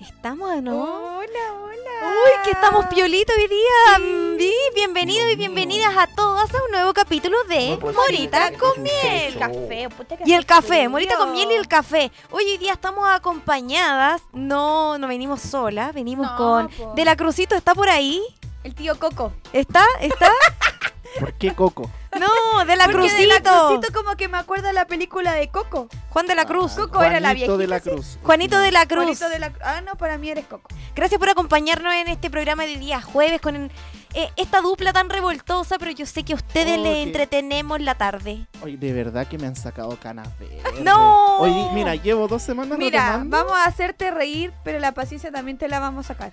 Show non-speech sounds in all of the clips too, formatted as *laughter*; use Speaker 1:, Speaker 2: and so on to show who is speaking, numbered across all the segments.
Speaker 1: estamos de nuevo.
Speaker 2: Hola, hola.
Speaker 1: Uy, que estamos piolito hoy día. Sí. Bienvenidos
Speaker 3: Dios
Speaker 1: y bienvenidas
Speaker 3: mío.
Speaker 1: a todas a un nuevo capítulo de
Speaker 2: Eh,
Speaker 3: No puedo
Speaker 1: Morita
Speaker 3: creer que
Speaker 1: con
Speaker 3: es un
Speaker 1: Miel.
Speaker 3: sexo.
Speaker 2: Café, puta que
Speaker 1: Y el
Speaker 2: hace
Speaker 1: café,
Speaker 2: frío.
Speaker 1: Morita con Miel y el café. Hoy hoy día estamos acompañadas. No, no venimos solas, venimos
Speaker 2: No,
Speaker 1: con.
Speaker 2: po.
Speaker 1: De la Crucito está por ahí.
Speaker 2: El tío Coco.
Speaker 1: ¿Está? ¿Está?
Speaker 3: ¿Por qué Coco?
Speaker 1: No, de la
Speaker 2: Porque
Speaker 1: Crucito.
Speaker 2: de la Crucito como que me acuerdo de la película de Coco.
Speaker 1: Juan de la Cruz.
Speaker 2: Coco. era la
Speaker 3: Juanito de
Speaker 2: viejita,
Speaker 3: la
Speaker 2: sí.
Speaker 3: Cruz.
Speaker 1: Juanito de la Cruz.
Speaker 2: Juanito de la Cruz. Ah, no, para mí eres Coco.
Speaker 1: Gracias por acompañarnos en este programa de día jueves con eh, esta dupla tan revoltosa, pero yo sé que a ustedes
Speaker 3: Oh,
Speaker 1: les
Speaker 3: sí.
Speaker 1: entretenemos la tarde.
Speaker 3: Oye, de verdad que me han sacado canas verdes.
Speaker 1: ¡No!
Speaker 3: Oye, mira, llevo dos semanas
Speaker 2: Mira,
Speaker 3: retomando.
Speaker 2: vamos a hacerte reír, pero la paciencia también te la vamos a sacar.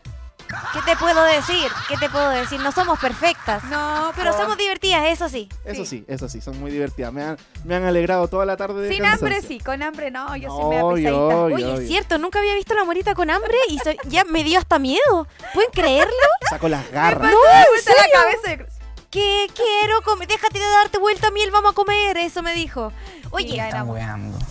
Speaker 1: ¿Qué te puedo decir? ¿Qué te puedo decir? No somos perfectas,
Speaker 2: No,
Speaker 1: pero
Speaker 2: po.
Speaker 1: somos divertidas, eso sí.
Speaker 3: Eso
Speaker 2: sí.
Speaker 3: sí, eso sí, son muy divertidas. Me han, me han alegrado toda la tarde de
Speaker 2: Sin
Speaker 3: cansancio.
Speaker 2: hambre sí, con hambre no, yo soy
Speaker 3: No,
Speaker 2: media pesadita.
Speaker 3: yo- Obvio,
Speaker 1: Oye, es
Speaker 3: obvio.
Speaker 1: cierto, nunca había visto a la morita con hambre y soy- ya me dio hasta miedo. *laughs* ¿Pueden creerlo?
Speaker 3: Saco las
Speaker 2: Me
Speaker 3: garras.
Speaker 2: pasó de vuelta la cabeza de Cruz.
Speaker 1: Que quiero comer, déjate de darte vuelta miel, vamos a comer, eso me dijo. Oye,
Speaker 2: Sí, ganamos.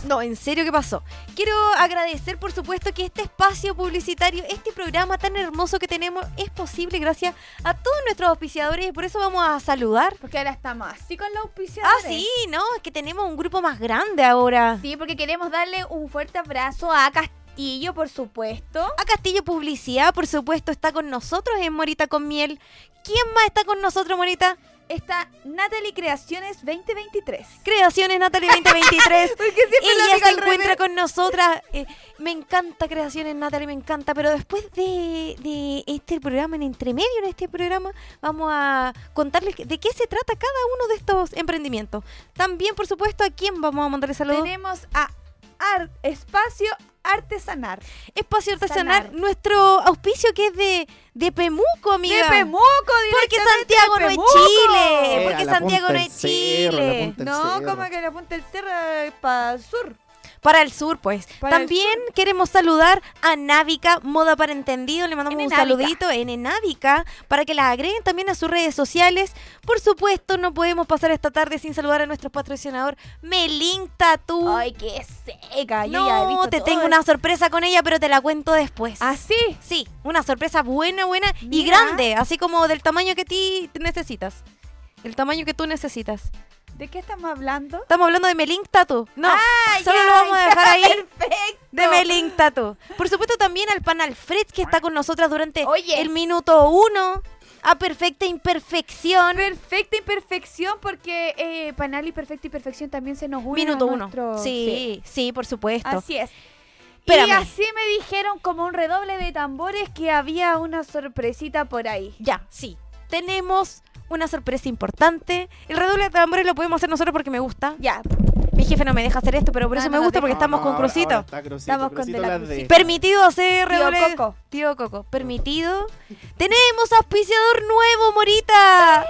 Speaker 1: No, en serio, ¿qué pasó? Quiero agradecer, por supuesto, que este espacio publicitario, este programa tan hermoso que tenemos, es posible gracias a todos nuestros auspiciadores y por eso vamos a saludar.
Speaker 2: Porque ahora estamos así con los
Speaker 1: Ah,
Speaker 2: auspiciadores.
Speaker 1: sí, no, es que tenemos un grupo más grande ahora.
Speaker 2: Sí, porque queremos darle un fuerte abrazo a Castillo, por supuesto.
Speaker 1: A Castillo Publicidad, por supuesto, está con nosotros en Morita con Miel. ¿Quién más está con nosotros, Morita?
Speaker 2: Está Natalie Creaciones 2023.
Speaker 1: Creaciones Natalie 2023.
Speaker 2: Porque *laughs* siempre
Speaker 1: Ella se encuentra con nosotras. Eh, me encanta Creaciones Natalie, me encanta. Pero después de, de este programa, en entremedio en este programa, vamos a contarles de qué se trata cada uno de estos emprendimientos. También, por supuesto, a quién vamos a mandarle saludos.
Speaker 2: Tenemos a Ar- Espacio Artesanar.
Speaker 1: Espacio Artesanal,
Speaker 2: Sanar.
Speaker 1: nuestro auspicio que es de, de Pemuco, amiga.
Speaker 2: ¡De Pemuco,
Speaker 1: Porque
Speaker 2: directamente de
Speaker 1: Santiago no es
Speaker 2: Pemuco!
Speaker 1: Chile.
Speaker 3: Eh,
Speaker 1: Porque
Speaker 3: a la
Speaker 1: Santiago
Speaker 3: punta
Speaker 1: no
Speaker 3: del
Speaker 1: es
Speaker 3: cerro, a la
Speaker 1: Chile.
Speaker 3: punta del
Speaker 2: No,
Speaker 3: cerro.
Speaker 2: como que la punta del cerro para sur.
Speaker 1: Para el sur, pues.
Speaker 2: Para el
Speaker 1: También queremos saludar a Návica, Moda para Entendido. Le mandamos
Speaker 2: En
Speaker 1: un
Speaker 2: Návica.
Speaker 1: saludito en Návica para que la agreguen también a sus redes sociales. Por supuesto, no podemos pasar esta tarde sin saludar a nuestro patrocinador, Melin Tatu.
Speaker 2: Uh. Ay, qué seca. Yo ya he
Speaker 1: no,
Speaker 2: visto
Speaker 1: te
Speaker 2: todo
Speaker 1: tengo
Speaker 2: eso.
Speaker 1: una sorpresa con ella, pero te la cuento después.
Speaker 2: Así.
Speaker 1: Sí, una sorpresa buena, buena y
Speaker 2: Mira.
Speaker 1: grande, así como del tamaño que ti te necesitas. El tamaño que tú necesitas.
Speaker 2: ¿De qué estamos hablando?
Speaker 1: Estamos hablando de Melink Tattoo. No, solo
Speaker 2: Ah, ya,
Speaker 1: lo vamos a
Speaker 2: ya,
Speaker 1: dejar ahí.
Speaker 2: *laughs* Perfecto.
Speaker 1: De Melink Tattoo. Por supuesto también al pan Alfred que está con nosotras durante
Speaker 2: Oye.
Speaker 1: el minuto uno. A perfecta imperfección.
Speaker 2: Perfecta imperfección, porque eh, Panali Perfecta Imperfección también se nos une. a
Speaker 1: minuto uno.
Speaker 2: nuestro-
Speaker 1: Sí, sí, por supuesto.
Speaker 2: Así es.
Speaker 1: Espérame.
Speaker 2: Y así me dijeron como un redoble de tambores que había una sorpresita por ahí.
Speaker 1: Ya, sí. Tenemos una sorpresa importante. El redoble de tambores lo podemos hacer nosotros porque me gusta.
Speaker 2: Ya,
Speaker 1: Mi jefe no me deja hacer esto, pero por
Speaker 2: No,
Speaker 1: eso
Speaker 2: Ah, no
Speaker 1: me
Speaker 2: nos
Speaker 1: gusta
Speaker 2: deja.
Speaker 1: porque estamos
Speaker 3: No,
Speaker 1: con
Speaker 3: ahora-
Speaker 1: Crucito.
Speaker 3: ahora está Crucito,
Speaker 2: Estamos con
Speaker 3: Crucito
Speaker 2: de la
Speaker 3: las
Speaker 2: Cruz.
Speaker 1: Permitido hacer
Speaker 2: Tío
Speaker 1: redoble.
Speaker 2: Coco.
Speaker 1: Tío Coco, permitido. Tenemos auspiciador nuevo, Morita.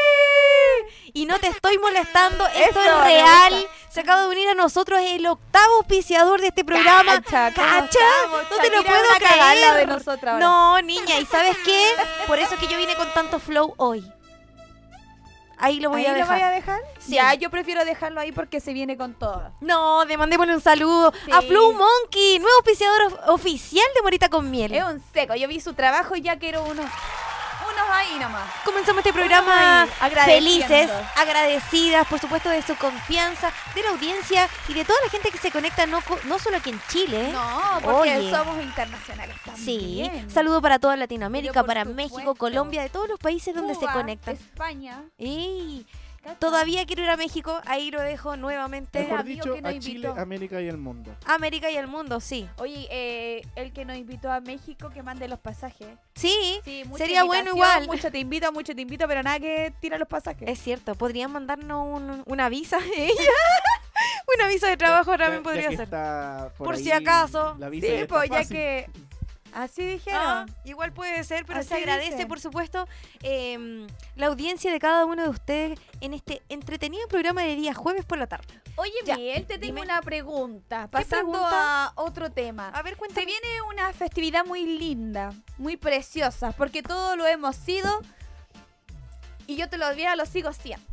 Speaker 1: Sí. Y no te estoy molestando, esto
Speaker 2: Eso,
Speaker 1: es
Speaker 2: me
Speaker 1: real.
Speaker 2: gusta.
Speaker 1: Se acaba de unir a nosotros el octavo auspiciador de este programa.
Speaker 2: Cacha, ¿cómo
Speaker 1: Cacha,
Speaker 2: estamos,
Speaker 1: no te lo
Speaker 2: Shakira?
Speaker 1: puedo
Speaker 2: Una cagada
Speaker 1: creer.
Speaker 2: de nosotras ahora.
Speaker 1: No, niña, ¿y sabes qué? Por eso es que yo vine con tanto flow hoy. Ahí lo voy
Speaker 2: ¿Ahí
Speaker 1: a
Speaker 2: lo
Speaker 1: dejar.
Speaker 2: voy a dejar?
Speaker 1: Sí.
Speaker 2: Ya, yo prefiero dejarlo ahí porque se viene con todo.
Speaker 1: No, demandémosle un saludo
Speaker 2: Sí.
Speaker 1: a Flow Monkey, nuevo auspiciador of- oficial de Morita con Miel.
Speaker 2: Es un seco, yo vi su trabajo y ya quiero unos, unos ahí nomás.
Speaker 1: Comenzamos este programa
Speaker 2: Ay, agradeciendo.
Speaker 1: felices, agradecidas, por supuesto, de su confianza, de la audiencia y de toda la gente que se conecta, no, co- no solo aquí en Chile.
Speaker 2: No, porque
Speaker 1: ¿Eh? Oye.
Speaker 2: somos internacionales también.
Speaker 1: Sí, saludo para toda Latinoamérica,
Speaker 2: Pero por
Speaker 1: para
Speaker 2: supuesto.
Speaker 1: México, Colombia, de todos los países donde
Speaker 2: Cuba,
Speaker 1: se conectan.
Speaker 2: España.
Speaker 1: Ey,
Speaker 2: Cacha.
Speaker 1: todavía quiero ir a México, ahí lo dejo nuevamente.
Speaker 2: Mejor
Speaker 3: Mejor
Speaker 2: amigo
Speaker 3: dicho,
Speaker 2: que nos
Speaker 3: a Chile,
Speaker 2: invitó.
Speaker 3: América y el mundo.
Speaker 1: América y el mundo, sí.
Speaker 2: Oye, eh, el que nos invitó a México que mande los pasajes.
Speaker 1: Sí,
Speaker 2: Sí,
Speaker 1: Sería bueno
Speaker 2: invitación,
Speaker 1: igual.
Speaker 2: Mucho te invito, mucho te invito, pero nada que tira los pasajes.
Speaker 1: es cierto, podrían mandarnos un- una visa *laughs* ella. una visa de trabajo
Speaker 3: Ya- ya-
Speaker 1: también
Speaker 3: ya
Speaker 1: podría
Speaker 3: que
Speaker 1: ser.
Speaker 3: está por
Speaker 1: Por si
Speaker 3: ahí
Speaker 1: acaso.
Speaker 3: la visa
Speaker 2: sí,
Speaker 3: está
Speaker 2: pues ya
Speaker 3: fácil.
Speaker 2: que así
Speaker 1: Ah,
Speaker 2: dijeron.
Speaker 1: igual puede ser, pero se
Speaker 2: Así
Speaker 1: agradece,
Speaker 2: dicen.
Speaker 1: por supuesto, em, la audiencia de cada uno de ustedes en este entretenido programa de día jueves por la tarde.
Speaker 2: Oye,
Speaker 1: Ya,
Speaker 2: Miguel, te tengo
Speaker 1: dime.
Speaker 2: una pregunta. Pasando
Speaker 1: pregunta?
Speaker 2: a otro tema.
Speaker 1: A ver,
Speaker 2: Ah, Se
Speaker 1: cuéntame.
Speaker 2: viene una festividad muy linda, muy preciosa, porque todo lo hemos sido y yo te lo diría, lo sigo siendo.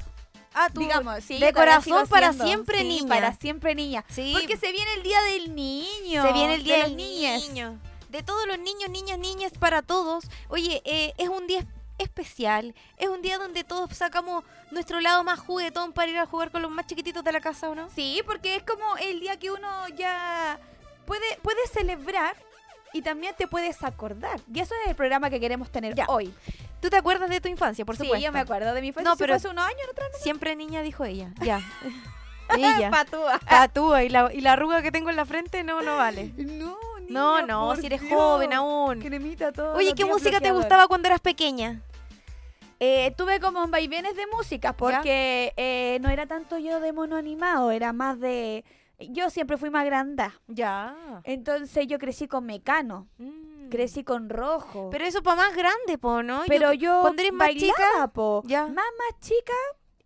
Speaker 1: Ah, tú.
Speaker 2: Digamos, sí,
Speaker 1: de
Speaker 2: yo todavía sigo
Speaker 1: corazón para
Speaker 2: siendo.
Speaker 1: siempre
Speaker 2: Sí,
Speaker 1: niña.
Speaker 2: Para siempre niña.
Speaker 1: Sí.
Speaker 2: Porque se viene el día del niño.
Speaker 1: se viene el día
Speaker 2: de
Speaker 1: del
Speaker 2: las niñas.
Speaker 1: niño. de todos los niños, niñas, niñas, para todos. Oye, eh, es un día especial, es un día donde todos sacamos nuestro lado más juguetón para ir a jugar con los más chiquititos de la casa, ¿o no?
Speaker 2: Sí, porque es como el día que uno ya puede, puede celebrar y también te puedes acordar. Y eso es el programa que queremos tener
Speaker 1: Ya,
Speaker 2: hoy.
Speaker 1: ¿Tú te acuerdas de tu infancia, por
Speaker 2: sí,
Speaker 1: supuesto?
Speaker 2: yo me acuerdo de mi infancia.
Speaker 1: No,
Speaker 2: si
Speaker 1: pero-
Speaker 2: fue hace unos años, otra
Speaker 1: Siempre niña, dijo ella.
Speaker 2: *laughs*
Speaker 1: Ya. ella.
Speaker 2: patúa.
Speaker 1: Tatúa Ah, y la, y la arruga que tengo en la frente no, no vale.
Speaker 2: No,
Speaker 1: No,
Speaker 2: niña,
Speaker 1: no,
Speaker 2: por
Speaker 1: si eres
Speaker 2: Dios.
Speaker 1: joven aún.
Speaker 2: Cremita todo.
Speaker 1: Oye, ¿qué música te gustaba cuando eras pequeña?
Speaker 2: Eh, tuve como vaivenes de música porque eh, no era tanto yo de mono animado, era más de. Yo siempre fui más granda.
Speaker 1: Ya.
Speaker 2: Entonces yo crecí con Mecano,
Speaker 1: Mm.
Speaker 2: crecí con Rojo.
Speaker 1: Pero eso para más grande, po, ¿no? Yo-
Speaker 2: Pero yo,
Speaker 1: cuando eres más chica,
Speaker 2: bailaba, po.
Speaker 1: ya.
Speaker 2: Más, más chica,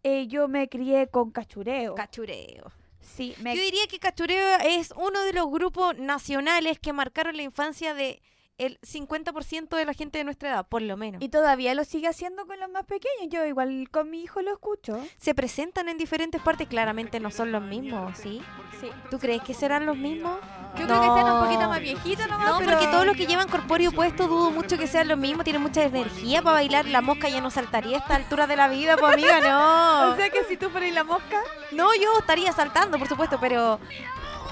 Speaker 2: eh, yo me crié con cachureo.
Speaker 1: Cachureo.
Speaker 2: sí,
Speaker 1: Yo
Speaker 2: me...
Speaker 1: diría que Cachureo es uno de los grupos nacionales que marcaron la infancia de el 50% de la gente de nuestra edad, por lo menos.
Speaker 2: y todavía lo sigue haciendo con los más pequeños. Yo igual con mi hijo lo escucho.
Speaker 1: se presentan en diferentes partes, claramente no son los mismos, ¿sí?
Speaker 2: Sí.
Speaker 1: ¿Tú crees que serán los mismos?
Speaker 2: Yo creo que están un poquito
Speaker 1: No.
Speaker 2: más viejitos nomás,
Speaker 1: No,
Speaker 2: pero...
Speaker 1: porque todos los que llevan corpóreo puesto dudo mucho que sean los mismos, tienen mucha energía para bailar, la mosca ya no saltaría a esta altura de la vida, pues amiga, no.
Speaker 2: *laughs* O sea que si tú pones la mosca...
Speaker 1: No, yo estaría saltando, por supuesto, pero.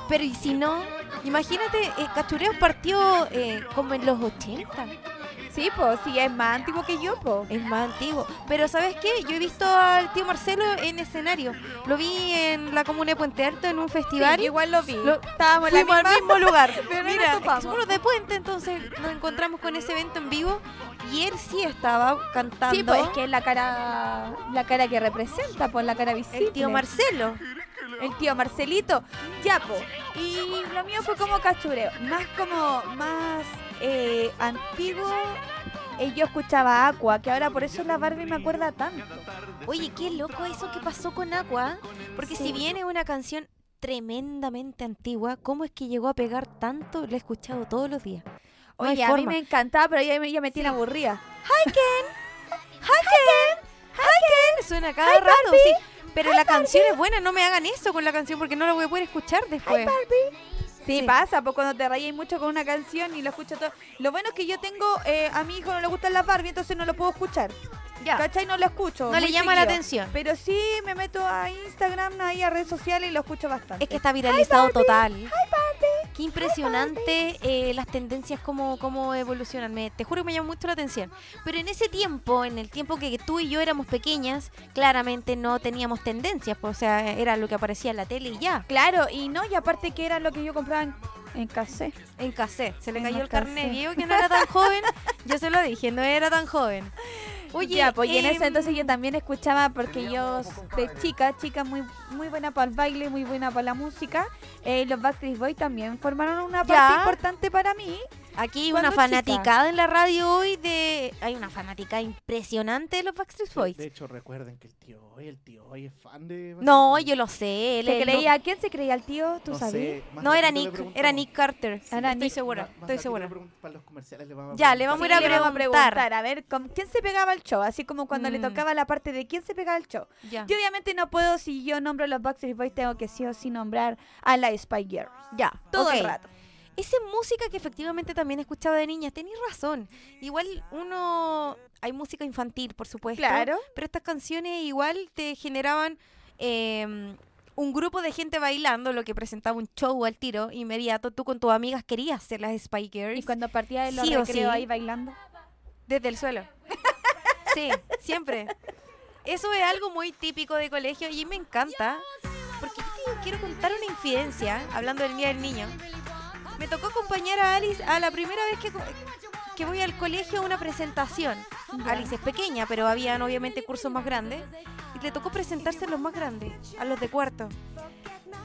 Speaker 1: Pero y si no, imagínate, eh, Cachureos partió eh, como en los 80,
Speaker 2: Sí, po, sí, es más antiguo que yo, po.
Speaker 1: es más antiguo. Pero ¿sabes qué? Yo he visto al tío Marcelo en escenario. Lo vi en la comuna de Puente Alto en un festival.
Speaker 2: Sí, igual lo vi.
Speaker 1: Lo-
Speaker 2: Estábamos en la
Speaker 1: Fuimos
Speaker 2: misma...
Speaker 1: al mismo lugar.
Speaker 2: Pero no nos
Speaker 1: Mira,
Speaker 2: topamos.
Speaker 1: somos de puente, entonces nos encontramos con ese evento en vivo y él sí estaba cantando.
Speaker 2: Sí, po, es que es la cara... La cara que representa, po, la cara visible.
Speaker 1: el tío Marcelo.
Speaker 2: El tío Marcelito. Ya, po. Y lo mío fue como cachureo. Más como... Más eh, antiguo... eh, yo escuchaba Aqua, que ahora por eso la Barbie me acuerda tanto.
Speaker 1: Oye, qué loco eso que pasó con Aqua. ¿eh? Porque
Speaker 2: Sí.
Speaker 1: si bien es una canción tremendamente antigua, ¿cómo es que llegó a pegar tanto? La he escuchado todos los días. No hay
Speaker 2: Oye, a mí
Speaker 1: forma.
Speaker 2: me encantaba, pero ya me, ya me tiene aburrida.
Speaker 1: Suena cada rato, sí. Pero la canción es buena, no me hagan eso con la canción porque no la voy a poder escuchar después.
Speaker 2: Sí,
Speaker 1: Sí.
Speaker 2: pasa, porque cuando te rayas mucho con una canción y lo escuchas todo. Lo bueno es que yo tengo, eh, a mi hijo no le gustan las Barbie, entonces no lo puedo escuchar.
Speaker 1: Ya,
Speaker 2: ¿Cachai? Ah. No lo escucho.
Speaker 1: no
Speaker 2: muy
Speaker 1: le llama la
Speaker 2: seguido.
Speaker 1: atención.
Speaker 2: Pero sí me meto a Instagram, ahí a redes sociales y lo escucho bastante.
Speaker 1: Es que está viralizado total. Qué impresionante eh, las tendencias, cómo, cómo evolucionan. Me- te juro que me llamó mucho la atención. Pero en ese tiempo, en el tiempo que tú y yo éramos pequeñas, claramente no teníamos tendencias. pues, o sea, era lo que aparecía en la tele y ya.
Speaker 2: Claro, y no, y aparte que era lo que yo compraba en, en cassette.
Speaker 1: En cassette. Se le
Speaker 2: En
Speaker 1: cayó el
Speaker 2: cassette.
Speaker 1: carnet Diego, que no era tan
Speaker 2: *laughs*
Speaker 1: joven. Yo se lo dije, no era tan joven. Oye,
Speaker 2: ya, pues, y en ese
Speaker 1: em,
Speaker 2: entonces yo también escuchaba, porque yo de chica, chica muy muy buena para el baile, muy buena para la música. eh, los Backstreet Boys también formaron una parte
Speaker 1: Ya.
Speaker 2: importante para mí.
Speaker 1: Aquí hay una
Speaker 2: cuando chica.
Speaker 1: fanaticada en la radio hoy de... Hay una fanaticada impresionante de los Backstreet Boys.
Speaker 3: De hecho, recuerden que el tío hoy, el tío hoy es fan de.
Speaker 1: No, yo lo sé. él
Speaker 2: ¿Se
Speaker 1: es- no-
Speaker 2: creía? ¿Quién se creía el tío? ¿Tú
Speaker 3: No
Speaker 2: sabías?
Speaker 3: sé, más
Speaker 1: No
Speaker 3: ratito
Speaker 1: era
Speaker 3: le
Speaker 1: Nick,
Speaker 3: preguntamos.
Speaker 1: era Nick Carter. Ah,
Speaker 2: Era
Speaker 1: estoy
Speaker 2: Nick.
Speaker 1: segura,
Speaker 3: Más- más
Speaker 1: estoy
Speaker 3: ratito
Speaker 1: segura.
Speaker 3: le pregunt- para los comerciales le vamos a
Speaker 1: Ya, le
Speaker 3: preguntar.
Speaker 1: vamos
Speaker 2: Sí,
Speaker 1: a
Speaker 2: le
Speaker 1: ir a
Speaker 2: vamos
Speaker 1: preguntar.
Speaker 2: A ver, ¿con quién se pegaba el show? Así como cuando le
Speaker 1: Mm. Ah.
Speaker 2: tocaba la parte de quién se pegaba el show.
Speaker 1: Ya.
Speaker 2: Yo obviamente no puedo, si yo nombro los Backstreet Boys, tengo que sí o sí nombrar a la Spy Girls.
Speaker 1: ya,
Speaker 2: Todo el
Speaker 1: ok.
Speaker 2: rato.
Speaker 1: Esa música que efectivamente también escuchaba de niña, tenías razón. Igual uno. Hay música infantil, por supuesto.
Speaker 2: Claro.
Speaker 1: Pero estas canciones igual te generaban eh, un grupo de gente bailando, lo que presentaba un show al tiro inmediato. Tú con tus amigas querías ser las Spy Girls
Speaker 2: Y cuando partía de los
Speaker 1: Sí o
Speaker 2: recreos
Speaker 1: sí.
Speaker 2: ahí bailando.
Speaker 1: desde el suelo. *laughs* sí, siempre. Eso es algo muy típico de colegio y me encanta. Porque yo te quiero contar una infidencia, hablando del Día del Niño. Me tocó acompañar a Alice a la primera vez que, co- que voy al colegio a una presentación. Alice es pequeña, pero habían obviamente cursos más grandes. Y le tocó presentarse a los más grandes, a los de cuarto.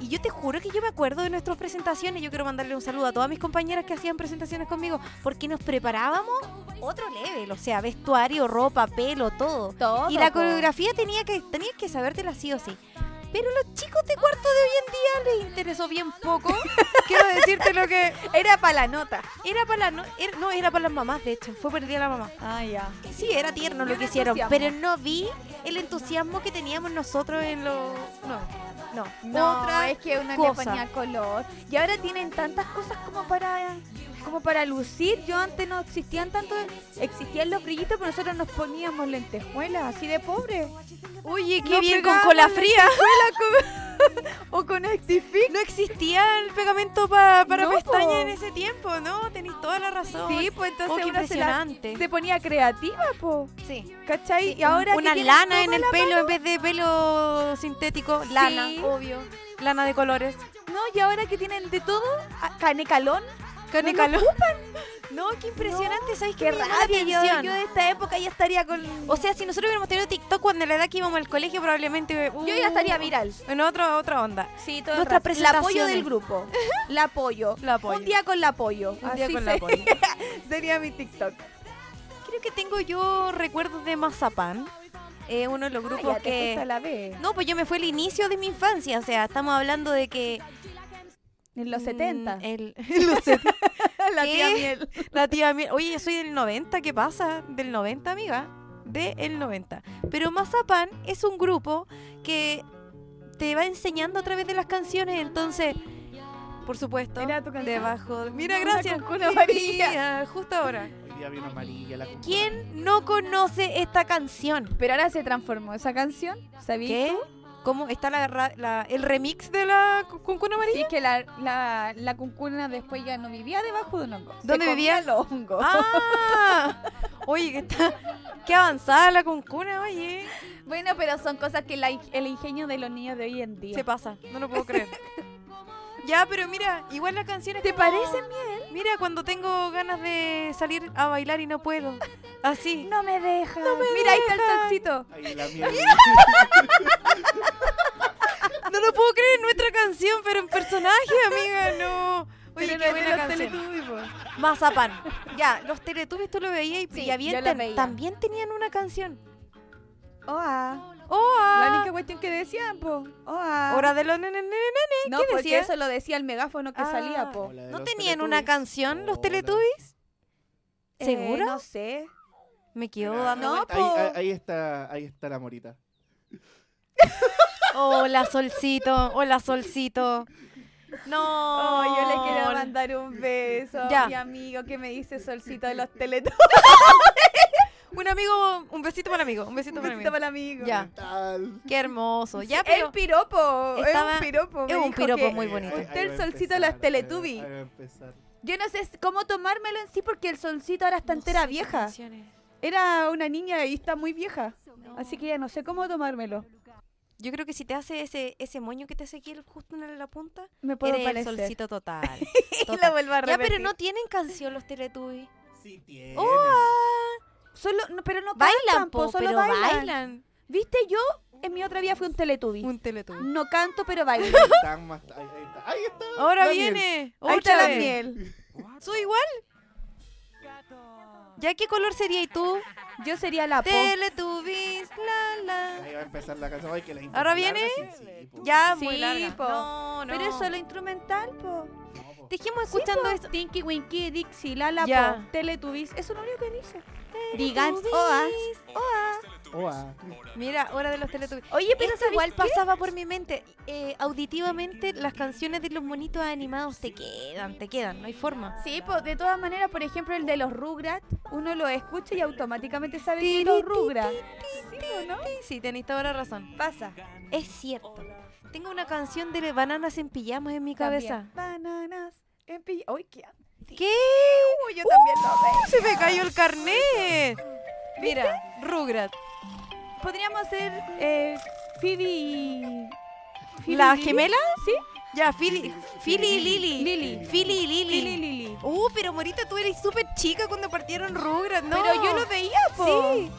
Speaker 1: Y yo te juro que yo me acuerdo de nuestras presentaciones. Yo quiero mandarle un saludo a todas mis compañeras que hacían presentaciones conmigo, porque nos preparábamos otro level, o sea, vestuario, ropa, pelo, todo.
Speaker 2: Todo.
Speaker 1: Y la
Speaker 2: po.
Speaker 1: coreografía tenía que, tenías que sabértela sí o sí. Pero los chicos de cuarto de hoy en día les interesó bien poco.
Speaker 2: *laughs*
Speaker 1: Quiero decirte lo que
Speaker 2: Era para la nota.
Speaker 1: era para no, era, no era para las mamás, de hecho, fue por el día de la mamá.
Speaker 2: Ah, ya.
Speaker 1: Sí, era tierno
Speaker 2: Y
Speaker 1: lo
Speaker 2: un
Speaker 1: que hicieron,
Speaker 2: entusiasmo.
Speaker 1: pero no vi el entusiasmo que teníamos nosotros en los no, no,
Speaker 2: No,
Speaker 1: otra
Speaker 2: es que una
Speaker 1: cosa.
Speaker 2: compañía color. Y ahora tienen tantas cosas como para como para lucir. Yo antes no existían tanto, existían los brillitos, pero nosotros nos poníamos lentejuelas, así de pobre.
Speaker 1: Oye, qué
Speaker 2: Nos
Speaker 1: bien con
Speaker 2: pegábamos
Speaker 1: cola
Speaker 2: la
Speaker 1: fría.
Speaker 2: O con
Speaker 1: *laughs*
Speaker 2: Actifix.
Speaker 1: No existía el pegamento pa- para
Speaker 2: No,
Speaker 1: pestañas
Speaker 2: po.
Speaker 1: en ese tiempo, ¿no? Tenéis toda la razón.
Speaker 2: Sí,
Speaker 1: Oh,
Speaker 2: pues entonces
Speaker 1: qué
Speaker 2: una se, la-
Speaker 1: impresionante.
Speaker 2: se ponía creativa, po.
Speaker 1: Sí.
Speaker 2: ¿Cachai? Y ahora que
Speaker 1: una
Speaker 2: tienen
Speaker 1: lana
Speaker 2: todo
Speaker 1: en el
Speaker 2: la-
Speaker 1: pelo en vez de pelo sintético, lana,
Speaker 2: Sí.
Speaker 1: obvio, lana de colores.
Speaker 2: No, y ahora que tienen de todo, a- canecalón.
Speaker 1: Con
Speaker 2: No
Speaker 1: el
Speaker 2: lo
Speaker 1: calor. No, qué impresionante, ¿sabéis
Speaker 2: Qué
Speaker 1: qué? me llama la
Speaker 2: rabia, yo,
Speaker 1: atención?
Speaker 2: yo de esta época ya estaría con...
Speaker 1: O sea, si nosotros hubiéramos tenido TikTok cuando la edad que íbamos al colegio, probablemente. uh,
Speaker 2: yo ya estaría viral.
Speaker 1: En otra, otra onda.
Speaker 2: Sí, todo
Speaker 1: Nuestras
Speaker 2: el rato. La apoyo
Speaker 1: presentaciones.
Speaker 2: del grupo. *laughs* La apoyo.
Speaker 1: La apoyo.
Speaker 2: Un día con la apoyo.
Speaker 1: Un día
Speaker 2: Así
Speaker 1: con
Speaker 2: se-
Speaker 1: la poli.
Speaker 2: *laughs* sería mi TikTok.
Speaker 1: *laughs* Creo que tengo yo recuerdos de Mazapán. eh, uno de los grupos
Speaker 2: Ah, ya te fuiste a
Speaker 1: que.
Speaker 2: la vez.
Speaker 1: No, pues yo me fue el inicio de mi infancia. O sea, estamos hablando de que.
Speaker 2: En los
Speaker 1: mm,
Speaker 2: 70.
Speaker 1: el- en los 70.
Speaker 2: eh, *laughs* la
Speaker 1: ¿qué?
Speaker 2: tía miel.
Speaker 1: La tía Miel. Oye, yo soy del 90, ¿qué pasa? Del 90, amiga. Del 90. Pero Mazapán es un grupo que te va enseñando a través de las canciones, entonces, por supuesto,
Speaker 2: Era tu canción.
Speaker 1: debajo. de- Mira,
Speaker 2: Una
Speaker 1: gracias.
Speaker 2: con cola *laughs*
Speaker 1: Sí,
Speaker 2: amarilla.
Speaker 1: mira, Justo ahora.
Speaker 3: Hoy día vino amarilla la computadora.
Speaker 1: ¿Quién no conoce esta canción?
Speaker 2: Pero ahora se transformó esa canción. ¿Sabías
Speaker 1: ¿Qué?
Speaker 2: tú?
Speaker 1: ¿Cómo está la, ra- la- el remix de la cu- Cuncuna Amarilla?
Speaker 2: Sí, es que la, la, la cuncuna después ya no vivía debajo de un hongo. Se
Speaker 1: ¿Dónde vivía?
Speaker 2: comía los hongos.
Speaker 1: ¡Ah! Oye, que está. Qué avanzada la Cuncuna, oye.
Speaker 2: Bueno, pero son cosas que la ing- el ingenio de los niños de hoy en día.
Speaker 1: Se pasa, no lo puedo
Speaker 2: *laughs*
Speaker 1: creer. ya, pero mira, igual la canción es
Speaker 2: ¿Te
Speaker 1: como-
Speaker 2: parece miel?
Speaker 1: Mira, cuando tengo ganas de salir a bailar y no puedo. Así.
Speaker 2: No me dejas. Mira, ahí está el
Speaker 1: dejas.
Speaker 2: solcito.
Speaker 3: Ahí la miel.
Speaker 1: No lo puedo creer, nuestra canción, pero en
Speaker 2: *laughs*
Speaker 1: personaje, amiga, no. Oye, qué
Speaker 2: Pero no es de
Speaker 1: buena
Speaker 2: los
Speaker 1: canción.
Speaker 2: Teletubbies, po.
Speaker 1: Mazapán. Ya, los Teletubbies tú lo veías y,
Speaker 2: Sí,
Speaker 1: y habían
Speaker 2: yo los
Speaker 1: tan-
Speaker 2: veía.
Speaker 1: también tenían una canción.
Speaker 2: Oa.
Speaker 1: ¡Oh!
Speaker 2: La
Speaker 1: ah,
Speaker 2: única cuestión que decían, po. Oa.
Speaker 1: Hora de los nene, nene, nene.
Speaker 2: no,
Speaker 1: ¿Qué
Speaker 2: porque
Speaker 1: decía?
Speaker 2: eso lo decía el megáfono que
Speaker 1: Ah.
Speaker 2: salía, po.
Speaker 3: Como la de
Speaker 1: ¿No
Speaker 3: los
Speaker 1: tenían una
Speaker 3: Teletubbies.
Speaker 1: canción los
Speaker 3: Hola.
Speaker 1: Teletubbies?
Speaker 2: Eh,
Speaker 1: ¿Seguro?
Speaker 2: no sé.
Speaker 1: Me quedo
Speaker 3: Mira,
Speaker 1: dando
Speaker 2: No,
Speaker 1: vueltas.
Speaker 3: ahí,
Speaker 2: po.
Speaker 3: ahí- ahí está, ahí está la morita.
Speaker 1: Hola, solcito. Hola, solcito. No.
Speaker 2: Oh, yo le quiero mandar un beso
Speaker 1: Ya.
Speaker 2: a mi amigo que me dice
Speaker 1: *laughs*
Speaker 2: solcito de los teletubbies.
Speaker 1: Un amigo, un besito para el amigo. Un besito
Speaker 2: Un
Speaker 1: para el amigo.
Speaker 2: besito para el amigo.
Speaker 1: Ya.
Speaker 3: Tal.
Speaker 1: Qué hermoso. Ya,
Speaker 2: El
Speaker 1: pero.
Speaker 2: piropo, es
Speaker 1: Estaba-
Speaker 2: un piropo. me
Speaker 1: es un
Speaker 2: dijo
Speaker 1: piropo
Speaker 2: que-
Speaker 1: muy
Speaker 3: Eh,
Speaker 1: bonito.
Speaker 3: ahí- ahí
Speaker 2: Usted el
Speaker 3: va a
Speaker 2: solcito de
Speaker 3: empezar,
Speaker 2: los Teletubbies.
Speaker 3: ahí va a empezar.
Speaker 2: Yo no sé s- cómo tomármelo en sí porque el solcito ahora está entera
Speaker 1: No sé qué
Speaker 2: vieja.
Speaker 1: canciones.
Speaker 2: Era una niña y está muy vieja. Así que ya no sé cómo tomármelo.
Speaker 1: Yo creo que si te hace ese, ese moño que te hace aquí el- justo en la punta,
Speaker 2: Me puedo
Speaker 1: eres el
Speaker 2: parecer.
Speaker 1: solcito total.
Speaker 2: *laughs* Y
Speaker 1: total.
Speaker 2: la vuelvo a
Speaker 1: Ya,
Speaker 2: repetir.
Speaker 1: pero no tienen canción los Teletubbies.
Speaker 3: Sí tiene.
Speaker 1: Oh, ah,
Speaker 2: Solo, no- pero no
Speaker 1: bailan,
Speaker 2: cantan,
Speaker 1: po,
Speaker 2: po, solo
Speaker 1: pero
Speaker 2: bailan.
Speaker 1: bailan.
Speaker 2: ¿Viste? Yo en mi otra vida fui un Teletubby.
Speaker 1: Un Teletubby.
Speaker 2: No canto, pero bailo.
Speaker 1: *laughs*
Speaker 3: Están más- ahí, ahí está. Ahí está.
Speaker 1: Ahora
Speaker 3: la miel.
Speaker 1: viene. otra
Speaker 2: Ahí está la
Speaker 1: vez.
Speaker 2: miel.
Speaker 1: ¿Soy igual? ¿Ya qué color sería y tú?
Speaker 2: Yo sería la po.
Speaker 1: Teletubbies, la la.
Speaker 3: Ahí va a empezar la canción. Ay, que la intro
Speaker 1: Ahora
Speaker 3: es larga,
Speaker 1: viene.
Speaker 3: sí, sí, po.
Speaker 1: Ya,
Speaker 2: Sí,
Speaker 1: muy larga.
Speaker 2: po.
Speaker 1: No, no.
Speaker 2: Pero es solo instrumental, po.
Speaker 3: No, po.
Speaker 1: Dejemos escuchando esto.
Speaker 2: Tinky Winky, Dixie, Lala,
Speaker 1: Ya.
Speaker 2: po. Teletubbies. Eso es lo único que dice. Digan, oh, ah. oa, oa.
Speaker 3: Oa.
Speaker 1: oh, ah. Mira, hora de los Teletubbies.
Speaker 2: Oye, pero
Speaker 1: Esto
Speaker 2: ¿sabes
Speaker 1: igual
Speaker 2: qué?
Speaker 1: pasaba por mi mente. Eh, auditivamente, las canciones de los monitos animados te quedan, te quedan, no hay forma.
Speaker 2: Sí, po, de todas maneras, por ejemplo, el de los Rugrats, uno lo escucha y automáticamente sabe que es los Rugrats. ¿Sí o no?
Speaker 1: Sí, sí, tenéis toda la razón.
Speaker 2: Pasa.
Speaker 1: Es cierto. Tengo una canción de bananas en pijamas en mi cabeza.
Speaker 2: También. Bananas en pi- ¡Ay, qué an-
Speaker 1: ¿Qué? Uh,
Speaker 2: Uy, Uh, yo también lo veo.
Speaker 1: Se me cayó el carnet. Mira, Rugrat.
Speaker 2: Podríamos hacer eh, Phoebe y... Phoebe
Speaker 1: ¿La
Speaker 2: y Lily.
Speaker 1: gemela?
Speaker 2: Sí.
Speaker 1: Ya, Fili, Fili y Lili.
Speaker 2: Lili.
Speaker 1: Fili y Lili.
Speaker 2: Lily, Lily.
Speaker 1: Uh, pero Morita, tú eres súper chica cuando partieron Rugrat, ¿no?
Speaker 2: Pero yo lo veía, po.
Speaker 1: Sí.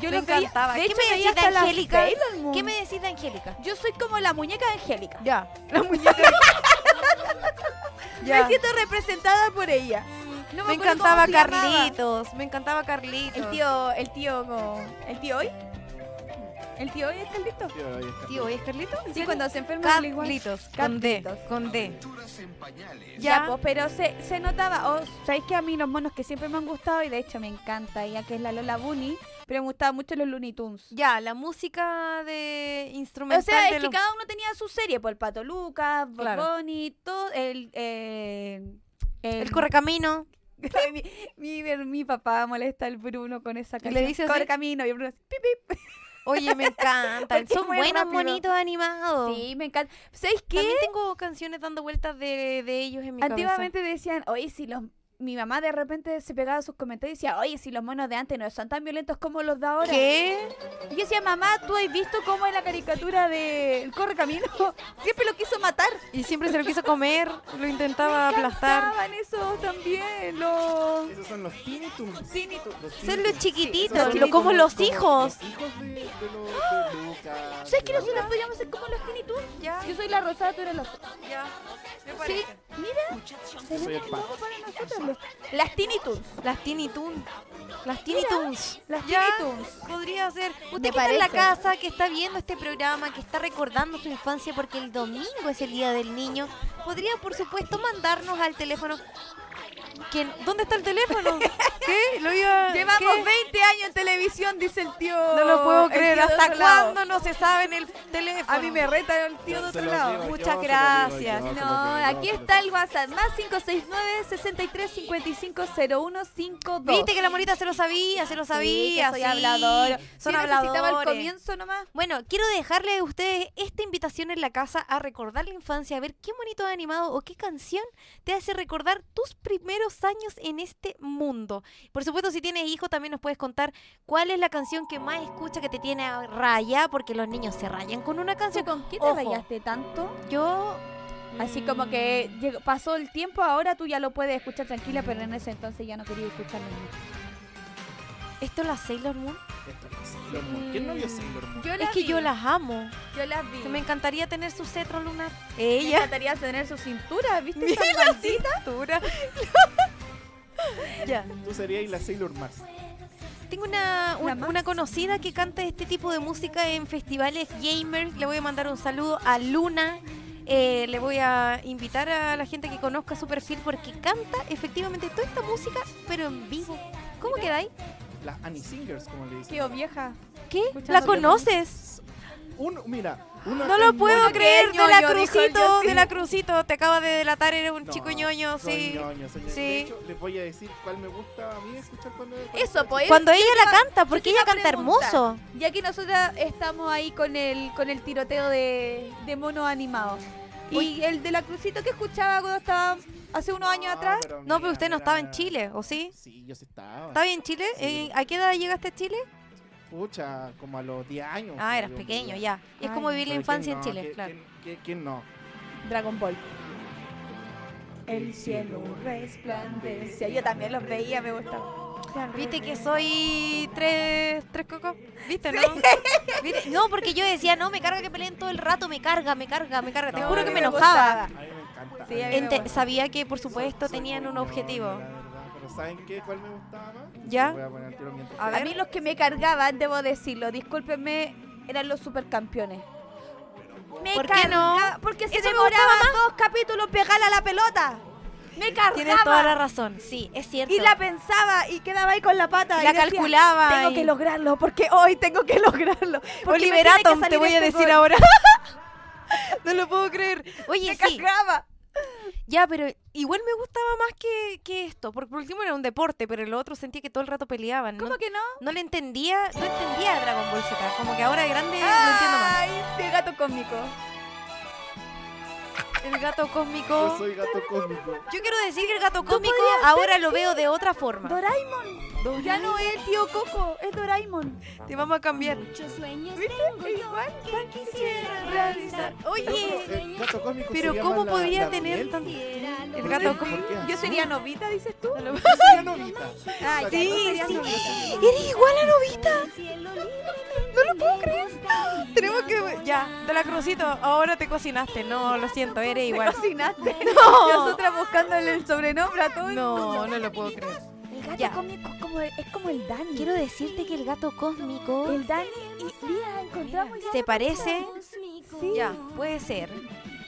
Speaker 2: Yo
Speaker 1: Me
Speaker 2: lo veía.
Speaker 1: encantaba.
Speaker 2: De
Speaker 1: ¿Qué
Speaker 2: hecho,
Speaker 1: me
Speaker 2: veía
Speaker 1: decís de
Speaker 2: hasta la
Speaker 1: Angélica?
Speaker 2: Sailor Moon.
Speaker 1: ¿Qué me decís de Angélica?
Speaker 2: Yo soy como la muñeca de Angélica.
Speaker 1: Ya, la muñeca.
Speaker 2: *laughs* Me siento representada por ella. No
Speaker 1: Me
Speaker 2: acuerdo
Speaker 1: encantaba
Speaker 2: cómo se llamaba.
Speaker 1: Carlitos, me encantaba Carlitos.
Speaker 2: El tío, el tío, como- el tío hoy. El tío hoy es Carlito.
Speaker 3: Tío, ahí está.
Speaker 1: Tío, ¿hoy es Carlitos?
Speaker 2: Sí, cuando se enferma habla igual.
Speaker 1: Carlitos, con D,
Speaker 2: Carlitos.
Speaker 1: con D.
Speaker 2: Ya,
Speaker 1: Ya.
Speaker 2: po, pero se, se notaba, o sabéis que a mí los monos que siempre me han gustado y de hecho me encanta ella que es la Lola Bunny, pero me gustaban mucho los Looney Tunes.
Speaker 1: Ya, la música de instrumental
Speaker 2: O sea,
Speaker 1: de
Speaker 2: es que
Speaker 1: los-
Speaker 2: cada pues, uno tenía su serie, por el Pato Lucas, Bob
Speaker 1: Claro.
Speaker 2: Bunny, todo el, eh, el,
Speaker 1: El
Speaker 2: *laughs*
Speaker 1: correcamino.
Speaker 2: mi, mi, mi papá molesta al Bruno con esa canción.
Speaker 1: dice así.
Speaker 2: Correcamino. Y el Bruno así, "Pip, pip".
Speaker 1: Oye,
Speaker 2: *laughs*
Speaker 1: me encantan.
Speaker 2: Porque es
Speaker 1: Son
Speaker 2: muy
Speaker 1: buenos,
Speaker 2: rápido.
Speaker 1: bonitos, animados.
Speaker 2: Sí, me encanta. ¿Sabes qué?
Speaker 1: También tengo canciones dando vueltas de, de ellos en mi
Speaker 2: Antiguamente decían, oye, si los... Mi mamá de repente se pegaba a sus comentarios y decía, oye, si los monos de antes no son tan violentos como los de ahora.
Speaker 1: cabeza. ¿Qué?
Speaker 2: Y yo decía, mamá, ¿tú has visto cómo es la caricatura de El Correcamino? *laughs* Siempre lo quiso matar.
Speaker 1: Y siempre se lo quiso comer, lo intentaba aplastar.
Speaker 2: Cantaban eso también, los...
Speaker 3: Esos son los Tiny Toons.
Speaker 2: Tiny Toons.
Speaker 3: Los
Speaker 1: Son
Speaker 3: Tiny
Speaker 1: los
Speaker 3: Toons.
Speaker 1: chiquititos,
Speaker 3: Esos son
Speaker 2: lo-
Speaker 1: como los hijos. ¡Ah!
Speaker 3: Los hijos de, de los de Lucas.
Speaker 2: ¿Sabes que
Speaker 3: de
Speaker 2: nosotros podríamos ser como los Tiny Toons?
Speaker 1: Ya,
Speaker 2: Yo soy la rosada, tú eres la azul.
Speaker 1: ya. Me
Speaker 2: Sí,
Speaker 1: parece.
Speaker 2: mira,
Speaker 3: soy el
Speaker 2: tenemos
Speaker 3: pan.
Speaker 2: todo para nosotros. los- Las Tiny Toons.
Speaker 1: Las Tiny Toons. Las Tiny
Speaker 2: Mira,
Speaker 1: Toons.
Speaker 2: Las
Speaker 1: Ya.
Speaker 2: Tiny Toons.
Speaker 1: Podría ser.
Speaker 2: Me
Speaker 1: Usted que está en la
Speaker 2: parece.
Speaker 1: casa, que está viendo este programa, que está recordando su infancia porque el domingo es el Día del Niño, podría, por supuesto, mandarnos al teléfono. ¿Quién? ¿Dónde está el teléfono? ¿Qué? Lo iba
Speaker 2: Llevamos
Speaker 1: ¿qué?
Speaker 2: 20 años en televisión, dice el tío.
Speaker 1: *laughs* No lo *laughs* puedo
Speaker 2: el tío
Speaker 1: creer.
Speaker 2: de
Speaker 1: ¿Hasta
Speaker 2: otro lado.
Speaker 1: cuándo no se sabe en el teléfono?
Speaker 2: A mí me reta el tío de
Speaker 3: Yo se
Speaker 2: otro
Speaker 3: los
Speaker 2: lado.
Speaker 3: digo, yo
Speaker 1: Muchas
Speaker 3: se los digo,
Speaker 1: gracias.
Speaker 3: yo se los
Speaker 2: No,
Speaker 3: digo, yo
Speaker 2: aquí
Speaker 3: se los
Speaker 2: está el WhatsApp, más 569 63 55 0152
Speaker 1: Viste que la morita se lo sabía, se lo sabía.
Speaker 2: soy
Speaker 1: sí.
Speaker 2: hablador.
Speaker 1: Son
Speaker 2: Sí, necesitaba el
Speaker 1: habladores.
Speaker 2: comienzo nomás.
Speaker 1: Bueno, quiero dejarle a ustedes esta invitación en la casa a recordar la infancia, a ver qué bonito animado o qué canción te hace recordar tus primeros años en este mundo. Por supuesto, si tienes hijos, también nos puedes contar cuál es la canción que más escucha que te tiene a raya, porque los niños se rayan con una
Speaker 2: ¿Tú
Speaker 1: canción.
Speaker 2: ¿Con qué te
Speaker 1: Ojo.
Speaker 2: rayaste tanto?
Speaker 1: Yo.
Speaker 2: Así como que llegó- pasó el tiempo, ahora tú ya lo puedes escuchar tranquila, pero en ese entonces ya no quería escucharlo.
Speaker 1: ¿Esto es la Sailor Moon?
Speaker 3: Esto es Sailor Moon. ¿Quién no vio Sailor Moon?
Speaker 2: Yo
Speaker 1: es que
Speaker 2: vi,
Speaker 1: yo las amo.
Speaker 2: yo las vi.
Speaker 1: Que me encantaría tener su cetro lunar.
Speaker 2: Me
Speaker 1: Ella.
Speaker 2: encantaría tener su cintura, ¿viste?
Speaker 1: Mira,
Speaker 2: Esas banditas.
Speaker 1: ya.
Speaker 3: Tú serías la Sailor Mars.
Speaker 1: Tengo una, un-
Speaker 2: La más.
Speaker 1: una conocida que canta este tipo de música en festivales gamers. Le voy a mandar un saludo a Luna. Eh, le voy a invitar a la gente que conozca su perfil porque canta efectivamente toda esta música, pero en vivo. ¿Cómo quedáis?
Speaker 3: Las Annie Singers, como le dicen.
Speaker 2: Tío, vieja.
Speaker 1: ¿Qué?
Speaker 2: Escuchando
Speaker 1: ¿La
Speaker 2: la
Speaker 1: conoces?
Speaker 3: Un, mira, una
Speaker 1: No lo
Speaker 3: es
Speaker 1: puedo
Speaker 3: muy-
Speaker 1: creer.
Speaker 2: ñoño,
Speaker 1: De la
Speaker 2: dijo el
Speaker 1: Crucito,
Speaker 2: Justin.
Speaker 1: de la Crucito. Te acaba de delatar, eres un
Speaker 3: No,
Speaker 1: chico ñoño,
Speaker 3: soy
Speaker 1: sí.
Speaker 3: ñoño, soy ñoño.
Speaker 1: Sí.
Speaker 3: De hecho, les voy a decir cuál me gusta a mí escuchar cuando... cuando
Speaker 2: Eso,
Speaker 3: estaba
Speaker 2: pues.
Speaker 1: Cuando ella la
Speaker 2: iba-
Speaker 1: canta, porque
Speaker 2: iba
Speaker 1: ella
Speaker 2: a
Speaker 1: canta
Speaker 2: preguntar.
Speaker 1: hermoso.
Speaker 2: Y aquí nosotras estamos ahí con el, con el tiroteo de, de monos animados. Y el de la crucito que escuchaba cuando estaba hace unos años
Speaker 3: chico.
Speaker 2: atrás.
Speaker 1: No, pero
Speaker 3: Ah, mira,
Speaker 1: usted no
Speaker 3: mira,
Speaker 1: estaba en
Speaker 3: mira.
Speaker 1: Chile, ¿o sí?
Speaker 3: Sí, yo sí estaba.
Speaker 1: ¿Estaba en Chile?
Speaker 3: Sí.
Speaker 1: Eh, ¿A qué edad llegaste a Chile?
Speaker 3: Pucha, como a los 10 años.
Speaker 1: Ah, eras
Speaker 3: yo creo.
Speaker 1: pequeño, ya. Es
Speaker 2: Ay,
Speaker 1: como vivir la
Speaker 3: Pero
Speaker 1: infancia
Speaker 3: ¿quién
Speaker 1: en Chile,
Speaker 3: no? ¿Qui-
Speaker 1: claro.
Speaker 3: quién- qui- ¿Quién no?
Speaker 2: Dragon Ball. El cielo resplandecía. Yo también los veía, me gustaba.
Speaker 1: ¿Viste que soy tres, tres cocos? ¿Viste, no? ¿Viste? No, porque yo decía, no, me carga que peleen todo el rato, me carga, me carga, me carga. Te
Speaker 3: No,
Speaker 1: juro que
Speaker 3: a
Speaker 1: me
Speaker 3: mí me
Speaker 1: enojaba.
Speaker 3: A mí me encanta.
Speaker 2: Sí,
Speaker 3: a mí
Speaker 2: a
Speaker 3: me
Speaker 2: mí me
Speaker 1: Ente-
Speaker 2: gusta.
Speaker 1: sabía que, por supuesto,
Speaker 3: Soy- soy
Speaker 1: tenían
Speaker 3: muy
Speaker 1: un
Speaker 3: ñoño,
Speaker 1: objetivo.
Speaker 3: la verdad, Pero ¿saben qué? ¿Cuál me gustaba más?
Speaker 1: ¿Ya?
Speaker 3: Lo Voy a poner al tiro mientras-
Speaker 1: A
Speaker 2: A
Speaker 1: ver.
Speaker 2: mí los que me cargaban, debo decirlo, discúlpenme, eran los supercampeones. Me
Speaker 1: ¿Por qué no?
Speaker 2: cargaba- Porque se
Speaker 1: Eso me
Speaker 2: demoraban dos capítulos en pegarle a la pelota. Me cargaba.
Speaker 1: Tienes toda la razón, sí, es cierto.
Speaker 2: Y la pensaba y quedaba ahí con la pata.
Speaker 1: Y la
Speaker 2: y decía,
Speaker 1: calculaba.
Speaker 2: tengo
Speaker 1: y-
Speaker 2: que lograrlo, porque hoy tengo que *laughs* lograrlo. porque me tiene que
Speaker 1: Oliveratom, te
Speaker 2: salir
Speaker 1: voy a
Speaker 2: este
Speaker 1: decir
Speaker 2: gol".
Speaker 1: ahora. no lo puedo creer. *laughs* Oye,
Speaker 2: Me
Speaker 1: sí.
Speaker 2: cargaba.
Speaker 1: Ya, pero igual me gustaba más que, que esto. Porque por último era un deporte, pero el otro sentía que todo el rato peleaban. No,
Speaker 2: ¿Cómo que no?
Speaker 1: no le entendía, no entendía a Dragon Ball Z. Como que ahora de grande lo entiendo más.
Speaker 2: Ay, qué gato cómico.
Speaker 1: El gato
Speaker 3: Yo
Speaker 1: cósmico.
Speaker 3: soy gato cósmico.
Speaker 1: Yo quiero decir que el gato cósmico
Speaker 2: podrías
Speaker 1: ahora lo veo de otra forma.
Speaker 2: Doraemon.
Speaker 1: Doraemon.
Speaker 2: Ya no es el tío Coco, es Doraemon.
Speaker 1: Te vamos a cambiar.
Speaker 2: Igual que quisiera realizar.
Speaker 1: Oye,
Speaker 3: El gato cósmico
Speaker 1: pero
Speaker 3: se
Speaker 1: ¿cómo
Speaker 3: llama la-
Speaker 1: podía
Speaker 3: la
Speaker 1: tener
Speaker 3: Biel.
Speaker 1: tanto? El
Speaker 3: ¿Por
Speaker 1: gato
Speaker 3: qué? ¿Por qué?
Speaker 1: cósmico.
Speaker 2: Yo sería novita, dices tú.
Speaker 3: Yo soy la novita.
Speaker 2: Ah,
Speaker 3: La
Speaker 2: ya,
Speaker 3: gato
Speaker 2: tú
Speaker 1: Sí,
Speaker 2: serías
Speaker 1: sí.
Speaker 2: novita.
Speaker 1: Eres igual a Novita. No lo puedo creer. *gasps* Tenemos que. Ya, de la crucito, ahora te cocinaste. No, lo siento, eres
Speaker 2: *laughs* Te
Speaker 1: igual.
Speaker 2: cocinaste. *laughs*
Speaker 1: No.
Speaker 2: Nosotras buscándole el sobrenombre a todo el
Speaker 1: No,
Speaker 2: mundo.
Speaker 1: no lo puedo creer.
Speaker 2: El gato
Speaker 1: Ya.
Speaker 2: cómico es como el- es como el Dani.
Speaker 1: Quiero decirte que el gato cósmico
Speaker 2: El Dani y mira, encontramos ya.
Speaker 1: se parece.
Speaker 2: Sí.
Speaker 1: Ya, puede ser.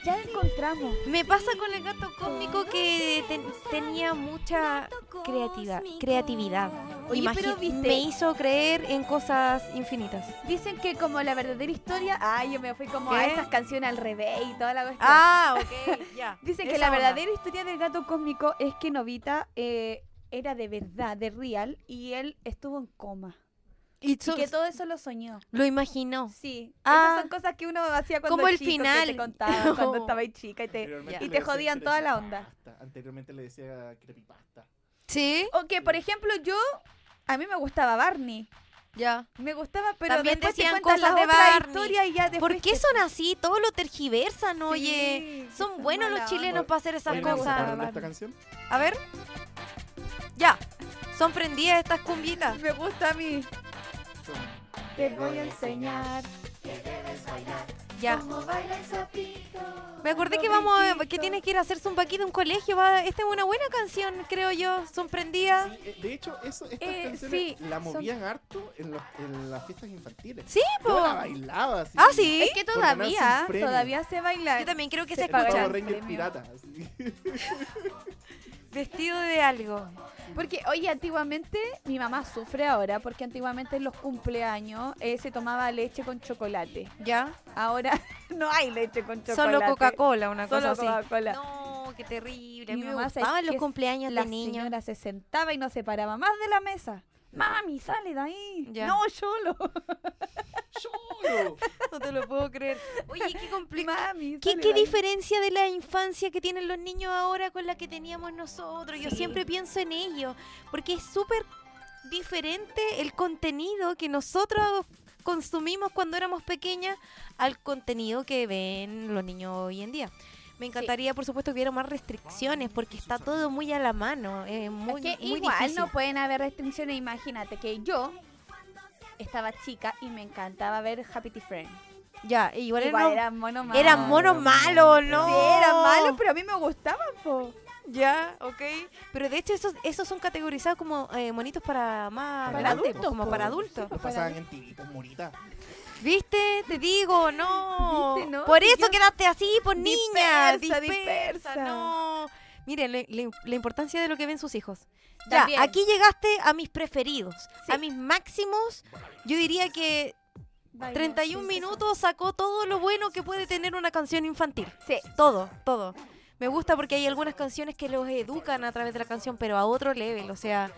Speaker 2: Ya la encontramos.
Speaker 1: Me pasa con el gato cósmico que ten- tenía mucha creatividad, creatividad.
Speaker 2: Oye,
Speaker 1: Imagi-
Speaker 2: pero viste-
Speaker 1: Me hizo creer en cosas infinitas.
Speaker 2: Dicen que como la verdadera historia. Ay, yo me fui como a
Speaker 1: ¿Qué?
Speaker 2: esas canciones al revés y toda la cuestión.
Speaker 1: Ah, *laughs* ok, ya.
Speaker 2: Dicen que
Speaker 1: Esa
Speaker 2: la
Speaker 1: onda.
Speaker 2: verdadera historia del gato cósmico es que Novita eh, era de verdad, de real, y él estuvo en coma.
Speaker 1: Y
Speaker 2: Y que todo eso lo soñó.
Speaker 1: Lo imaginó.
Speaker 2: Sí.
Speaker 1: Ah.
Speaker 2: Esas son cosas que uno hacía cuando
Speaker 1: Como el
Speaker 2: chico, que te
Speaker 1: final.
Speaker 2: contaban cuando *laughs*
Speaker 1: No.
Speaker 2: estaba ahí chica y te...
Speaker 3: Anteriormente
Speaker 1: y
Speaker 3: le
Speaker 2: te
Speaker 3: decía
Speaker 2: jodían toda la onda.
Speaker 3: creepypasta. Anteriormente le decía creepypasta.
Speaker 1: Sí,
Speaker 2: O que, por ejemplo, yo... A mí me gustaba Barney.
Speaker 1: ya.
Speaker 2: Me gustaba, pero
Speaker 1: También
Speaker 2: después te
Speaker 1: decían cosas
Speaker 2: cuentan las
Speaker 1: de
Speaker 2: otras
Speaker 1: Barney.
Speaker 2: historias y ya después
Speaker 1: ¿Por qué
Speaker 2: te-
Speaker 1: son así? Todo lo tergiversan, oye.
Speaker 2: Sí,
Speaker 1: Son
Speaker 2: son
Speaker 1: buenos
Speaker 2: mala
Speaker 1: los chilenos
Speaker 3: onda.
Speaker 1: para hacer esas
Speaker 3: Oye, ¿no
Speaker 2: me
Speaker 1: cosas.
Speaker 2: gusta.
Speaker 3: sacaron esta canción?
Speaker 1: A ver. Ya. Son prendidas estas cumbitas.
Speaker 2: Me gusta a mí.
Speaker 3: Son-
Speaker 2: Te voy a enseñar.
Speaker 1: Ya. Me acordé que vamos a- que tienes que ir a hacer zumba aquí de un colegio. Va. Esta es una buena canción, creo yo. Son prendidas.
Speaker 3: Sí, eh, de hecho, eso, estas
Speaker 2: Eh,
Speaker 3: canciones
Speaker 2: sí,
Speaker 3: la
Speaker 2: son-
Speaker 3: movían harto en, los- en las fiestas infantiles.
Speaker 1: Sí, po.
Speaker 3: Yo la bailaba así.
Speaker 1: Ah, sí.
Speaker 2: Es que
Speaker 3: Por ganarse
Speaker 2: todavía,
Speaker 3: un premio.
Speaker 2: todavía se baila.
Speaker 1: Yo también creo que
Speaker 2: Se
Speaker 1: se,
Speaker 2: pagaba
Speaker 1: escucha.
Speaker 3: Todo
Speaker 2: Escucha.
Speaker 3: Ranger
Speaker 2: Premio.
Speaker 3: pirata. así. *laughs*
Speaker 1: Vestido de algo.
Speaker 2: Porque, oye, antiguamente, mi mamá sufre ahora porque antiguamente en los cumpleaños eh, se tomaba leche con chocolate.
Speaker 1: Ya.
Speaker 2: Ahora *laughs* no hay leche con chocolate.
Speaker 1: Solo Coca-Cola, una
Speaker 2: Solo
Speaker 1: cosa así.
Speaker 2: Coca-Cola.
Speaker 1: No, qué terrible. A
Speaker 2: Mi
Speaker 1: mí me
Speaker 2: mamá, ¿sabes
Speaker 1: gustaban los
Speaker 2: qué?
Speaker 1: cumpleaños
Speaker 2: la
Speaker 1: de niños.
Speaker 2: señora se sentaba y no se paraba más de la mesa. Mami, sale de ahí.
Speaker 1: Ya.
Speaker 2: No, solo.
Speaker 3: ¡Choro!
Speaker 1: *laughs* No te lo puedo creer. Oye, qué complicado.
Speaker 2: *laughs* Mami,
Speaker 1: ¿Qué,
Speaker 2: sale
Speaker 1: qué
Speaker 2: de ahí.
Speaker 1: diferencia de la infancia que tienen los niños ahora con la que teníamos nosotros? Yo siempre pienso en ello, porque es súper diferente el contenido que nosotros consumimos cuando éramos pequeñas al contenido que ven los niños hoy en día. Me encantaría, por supuesto, que hubiera más restricciones, porque está todo muy a la mano. Es muy,
Speaker 2: Es que
Speaker 1: muy
Speaker 2: igual
Speaker 1: difícil.
Speaker 2: no pueden haber restricciones. Imagínate que yo estaba chica y me encantaba ver Happy Tea Friends.
Speaker 1: Ya, igual,
Speaker 2: Igual
Speaker 1: era,
Speaker 2: eran monos malos.
Speaker 1: eran monos malos, ¿no?
Speaker 2: Sí, eran malos, pero a mí me gustaban, po.
Speaker 1: Ya, ok. Pero de hecho esos, esos son categorizados como eh, monitos Ah, para más
Speaker 3: Para
Speaker 1: grandes,
Speaker 2: adultos,
Speaker 1: como
Speaker 2: po.
Speaker 1: para adultos.
Speaker 3: Lo pasaban en TV con Morita.
Speaker 1: ¿Viste? Te digo, no.
Speaker 2: ¿Viste? No,
Speaker 1: Por
Speaker 2: si
Speaker 1: eso
Speaker 2: yo-
Speaker 1: quedaste así, por niña.
Speaker 2: Dispersa,
Speaker 1: Dispersa,
Speaker 2: dispersa.
Speaker 1: No. Miren, le- le- la importancia de lo que ven sus hijos.
Speaker 2: También.
Speaker 1: Ya, aquí llegaste a mis preferidos,
Speaker 2: Sí.
Speaker 1: a mis máximos. Yo diría que 31 minutos sacó todo lo bueno que puede tener una canción infantil.
Speaker 2: Sí.
Speaker 1: Todo, todo. Me gusta porque hay algunas canciones que los educan a través de la canción, pero a otro level. O sea,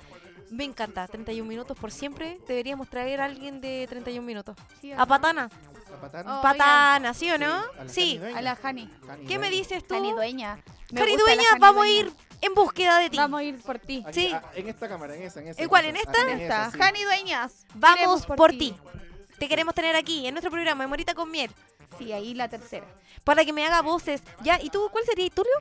Speaker 1: me encanta. 31 minutos por siempre. Deberíamos traer a alguien de 31 minutos.
Speaker 2: Ah,
Speaker 1: A Patana.
Speaker 3: La patana.
Speaker 2: Oh,
Speaker 1: Patana, ¿sí o
Speaker 3: Sí,
Speaker 1: no?
Speaker 3: a la
Speaker 1: Sí.
Speaker 3: Cani Dueña.
Speaker 2: A la Hani.
Speaker 3: Cani
Speaker 1: Oh, ¿Qué me
Speaker 3: Dueña.
Speaker 1: dices tú?
Speaker 2: Hani dueña. Me
Speaker 1: Cari
Speaker 2: gusta la
Speaker 1: Dueña,
Speaker 2: Hani
Speaker 1: vamos a
Speaker 2: Dueña.
Speaker 1: ir en búsqueda de ti.
Speaker 2: Vamos a ir por ti.
Speaker 3: Aquí,
Speaker 1: Sí.
Speaker 3: ah, en esta cámara, en esa, en esa.
Speaker 1: ¿En cuál? ¿En
Speaker 3: esa.
Speaker 1: esta?
Speaker 3: Ah, en esa,
Speaker 2: Está.
Speaker 3: sí.
Speaker 2: Hani dueñas.
Speaker 1: Vamos
Speaker 2: Iremos
Speaker 1: por, ti. Te queremos tener aquí, en nuestro programa, en Morita con Miel,
Speaker 2: Sí, ahí la tercera.
Speaker 1: para que me haga voces. Ya, ¿y tú cuál sería? ¿Tulio?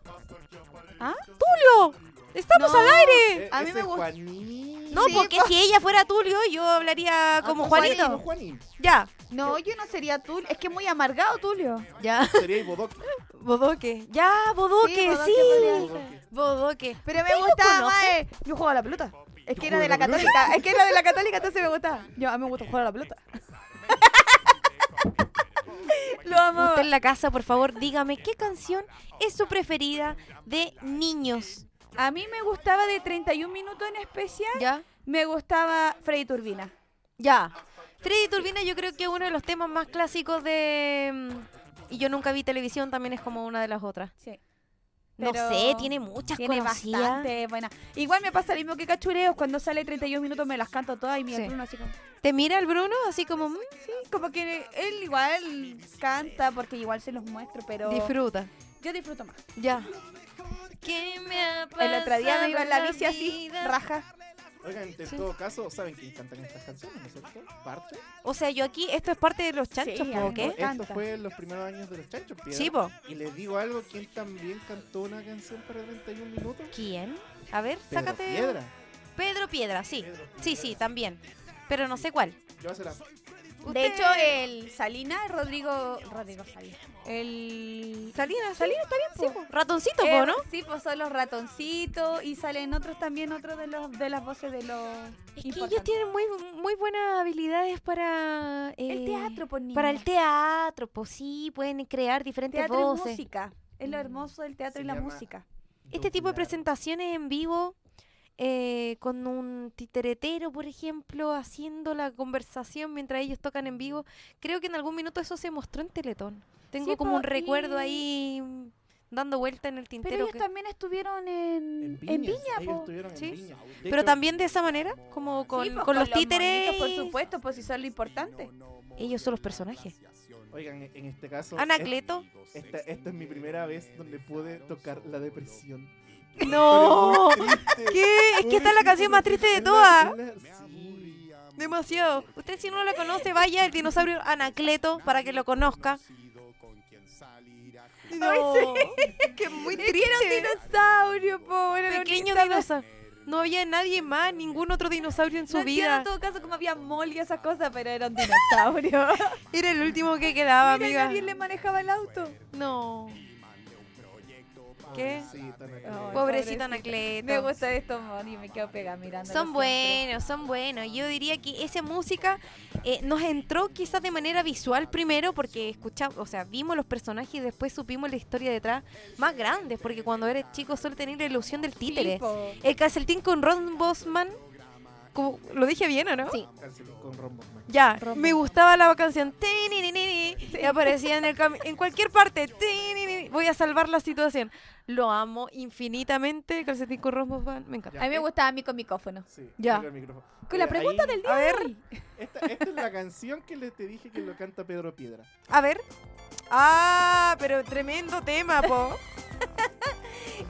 Speaker 2: ¿Ah?
Speaker 1: ¡Tulio! ¡Estamos
Speaker 2: No.
Speaker 1: al aire!
Speaker 3: Eh,
Speaker 2: A mí
Speaker 3: ese
Speaker 2: me gusta.
Speaker 3: Juanín.
Speaker 1: No,
Speaker 2: Sí,
Speaker 1: porque si ella fuera Tulio, yo hablaría como
Speaker 3: Ah,
Speaker 1: Juanito.
Speaker 3: Juanín, Juanín.
Speaker 1: Ya.
Speaker 2: No, yo no sería Tulio. Es que muy amargado, Tulio.
Speaker 1: Ya.
Speaker 2: *laughs*
Speaker 3: Sería Ibodoc.
Speaker 1: Bodoque. Ya,
Speaker 2: Sí,
Speaker 1: Bodoque,
Speaker 2: Bodoque
Speaker 1: sí.
Speaker 2: podría ser.
Speaker 1: Bodoque.
Speaker 2: Pero me
Speaker 1: ¿Ustedes lo
Speaker 2: gustaba más.
Speaker 1: conocen?
Speaker 2: eh, Yo jugaba a la pelota. Es
Speaker 3: Yo
Speaker 2: que era
Speaker 3: jugaba
Speaker 2: de
Speaker 3: a la
Speaker 2: la católica. Es que era de la católica, entonces me gustaba. Yo, a mí me gusta jugar a la pelota. Lo amaba.
Speaker 1: Usted en la casa, por favor, dígame qué canción es su preferida de niños.
Speaker 2: A mí me gustaba de 31 minutos en especial.
Speaker 1: Ya.
Speaker 2: Me gustaba Freddy Turbina.
Speaker 1: Ya. Freddy Turbina yo creo que uno de los temas más clásicos de... mm, Y yo nunca vi televisión, también es como una de las otras.
Speaker 2: Sí.
Speaker 1: No
Speaker 2: Pero
Speaker 1: sé, tiene muchas
Speaker 2: Tiene
Speaker 1: conocidas.
Speaker 2: bastante buena. Igual me pasa lo mismo que Cachureos. Cuando sale 31 minutos me las canto todas y mi
Speaker 1: Sí.
Speaker 2: hermano así como...
Speaker 1: ¿Te mira el Bruno así como... mm,
Speaker 2: Sí, como que él igual canta porque igual se los muestro, pero
Speaker 1: Disfruta.
Speaker 2: yo disfruto más.
Speaker 1: Ya. ¿Qué me ha
Speaker 2: El otro día me iba en la
Speaker 1: pasado
Speaker 2: bici así,
Speaker 1: vida?
Speaker 2: raja.
Speaker 3: Oigan, en
Speaker 1: Sí.
Speaker 3: todo caso, ¿saben quién cantan estas canciones, no es cierto? Parche.
Speaker 1: O sea, yo aquí, esto es parte de los chanchos,
Speaker 2: Sí,
Speaker 1: po,
Speaker 2: a mí
Speaker 1: ¿o
Speaker 2: me
Speaker 1: ¿qué?
Speaker 2: gusta. Canta.
Speaker 3: Esto fue en los primeros años de los Chanchos, Piedra.
Speaker 1: Sí, po.
Speaker 3: Y les digo algo, ¿quién también cantó una canción para 31 minutos?
Speaker 1: ¿Quién? A ver,
Speaker 3: Pedro
Speaker 1: sácate.
Speaker 3: Piedra.
Speaker 1: Pedro Piedra, sí.
Speaker 3: Pedro
Speaker 1: Sí,
Speaker 3: Piedra.
Speaker 1: sí, también. Pero no sé cuál.
Speaker 3: Yo se la...
Speaker 2: De
Speaker 1: Usted-
Speaker 2: hecho, el Salina, Rodrigo. Rodrigo Salina. El.
Speaker 1: Salina,
Speaker 2: Salina está
Speaker 1: sí,
Speaker 2: bien,
Speaker 1: po. Ratoncito,
Speaker 2: Eh,
Speaker 1: po, ¿no?
Speaker 2: Sí, pues son los ratoncitos y salen otros también, otros de los de las voces de los.
Speaker 1: Es que ellos
Speaker 2: importantes.
Speaker 1: tienen muy, muy buenas habilidades para...
Speaker 2: el
Speaker 1: eh,
Speaker 2: teatro, pues niña.
Speaker 1: Para el teatro, pues sí, pueden crear diferentes
Speaker 2: teatro y
Speaker 1: voces. Mm.
Speaker 2: música. Es lo hermoso del teatro
Speaker 3: Se
Speaker 2: y la
Speaker 3: llama-
Speaker 2: música.
Speaker 1: Este tipo de
Speaker 3: Doblar.
Speaker 1: presentaciones en vivo, eh, con un titeretero, por ejemplo, haciendo la conversación mientras ellos tocan en vivo, creo que en algún minuto eso se mostró en Teletón. Tengo
Speaker 2: Sí,
Speaker 1: como
Speaker 2: po,
Speaker 1: un recuerdo
Speaker 2: y-
Speaker 1: ahí mm, dando vuelta en el
Speaker 2: Pero
Speaker 1: tintero.
Speaker 2: ellos
Speaker 1: que-
Speaker 2: también estuvieron en,
Speaker 3: En Viña,
Speaker 2: en Viña,
Speaker 3: ellos
Speaker 2: po.
Speaker 3: estuvieron en
Speaker 1: Sí.
Speaker 3: Viña. De
Speaker 1: Pero
Speaker 3: hecho,
Speaker 1: también de esa manera, como con,
Speaker 2: Sí, pues,
Speaker 1: con los títeres.
Speaker 2: monitos, por supuesto, pues si son lo importante.
Speaker 1: Ellos son los personajes.
Speaker 3: Oigan, en este caso.
Speaker 2: *laughs*
Speaker 1: Anacleto.
Speaker 3: es- Esta, esta es mi primera vez donde pude tocar la depresión.
Speaker 1: No.
Speaker 3: Pero es muy triste.
Speaker 1: *laughs* ¿Qué? Es que esta es la canción más triste de
Speaker 3: Es la-
Speaker 1: todas.
Speaker 3: es la- sí.
Speaker 1: Demasiado. Usted si no la conoce, vaya el dinosaurio Anacleto para que lo conozca. No. que *laughs* es muy triste.
Speaker 2: Dinosaurio, po. era lo
Speaker 1: Pequeño
Speaker 2: único que estaba-
Speaker 1: dinosaurio. No había nadie más, ningún otro dinosaurio en su
Speaker 2: no entiendo
Speaker 1: vida.
Speaker 2: en todo caso cómo había mol y esas cosas, pero era un
Speaker 1: *laughs*
Speaker 2: dinosaurio. *laughs*
Speaker 1: Era el último que quedaba,
Speaker 2: Mira,
Speaker 1: amiga.
Speaker 2: nadie le manejaba el auto.
Speaker 1: No. ¿Qué?
Speaker 3: Pobrecita
Speaker 2: Ay,
Speaker 3: Anacleto.
Speaker 1: Pobrecito
Speaker 2: pobrecito. Me
Speaker 1: Anacleto.
Speaker 2: gusta esto, mon, y me quedo pegada mirando.
Speaker 1: Son buenos, son buenos. Yo diría que esa música eh, nos entró quizás de manera visual primero porque escuchamos, o sea, vimos los personajes y después supimos la historia detrás más grandes porque cuando eres chico solo tener la ilusión del títere. El calcetín con Ron Bosman, como- ¿lo dije bien o no? Sí.
Speaker 3: Calcetín con rombo, man.
Speaker 1: Ya,
Speaker 2: Ron
Speaker 1: me gustaba la canción. tininini, Y aparecía en, el cami- en cualquier parte. tininini, Voy a salvar la situación. Lo amo infinitamente. Calcetín con Ron Bosman, me encanta.
Speaker 2: A mí me gustaba a mí con micrófono.
Speaker 3: Sí,
Speaker 1: Ya.
Speaker 3: toca el micrófono.
Speaker 2: Con la
Speaker 3: Mira,
Speaker 2: pregunta
Speaker 3: ahí-
Speaker 2: del día.
Speaker 1: A ver.
Speaker 3: Esta, esta es la canción que le te dije que lo canta Pedro Piedra.
Speaker 1: A ver. Ah, pero tremendo tema, *laughs* po.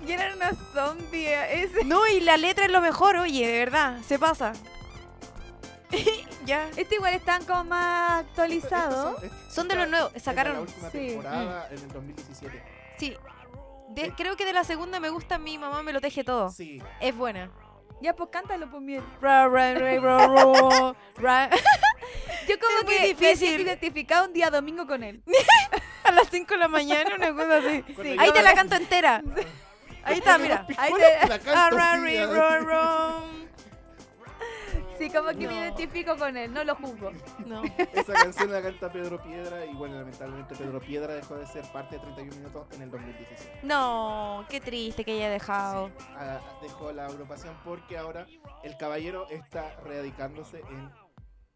Speaker 2: Y eran unos zombies. Ese.
Speaker 1: No, y la letra es lo mejor, oye, de verdad, se pasa. *laughs* ya.
Speaker 2: Este igual están como más actualizados.
Speaker 1: Son de los nuevos,
Speaker 3: La
Speaker 1: sacaron.
Speaker 3: última
Speaker 2: sí.
Speaker 3: temporada en el 2017.
Speaker 1: Sí. De- creo que de la segunda me gusta mi mamá me lo teje todo.
Speaker 3: Sí,
Speaker 1: Es buena.
Speaker 2: Ya, pues cántalo, pues miel.
Speaker 1: Ra, ra, ra, ra, ra, ra.
Speaker 2: Yo como
Speaker 1: Es muy
Speaker 2: que me
Speaker 1: difícil.
Speaker 2: siento identificada un día domingo con él.
Speaker 1: *laughs* A las 5 de la mañana, una cosa así.
Speaker 3: Cuando
Speaker 1: Ahí
Speaker 3: yo-
Speaker 1: te la canto entera. Ahí Ah, está,
Speaker 3: *laughs*
Speaker 1: mira.
Speaker 2: Ahí
Speaker 3: Hola,
Speaker 2: te-
Speaker 3: la ¿eh? canto,
Speaker 1: Ra, ra,
Speaker 3: sí,
Speaker 1: ri,
Speaker 3: a-
Speaker 1: ro, ro.
Speaker 2: sí, como que me
Speaker 1: No.
Speaker 2: identifico con él, no lo juzgo.
Speaker 1: No.
Speaker 3: Esa canción la canta Pedro Piedra y bueno, lamentablemente Pedro Piedra dejó de ser parte de 31 minutos en el 2017.
Speaker 1: No, qué triste que haya dejado.
Speaker 3: Ah, dejó la agrupación porque ahora el caballero está radicándose en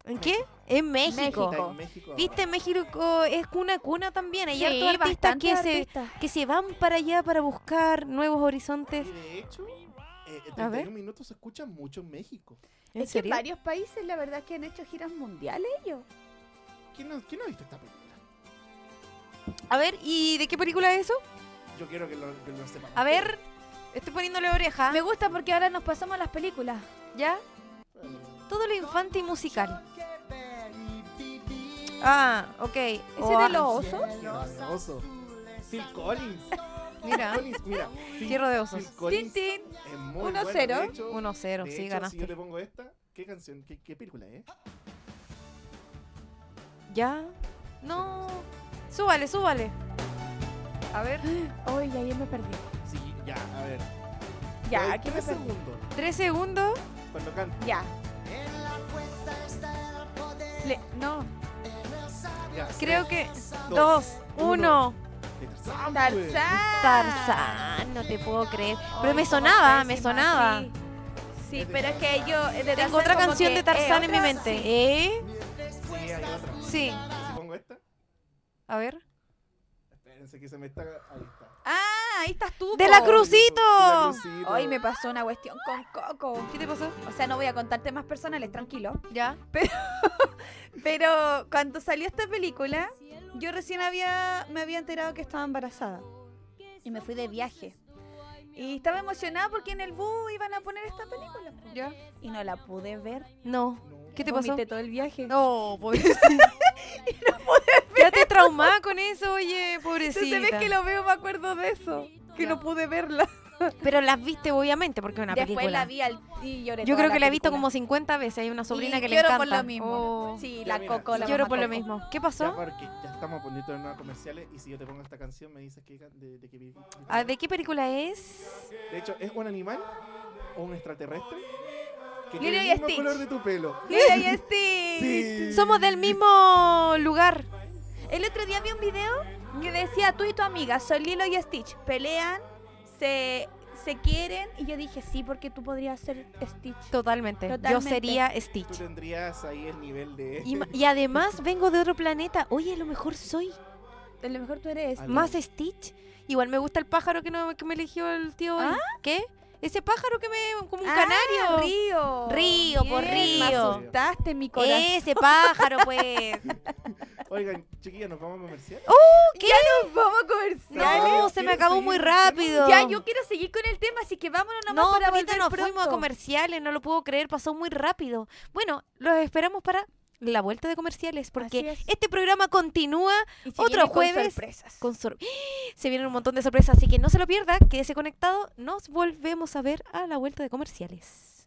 Speaker 1: ¿En qué? En México.
Speaker 3: está en México ahora.
Speaker 1: Viste, México es una cuna también. Hay hartos artistas
Speaker 2: bastante
Speaker 1: que se,
Speaker 2: artistas.
Speaker 1: que se van para allá para buscar nuevos horizontes.
Speaker 3: Y de hecho, eh,
Speaker 1: A ver.
Speaker 3: 31 minutos se escucha mucho en México.
Speaker 1: ¿En
Speaker 2: Es que en
Speaker 1: serio?
Speaker 2: varios países la verdad es que han hecho giras mundiales ellos.
Speaker 3: ¿Quién no, quién no ha visto esta película?
Speaker 1: A ver, ¿y de qué película es eso?
Speaker 3: Yo quiero que lo, que lo sepan.
Speaker 1: A ver, estoy poniéndole oreja.
Speaker 2: Me gusta porque ahora nos pasamos a las películas.
Speaker 1: ¿Ya?
Speaker 3: ustedes.
Speaker 1: Todo lo infante y musical. Ah, ok. ¿Ese
Speaker 2: ¿Ese de los osos?
Speaker 3: Maravilloso. Phil Collins.
Speaker 1: Mira,
Speaker 3: Collins, mira. Phil-
Speaker 1: Tierra de osos.
Speaker 3: Phil Collins
Speaker 2: Tin, tin.
Speaker 3: es muy
Speaker 2: 1-0.
Speaker 3: bueno. De hecho-
Speaker 1: 1-0,
Speaker 3: de
Speaker 1: sí,
Speaker 3: hecho, Si yo
Speaker 1: ganaste.
Speaker 3: le pongo esta, ¿qué canción? ¿Qué, qué película eh? es?
Speaker 1: ¿Ya? No. Súbale, súbale. A ver,
Speaker 2: Ay, ya yo me perdí.
Speaker 3: Sí, ya, a ver.
Speaker 2: Ya,
Speaker 3: Hay
Speaker 2: aquí me
Speaker 3: tres
Speaker 2: perdí.
Speaker 3: segundos
Speaker 1: tres segundos.
Speaker 3: cuando canta.
Speaker 2: Ya. Le- no.
Speaker 3: Ya,
Speaker 1: Creo que.
Speaker 3: Dos,
Speaker 1: Dos,
Speaker 3: uno.
Speaker 1: uno.
Speaker 3: De Tarzán, güey.
Speaker 2: Tarzán.
Speaker 1: Tarzán, no te puedo creer. Pero
Speaker 2: Ay,
Speaker 1: me
Speaker 2: como
Speaker 1: sonaba, me
Speaker 2: pésima,
Speaker 1: sonaba.
Speaker 2: sí. Sí, pero es que yo eh,
Speaker 1: Tengo
Speaker 2: de Tarzán
Speaker 1: otra
Speaker 2: como
Speaker 1: canción
Speaker 2: que,
Speaker 1: de Tarzán
Speaker 2: eh,
Speaker 1: en mi
Speaker 2: otra-
Speaker 1: mente.
Speaker 2: sí.
Speaker 1: ¿Eh?
Speaker 3: Sí, hay otra.
Speaker 1: Sí.
Speaker 3: Si pongo esta,
Speaker 1: A ver.
Speaker 3: espérense que se me está. Ahí está.
Speaker 2: Ah, ahí estás tú.
Speaker 1: ¡De la
Speaker 2: po.
Speaker 1: Cruz! ¡Crucito!
Speaker 3: La Crucito.
Speaker 2: Hoy me pasó una cuestión con Coco.
Speaker 1: ¿Qué te pasó?
Speaker 2: O sea, no voy a contarte más personales, tranquilo.
Speaker 1: ¿Ya?
Speaker 2: Pero cuando salió esta película, yo recién había, me había enterado que estaba embarazada. Y me fui de viaje. Y estaba emocionada porque en el bus iban a poner esta película. po.
Speaker 1: ¿Ya?
Speaker 2: Y no la pude ver.
Speaker 1: No.
Speaker 3: No.
Speaker 1: ¿Qué te pasó?
Speaker 2: Vomité todo el viaje.
Speaker 1: No,
Speaker 2: *laughs*
Speaker 1: *laughs* pobrecita. Ya te traumás con eso, oye,
Speaker 2: Entonces
Speaker 1: pobrecita.
Speaker 2: ves que lo veo, me acuerdo de eso. Que no pude verla.
Speaker 1: Pero las viste, obviamente, porque es una
Speaker 2: Después
Speaker 1: película.
Speaker 2: la vi al, y lloré.
Speaker 1: Yo
Speaker 2: toda
Speaker 1: creo que la he visto
Speaker 2: película.
Speaker 1: como 50 veces. Hay una sobrina
Speaker 2: Y
Speaker 1: que le
Speaker 2: lloro
Speaker 1: encanta.
Speaker 2: por lo mismo.
Speaker 1: Oh.
Speaker 2: Sí,
Speaker 3: Ya,
Speaker 2: la
Speaker 3: mira,
Speaker 2: coco, la
Speaker 1: Lloro
Speaker 2: mamá
Speaker 1: por lo
Speaker 2: Coco.
Speaker 1: mismo. ¿Qué pasó?
Speaker 3: Ya porque ya estamos poniendo de nuevos comerciales y si yo te pongo esta canción me dices que, de, de qué película.
Speaker 1: Ah, ¿De qué película es?
Speaker 3: De hecho, ¿es un animal o un extraterrestre? Que
Speaker 2: Lilo
Speaker 3: tiene
Speaker 2: y
Speaker 3: el mismo
Speaker 2: Stitch.
Speaker 3: color de tu pelo.
Speaker 2: Lilo
Speaker 1: *laughs*
Speaker 2: y Stitch.
Speaker 3: Sí.
Speaker 1: Somos del mismo lugar.
Speaker 2: El otro día vi un video que decía tú y tu amiga, soy Lilo y Stitch, pelean, se, se quieren y yo dije sí porque tú podrías ser Stitch.
Speaker 1: Totalmente. Yo
Speaker 2: Totalmente.
Speaker 1: sería
Speaker 3: Tú
Speaker 1: Stitch.
Speaker 3: tendrías ahí el nivel de...
Speaker 1: Y, ma- y además vengo de otro planeta. Oye, a lo mejor soy
Speaker 2: A lo mejor tú eres.
Speaker 3: Al-
Speaker 1: más Stitch. Igual me gusta el pájaro que, no, que me eligió el tío. hoy.
Speaker 2: ¿Ah?
Speaker 1: ¿Qué? Ese pájaro que me. como un
Speaker 2: Ah,
Speaker 1: canario.
Speaker 2: Río.
Speaker 1: Río, Eh. por
Speaker 2: Bien, Me
Speaker 3: Río.
Speaker 2: asustaste mi corazón.
Speaker 1: Ese pájaro, pues.
Speaker 3: Oigan, chiquillas, ¿nos vamos a comercial?
Speaker 1: Oh,
Speaker 2: Nos vamos a comerciales.
Speaker 1: No,
Speaker 3: No,
Speaker 1: se me
Speaker 3: quiero
Speaker 1: acabó
Speaker 3: seguir
Speaker 1: muy
Speaker 3: el tema.
Speaker 1: rápido.
Speaker 2: Ya, yo quiero seguir con el tema, así que vámonos nomás
Speaker 1: No,
Speaker 2: para
Speaker 1: ahorita
Speaker 2: volver
Speaker 1: nos
Speaker 2: pronto.
Speaker 1: fuimos a comerciales, no lo puedo creer, pasó muy rápido. Bueno, los esperamos para la vuelta de comerciales,
Speaker 2: Así
Speaker 1: porque
Speaker 2: es.
Speaker 1: este programa continúa
Speaker 2: Y se
Speaker 1: otro
Speaker 2: viene con
Speaker 1: jueves.
Speaker 2: sorpresas.
Speaker 1: con sor- ¡Ah! Se vienen un montón de sorpresas, así que no se lo pierda, quédese conectado, nos volvemos a ver a la vuelta de comerciales.
Speaker 2: *laughs*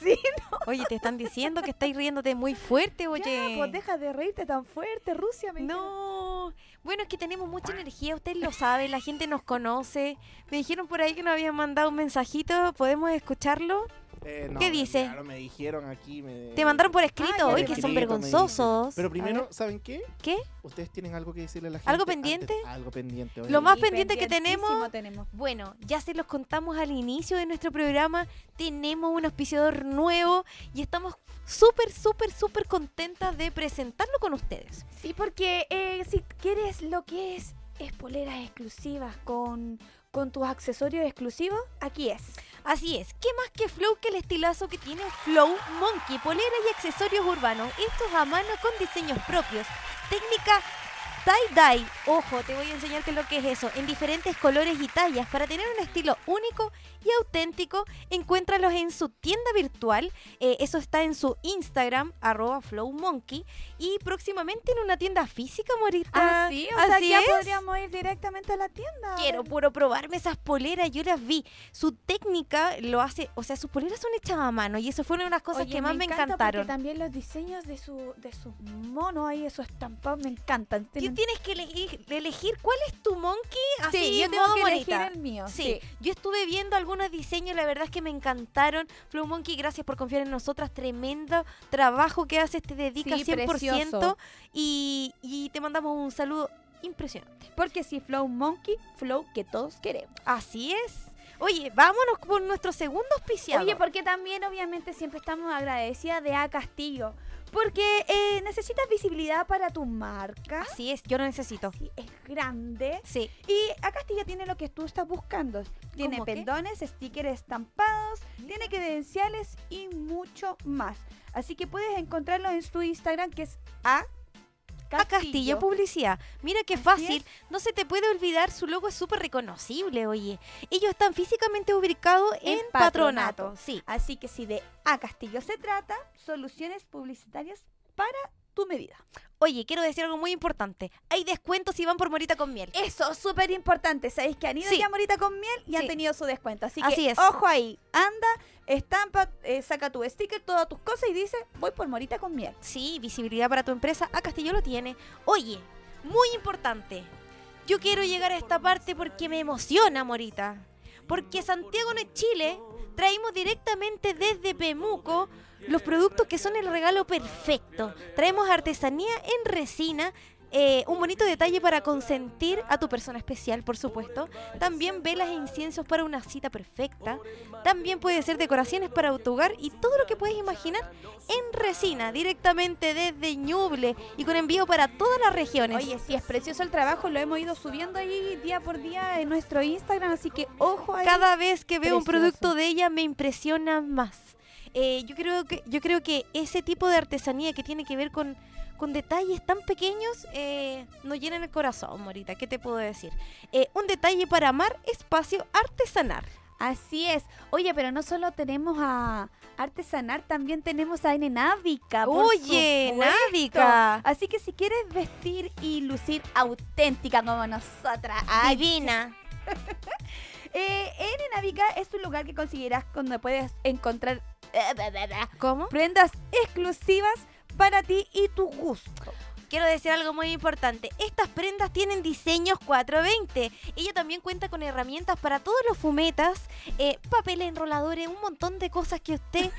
Speaker 2: Sí,
Speaker 1: Oye, te están diciendo que estáis riéndote muy
Speaker 2: *laughs*
Speaker 1: fuerte,
Speaker 2: oye.
Speaker 1: oye.
Speaker 2: pues deja de reírte tan fuerte, Rusia me dijeron.
Speaker 1: No, bueno, es que tenemos mucha energía, usted lo sabe, la gente nos conoce. Me dijeron por ahí que nos habían mandado un mensajito, ¿podemos escucharlo?
Speaker 3: Eh, no,
Speaker 1: ¿Qué
Speaker 3: me
Speaker 1: dice?
Speaker 3: enviaron, me dijeron aquí. Me...
Speaker 1: Te mandaron por escrito,
Speaker 2: ya
Speaker 1: oye,
Speaker 2: te
Speaker 1: que
Speaker 3: Escrito,
Speaker 1: son
Speaker 3: me dicen.
Speaker 1: vergonzosos.
Speaker 3: Pero
Speaker 1: A
Speaker 3: primero,
Speaker 1: ver.
Speaker 3: ¿saben qué?
Speaker 1: ¿Qué?
Speaker 3: Ustedes tienen algo que decirle a la gente.
Speaker 1: ¿Algo
Speaker 3: antes-
Speaker 1: pendiente?
Speaker 3: algo pendiente. oye.
Speaker 1: Lo más
Speaker 2: Y
Speaker 1: pendiente que
Speaker 2: pendientísimo
Speaker 1: tenemos-
Speaker 2: tenemos.
Speaker 1: Bueno, ya se los contamos al inicio de nuestro programa, tenemos un auspiciador nuevo y estamos súper, súper, súper contentas de presentarlo con ustedes.
Speaker 2: Sí, porque eh, si quieres lo que es, es poleras exclusivas con, con tus accesorios exclusivos, aquí es.
Speaker 1: Así es, ¿qué más que Flow que el estilazo que tiene Flow Monkey? Polera y accesorios urbanos, estos a mano con diseños propios. Técnica tie-dye, ojo, te voy a enseñar qué es lo que es eso, en diferentes colores y tallas para tener un estilo único y auténtico. Encuéntralos en su tienda virtual, eh, eso está en su Instagram, arroba Flow Monkey, y próximamente en una tienda física, Morita.
Speaker 2: Ah,
Speaker 1: Así es.
Speaker 2: podríamos ir directamente a la tienda.
Speaker 1: Quiero puro probarme esas poleras, yo las vi. Su técnica lo hace, o sea, sus poleras son hechas a mano y eso fue una de las cosas
Speaker 2: Oye,
Speaker 1: que más me,
Speaker 2: encanta porque
Speaker 1: encantaron.
Speaker 2: también los diseños de su de sus monos ahí, esos estampados, me encantan.
Speaker 1: ¿Qué
Speaker 2: Tienen-
Speaker 1: tienes que elegir, elegir cuál es tu monkey? Así,
Speaker 2: sí, yo tengo
Speaker 1: modo
Speaker 2: que
Speaker 1: bonita.
Speaker 2: elegir el mío.
Speaker 1: Sí, yo estuve viendo algunos diseños, la verdad es que me encantaron. Flow Monkey, gracias por confiar en nosotras. Tremendo trabajo que haces, te dedicas
Speaker 2: Sí,
Speaker 1: 100%
Speaker 2: precioso.
Speaker 1: y, y te mandamos un saludo impresionante.
Speaker 2: Porque si Flow Monkey, Flow que todos queremos.
Speaker 1: Así es. Oye, vámonos por nuestro segundo auspiciado.
Speaker 2: Oye, porque también obviamente siempre estamos agradecidas de A Castillo. Porque eh, necesitas visibilidad para tu marca.
Speaker 1: Así es, yo lo necesito.
Speaker 2: Sí, es grande.
Speaker 1: Sí.
Speaker 2: Y A Castillo tiene lo que tú estás buscando. Tiene
Speaker 1: ¿Cómo qué?
Speaker 2: pendones, stickers estampados, tiene credenciales y mucho más. Así que puedes encontrarlo en su Instagram que es A
Speaker 1: A Castillo Publicidad. Mira qué
Speaker 2: Así
Speaker 1: fácil. No se te puede olvidar, su logo es súper reconocible, oye. Ellos están físicamente ubicados en,
Speaker 2: En
Speaker 1: patronato.
Speaker 2: Patronato.
Speaker 1: Sí.
Speaker 2: Así que si de A Castillo se trata, soluciones publicitarias para tu medida.
Speaker 1: Oye, quiero decir algo muy importante. Hay descuentos si van por Morita con miel.
Speaker 2: Eso, súper importante. Sabéis que han ido
Speaker 1: Sí.
Speaker 2: ya a Morita con miel y
Speaker 1: Sí.
Speaker 2: han tenido su descuento. Así,
Speaker 1: Así
Speaker 2: que
Speaker 1: es.
Speaker 2: ojo ahí. Anda, estampa, eh, saca tu sticker, todas tus cosas y dice, voy por Morita con miel.
Speaker 1: Sí, visibilidad para tu empresa. A Castillo lo tiene. Oye, muy importante. Yo quiero llegar a esta parte porque me emociona, Morita. Porque Santiago no es Chile. Traímos directamente desde Pemuco los productos que son el regalo perfecto. Traemos artesanía en resina. eh, un bonito detalle para consentir a tu persona especial, por supuesto. También velas e inciensos para una cita perfecta. También puede ser decoraciones para tu hogar y todo lo que puedes imaginar en resina, directamente desde Ñuble y con envío para todas las regiones.
Speaker 2: Oye, sí, es precioso el trabajo. Lo hemos ido subiendo ahí día por día en nuestro Instagram. Así que ojo ahí.
Speaker 1: Cada vez que veo un
Speaker 2: Precioso.
Speaker 1: producto de ella me impresiona más. Eh, yo, creo que, yo creo que ese tipo de artesanía que tiene que ver con, con detalles tan pequeños eh, nos llenan el corazón, Morita. ¿Qué te puedo decir? Eh, un detalle para amar, espacio artesanal.
Speaker 2: Así es. Oye, pero no solo tenemos a Artesanar, también tenemos a Nenávica. Ah, por
Speaker 1: Oye,
Speaker 2: supuesto.
Speaker 1: Návica.
Speaker 2: Así que si quieres vestir y lucir auténtica como nosotras, ay,
Speaker 1: Divina.
Speaker 2: Eh, en Enavica es un lugar que conseguirás cuando puedes encontrar eh,
Speaker 1: ¿Cómo?
Speaker 2: prendas exclusivas para ti y tu gusto.
Speaker 1: Quiero decir algo muy importante. Estas prendas tienen diseños 420. Ella también cuenta con herramientas para todos los fumetas, eh, papel enroladores, un montón de cosas que
Speaker 2: *laughs*
Speaker 1: usted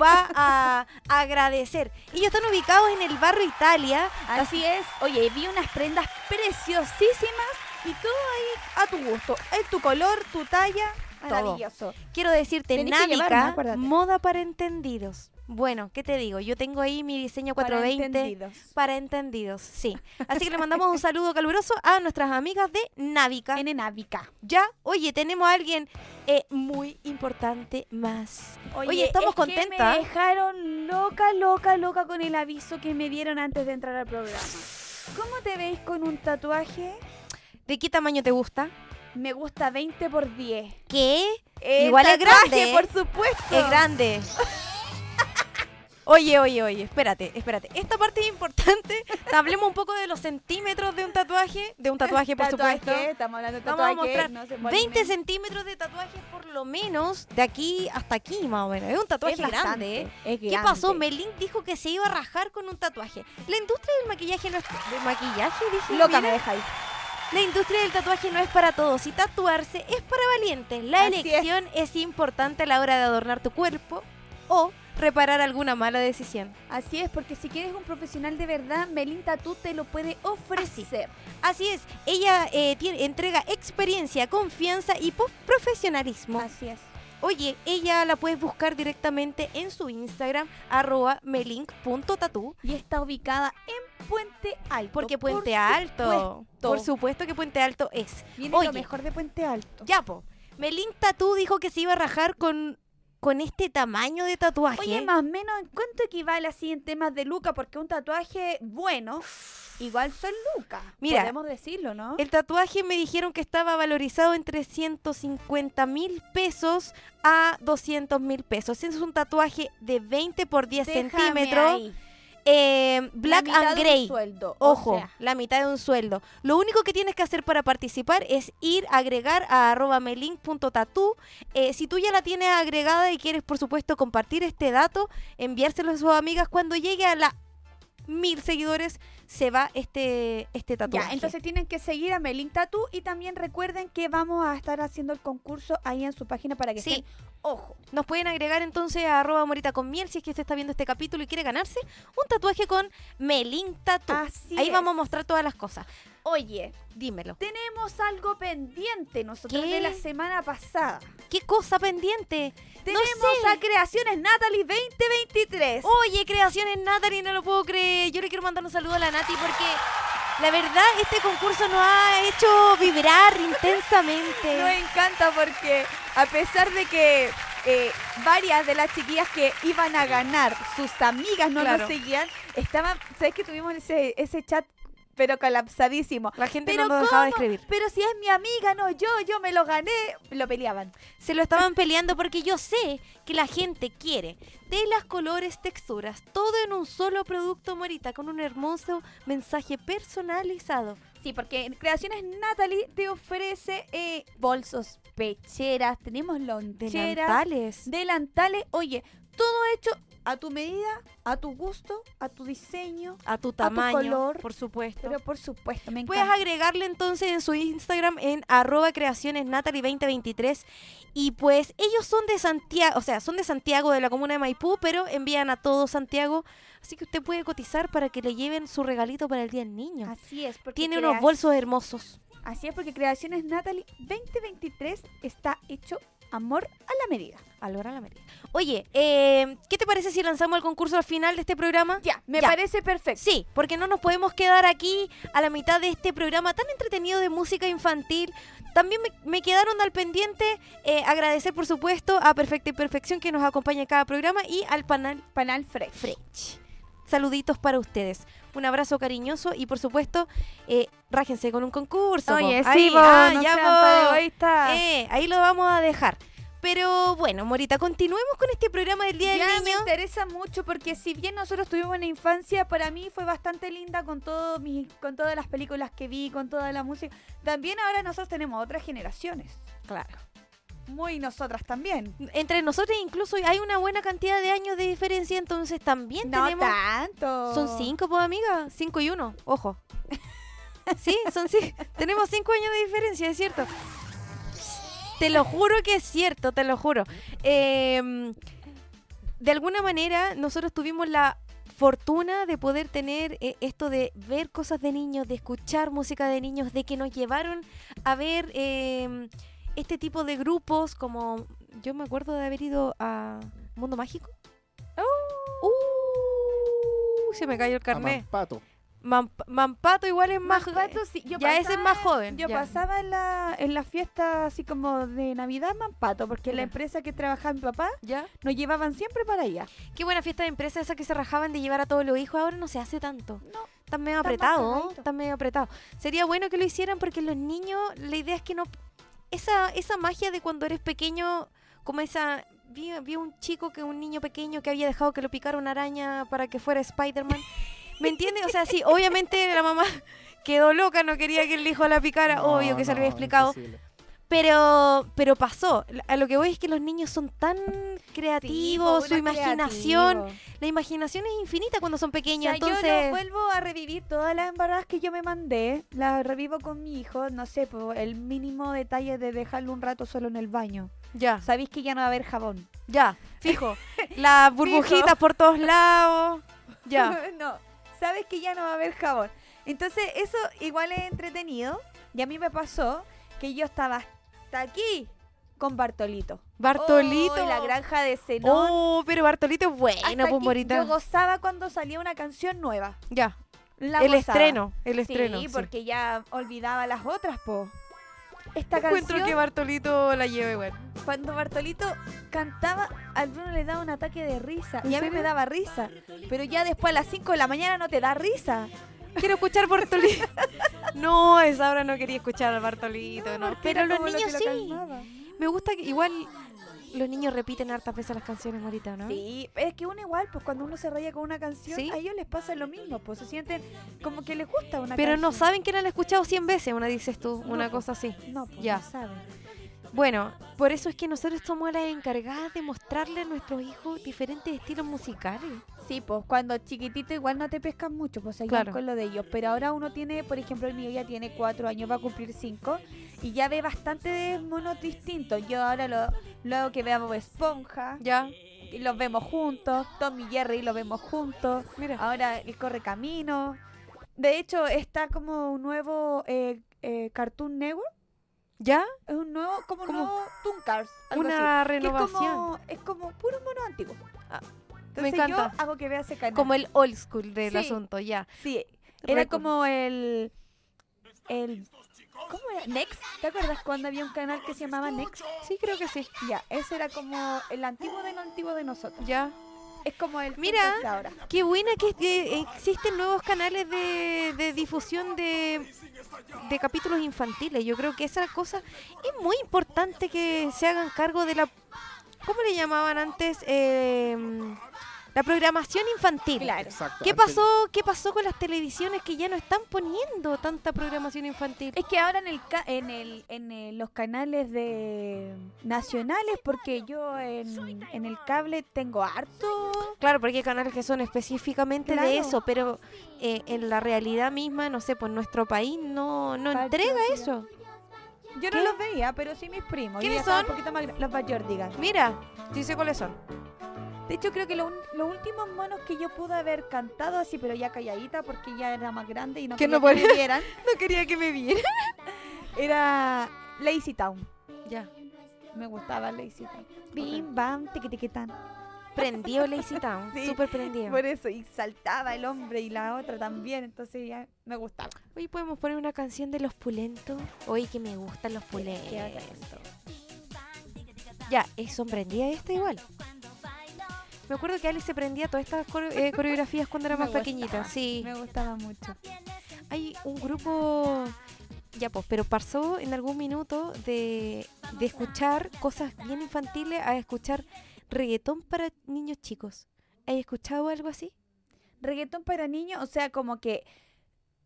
Speaker 1: va a agradecer. Ellos están ubicados en el barrio Italia.
Speaker 2: Así es. Oye, vi unas prendas preciosísimas y todo ahí a tu gusto. Es tu color, tu talla.
Speaker 1: Todo.
Speaker 2: Maravilloso.
Speaker 1: Quiero decirte,
Speaker 2: Tenés que llevarme,
Speaker 1: Námica,
Speaker 2: acuérdate.
Speaker 1: moda para entendidos. Bueno, ¿qué te digo? Yo tengo ahí mi diseño 420.
Speaker 2: Para entendidos.
Speaker 1: Para entendidos, sí. Así
Speaker 2: *laughs*
Speaker 1: que le mandamos un saludo caluroso a nuestras amigas de Návica.
Speaker 2: En Enavica.
Speaker 1: Ya, oye, tenemos a alguien eh, muy importante más. Oye, estamos
Speaker 2: es que
Speaker 1: contentas.
Speaker 2: me dejaron loca, loca, loca con el aviso que me dieron antes de entrar al programa. ¿Cómo te veis con un tatuaje?
Speaker 1: ¿De qué tamaño te gusta?
Speaker 2: Me gusta 20 por 10.
Speaker 1: ¿Qué?
Speaker 2: El
Speaker 1: Igual es
Speaker 2: tatuaje,
Speaker 1: grande, ¿eh?
Speaker 2: por supuesto.
Speaker 1: Es
Speaker 2: *laughs*
Speaker 1: grande. Oye, oye, oye, espérate, espérate. Esta parte es importante. *laughs* Hablemos un poco de los centímetros de un tatuaje. De un tatuaje, por
Speaker 2: Tatuaje,
Speaker 1: supuesto.
Speaker 2: Estamos hablando de
Speaker 1: Vamos a
Speaker 2: tatuaje.
Speaker 1: mostrar
Speaker 2: no se ponen
Speaker 1: 20
Speaker 2: en-
Speaker 1: centímetros de tatuaje por lo menos de aquí hasta aquí más o menos. Es un tatuaje
Speaker 2: Es bastante,
Speaker 1: grande. ¿eh?
Speaker 2: es
Speaker 1: ¿Qué pasó?
Speaker 2: grande.
Speaker 1: Melink dijo que se iba a rajar con un tatuaje. La industria del maquillaje no es... ¿De maquillaje? Dije,
Speaker 2: Loca
Speaker 1: mira.
Speaker 2: me dejáis.
Speaker 1: La industria del tatuaje no es para todos y tatuarse es para valientes. La
Speaker 2: Así es.
Speaker 1: elección es. importante a la hora de adornar tu cuerpo o reparar alguna mala decisión.
Speaker 2: Así es, porque si quieres un profesional de verdad, Melinda tú te lo puede ofrecer.
Speaker 1: Así es, ella eh, tiene- entrega experiencia, confianza y po- profesionalismo.
Speaker 2: Así es.
Speaker 1: Oye, ella la puedes buscar directamente en su Instagram, arroba melink.tatu,
Speaker 2: Y está ubicada en Puente Alto.
Speaker 1: porque
Speaker 2: por
Speaker 1: Puente Alto,
Speaker 2: supuesto.
Speaker 1: por supuesto que Puente Alto es.
Speaker 2: Viene
Speaker 1: Oye.
Speaker 2: lo mejor de Puente Alto.
Speaker 1: Ya, po. Melink Tatú dijo que se iba a rajar con, con este tamaño de tatuaje.
Speaker 2: Oye, más o menos, ¿en cuánto equivale así en temas de Luca? Porque un tatuaje bueno, igual son Luca.
Speaker 1: Mira,
Speaker 2: Podemos decirlo, ¿no?
Speaker 1: El tatuaje me dijeron que estaba valorizado entre 150 mil pesos a 200 mil pesos. Es un tatuaje de 20 por 10
Speaker 2: Déjame
Speaker 1: centímetros.
Speaker 2: ahí.
Speaker 1: eh, black
Speaker 2: La mitad
Speaker 1: and
Speaker 2: de un
Speaker 1: gray.
Speaker 2: sueldo, o
Speaker 1: Ojo,
Speaker 2: sea,
Speaker 1: la mitad de un sueldo. Lo único que tienes que hacer para participar es ir a agregar a arroba melink.tatú. Eh, si tú ya la tienes agregada y quieres, por supuesto, compartir este dato, enviárselo a sus amigas. Cuando llegue a la mil seguidores, se va este, este tatuaje.
Speaker 2: Ya, entonces tienen que seguir a Melin Tattoo y también recuerden que vamos a estar haciendo el concurso ahí en su página para que
Speaker 1: Sí.
Speaker 2: estén, ojo,
Speaker 1: Nos pueden agregar entonces a arroba morita con miel si es que usted está viendo este capítulo y quiere ganarse un tatuaje con Melin Tatu.
Speaker 2: así
Speaker 1: Ahí
Speaker 2: es.
Speaker 1: vamos a mostrar todas las cosas.
Speaker 2: Oye,
Speaker 1: Dímelo.
Speaker 2: tenemos algo pendiente nosotros
Speaker 1: ¿Qué?
Speaker 2: de la semana pasada.
Speaker 1: ¿Qué cosa pendiente?
Speaker 2: Tenemos
Speaker 1: sé.
Speaker 2: a Creaciones Natalie 2023.
Speaker 1: Oye, creaciones Natalie, no lo puedo creer. Yo le quiero mandar un saludo a la Nati porque la verdad este concurso nos ha hecho vibrar
Speaker 2: *laughs*
Speaker 1: intensamente.
Speaker 2: Nos encanta porque a pesar de que eh, varias de las chiquillas que iban a ganar, sus amigas no
Speaker 1: Claro.
Speaker 2: nos seguían, estaban, ¿sabes que tuvimos ese, ese chat pero colapsadísimo?
Speaker 1: La gente
Speaker 2: Pero
Speaker 1: no nos dejaba de
Speaker 2: ¿cómo?
Speaker 1: escribir.
Speaker 2: Pero si es mi amiga, no yo, yo me lo gané, lo peleaban.
Speaker 1: Se lo estaban peleando porque yo sé que la gente quiere telas, colores, texturas, todo en un solo producto Morita, con un hermoso mensaje personalizado.
Speaker 2: Sí, porque en Creaciones Natalie te ofrece eh, bolsos, pecheras, tenemos loncheras,
Speaker 1: Delantales.
Speaker 2: delantales, oye, todo hecho a tu medida, a tu gusto, a tu diseño.
Speaker 1: A tu tamaño,
Speaker 2: color.
Speaker 1: por supuesto.
Speaker 2: Pero por supuesto, me
Speaker 1: Puedes
Speaker 2: encanta.
Speaker 1: agregarle entonces en su Instagram en arroba creaciones 2023 y pues ellos son de Santiago, o sea, son de Santiago, de la comuna de Maipú, pero envían a todo Santiago, así que usted puede cotizar para que le lleven su regalito para el Día del Niño.
Speaker 2: Así es, porque
Speaker 1: Tiene
Speaker 2: crea-
Speaker 1: unos bolsos hermosos.
Speaker 2: Así es, porque Creaciones Natalie 2023 está hecho amor a la medida.
Speaker 1: Al lograr la merienda. Oye, eh, ¿qué te parece si lanzamos el concurso al final de este programa?
Speaker 2: Ya, me
Speaker 1: Ya.
Speaker 2: parece perfecto.
Speaker 1: Sí, porque no nos podemos quedar aquí a la mitad de este programa tan entretenido de música infantil. También me, me quedaron al pendiente eh, agradecer, por supuesto, a Perfecta y Perfección que nos acompaña en cada programa y al panel
Speaker 2: Panal Fresh.
Speaker 1: French. Saluditos para ustedes. Un abrazo cariñoso y, por supuesto, eh, rájense con un concurso. po.
Speaker 2: Oye,
Speaker 1: Ahí,
Speaker 2: sí, vos,
Speaker 1: ah,
Speaker 2: no
Speaker 1: ya,
Speaker 2: sean
Speaker 1: po.
Speaker 2: Ah. paraegoístas.
Speaker 1: Eh, ahí lo vamos a dejar. Pero bueno, Morita, continuemos con este programa del Día
Speaker 2: ya
Speaker 1: del
Speaker 2: me
Speaker 1: Niño.
Speaker 2: interesa mucho porque si bien nosotros tuvimos una infancia para mí fue bastante linda con todo mi, con todas las películas que vi, con toda la música, también ahora nosotros tenemos otras generaciones,
Speaker 1: Claro.
Speaker 2: muy nosotras también.
Speaker 1: Entre nosotros incluso hay una buena cantidad de años de diferencia, entonces también
Speaker 2: No
Speaker 1: tenemos...
Speaker 2: tanto.
Speaker 1: Son cinco, pues amiga. Cinco y uno, ojo. Sí, son sí. Tenemos cinco años de diferencia, es cierto. Te lo juro que es cierto, te lo juro. Eh, de alguna manera, nosotros tuvimos la fortuna de poder tener eh, esto de ver cosas de niños, de escuchar música de niños, de que nos llevaron a ver eh, este tipo de grupos, como yo me acuerdo de haber ido a Mundo Mágico.
Speaker 2: Oh.
Speaker 1: Uh, se me cayó el carnet.
Speaker 3: Pato.
Speaker 1: Mamp- Mampato igual es más.
Speaker 2: Más gato, sí, yo
Speaker 1: ya ese es más joven,
Speaker 2: Yo
Speaker 1: ya.
Speaker 2: pasaba en la, en la fiesta así como de Navidad Mampato, porque la
Speaker 1: Ya.
Speaker 2: empresa que trabajaba mi papá
Speaker 1: ¿Ya?
Speaker 2: nos llevaban siempre para allá.
Speaker 1: Qué buena fiesta de empresa esa que se rajaban de llevar a todos los hijos. Ahora no se hace tanto.
Speaker 2: No,
Speaker 1: Están medio
Speaker 2: está más
Speaker 1: apretados.
Speaker 2: calmadito.
Speaker 1: Están medio apretados. Sería bueno que lo hicieran porque los niños, la idea es que no. Esa, esa magia de cuando eres pequeño, como esa. Vi, vi un chico que un niño pequeño que había dejado que lo picara una araña para que fuera Spider-Man. ¿Me entiendes? O sea, sí, obviamente la mamá *laughs* quedó loca, no quería que el hijo la picara. obvio que se lo había explicado. Pero, pero pasó. A lo que voy es que los niños son tan creativos, su imaginación. La imaginación es infinita cuando son
Speaker 2: O
Speaker 1: pequeños,
Speaker 2: sea, yo
Speaker 1: entonces.
Speaker 2: no vuelvo a revivir todas las embarradas que yo me mandé, las revivo con mi hijo, no sé, po, el mínimo detalle de dejarlo un rato solo en el baño.
Speaker 1: Ya,
Speaker 2: Sabéis que ya no va a haber *laughs* jabón.
Speaker 1: ya,
Speaker 2: *laughs*
Speaker 1: fijo. Las burbujitas por todos lados.
Speaker 2: *laughs*
Speaker 1: Ya.
Speaker 2: no, sabes que ya no va a haber jabón. Entonces, eso igual es entretenido. Y a mí me pasó que yo estaba hasta aquí con Bartolito.
Speaker 1: Bartolito.
Speaker 2: Oh, y la granja de Zenón.
Speaker 1: Oh, pero Bartolito es
Speaker 2: Hasta
Speaker 1: bueno, pues
Speaker 2: aquí
Speaker 1: Morita.
Speaker 2: Yo gozaba cuando salía una canción nueva.
Speaker 1: Ya.
Speaker 2: La
Speaker 1: el
Speaker 2: gozaba.
Speaker 1: estreno, el estreno.
Speaker 2: Sí, porque ya olvidaba las otras, po. Esta
Speaker 1: Encuentro
Speaker 2: canción,
Speaker 1: que Bartolito la lleve, güey.
Speaker 2: cuando Bartolito cantaba, al Bruno le daba un ataque de risa.
Speaker 1: ¿En
Speaker 2: Y a mí
Speaker 1: serio?
Speaker 2: me daba risa. Pero ya después a las 5 de la mañana no te da risa.
Speaker 1: Quiero escuchar Bartolito. *laughs* no, a esa hora no quería escuchar al Bartolito. no.
Speaker 2: Porque
Speaker 1: Pero
Speaker 2: era
Speaker 1: los
Speaker 2: como lo
Speaker 1: niños
Speaker 2: que lo
Speaker 1: sí.
Speaker 2: calmaba.
Speaker 1: Me gusta que igual los niños repiten hartas veces las canciones, Morita, ¿no?
Speaker 2: Sí, es que uno igual, pues cuando uno se raya con una canción,
Speaker 1: Sí.
Speaker 2: a ellos les pasa lo mismo, pues se sienten como que les gusta una
Speaker 1: Pero no
Speaker 2: canción.
Speaker 1: saben que la han escuchado 100 veces, una dices tú,
Speaker 2: No,
Speaker 1: una
Speaker 2: po.
Speaker 1: cosa así.
Speaker 2: No, pues
Speaker 1: Ya.
Speaker 2: no saben.
Speaker 1: Bueno, por eso es que nosotros somos las encargadas de mostrarle a nuestros hijos diferentes estilos musicales.
Speaker 2: Sí, pues cuando chiquitito igual no te pescan mucho, pues seguían
Speaker 1: Claro.
Speaker 2: con lo de ellos. Pero ahora uno tiene, por ejemplo, el mío ya tiene cuatro años, va a cumplir cinco, y ya ve bastante monos distintos. Yo ahora lo, lo hago que veamos Esponja,
Speaker 1: Ya,
Speaker 2: y los vemos juntos, Tom y Jerry los vemos juntos,
Speaker 1: mira.
Speaker 2: ahora el Corre Camino. De hecho, está como un nuevo eh, eh, Cartoon Network,
Speaker 1: ¿Ya?
Speaker 2: es un nuevo, como un
Speaker 1: Como
Speaker 2: nuevo Tooncars, algo así.
Speaker 1: Una
Speaker 2: Que es
Speaker 1: renovación.
Speaker 2: como, es como puro mono antiguo.
Speaker 1: Ah,
Speaker 2: Entonces
Speaker 1: encanta.
Speaker 2: yo hago que vea ese canal.
Speaker 1: Como el old school del
Speaker 2: Sí.
Speaker 1: asunto, ya.
Speaker 2: Sí, era
Speaker 1: Recu-
Speaker 2: como el. el ¿Cómo era? ¿Next? ¿Te acuerdas cuando había un canal que se llamaba Next?
Speaker 1: Sí, creo que sí.
Speaker 2: Ya, ese era como el antiguo del antiguo de nosotros.
Speaker 1: Ya.
Speaker 2: Es como el.
Speaker 1: Mira.
Speaker 2: Twitter de ahora.
Speaker 1: Qué buena que eh, existen nuevos canales de, de difusión de, de capítulos infantiles. Yo creo que esa cosa es muy importante que se hagan cargo de la... ¿Cómo le llamaban antes? Eh, la programación infantil.
Speaker 2: Claro.
Speaker 3: Exacto.
Speaker 1: ¿Qué
Speaker 3: antes-
Speaker 1: pasó, ¿Qué pasó con las televisiones que ya no están poniendo tanta programación infantil?
Speaker 2: Es que ahora en el ca- en el en el- los canales de nacionales porque yo en, en el cable tengo harto
Speaker 1: Claro, porque hay canales que son específicamente
Speaker 2: Claro.
Speaker 1: de eso, pero eh, en la realidad misma, no sé, pues nuestro país no, no
Speaker 2: Partido
Speaker 1: entrega
Speaker 2: Ciudad.
Speaker 1: eso.
Speaker 2: Yo
Speaker 1: ¿Qué?
Speaker 2: no los veía, pero sí mis primos. Yo
Speaker 1: ¿Quiénes
Speaker 2: ya estaba
Speaker 1: son?
Speaker 2: Un poquito más gran- los Bajordigan.
Speaker 1: Mira, sí sé cuáles son.
Speaker 2: De hecho, creo que lo un- los últimos monos que yo pude haber cantado así, pero ya calladita, porque ya era más grande y no
Speaker 1: Que
Speaker 2: quería
Speaker 1: no podía.
Speaker 2: que me vieran,
Speaker 1: No *laughs* quería que me viera.
Speaker 2: era Lazy Town.
Speaker 1: Ya,
Speaker 2: Me gustaba Lazy Town. Bim, bam, tiquitiquitán.
Speaker 1: prendió Lazy *laughs* Town,
Speaker 2: Sí,
Speaker 1: súper prendido.
Speaker 2: Por eso, y saltaba el hombre y la otra también, entonces ya me gustaba.
Speaker 1: Hoy podemos poner una canción de Los Pulentos. Hoy que me gustan Los Pulentos. Ya, eh, son prendidas esta igual. Me acuerdo que Alice se prendía todas estas core- *laughs* eh, coreografías cuando era
Speaker 2: Me
Speaker 1: más pequeñita.
Speaker 2: gustaba,
Speaker 1: Sí.
Speaker 2: Me gustaba mucho.
Speaker 1: hay un grupo, ya pues, pero pasó en algún minuto de de escuchar cosas bien infantiles a escuchar reggaetón para niños chicos. ¿Has escuchado algo así?
Speaker 2: Reggaetón para niños, o sea, como que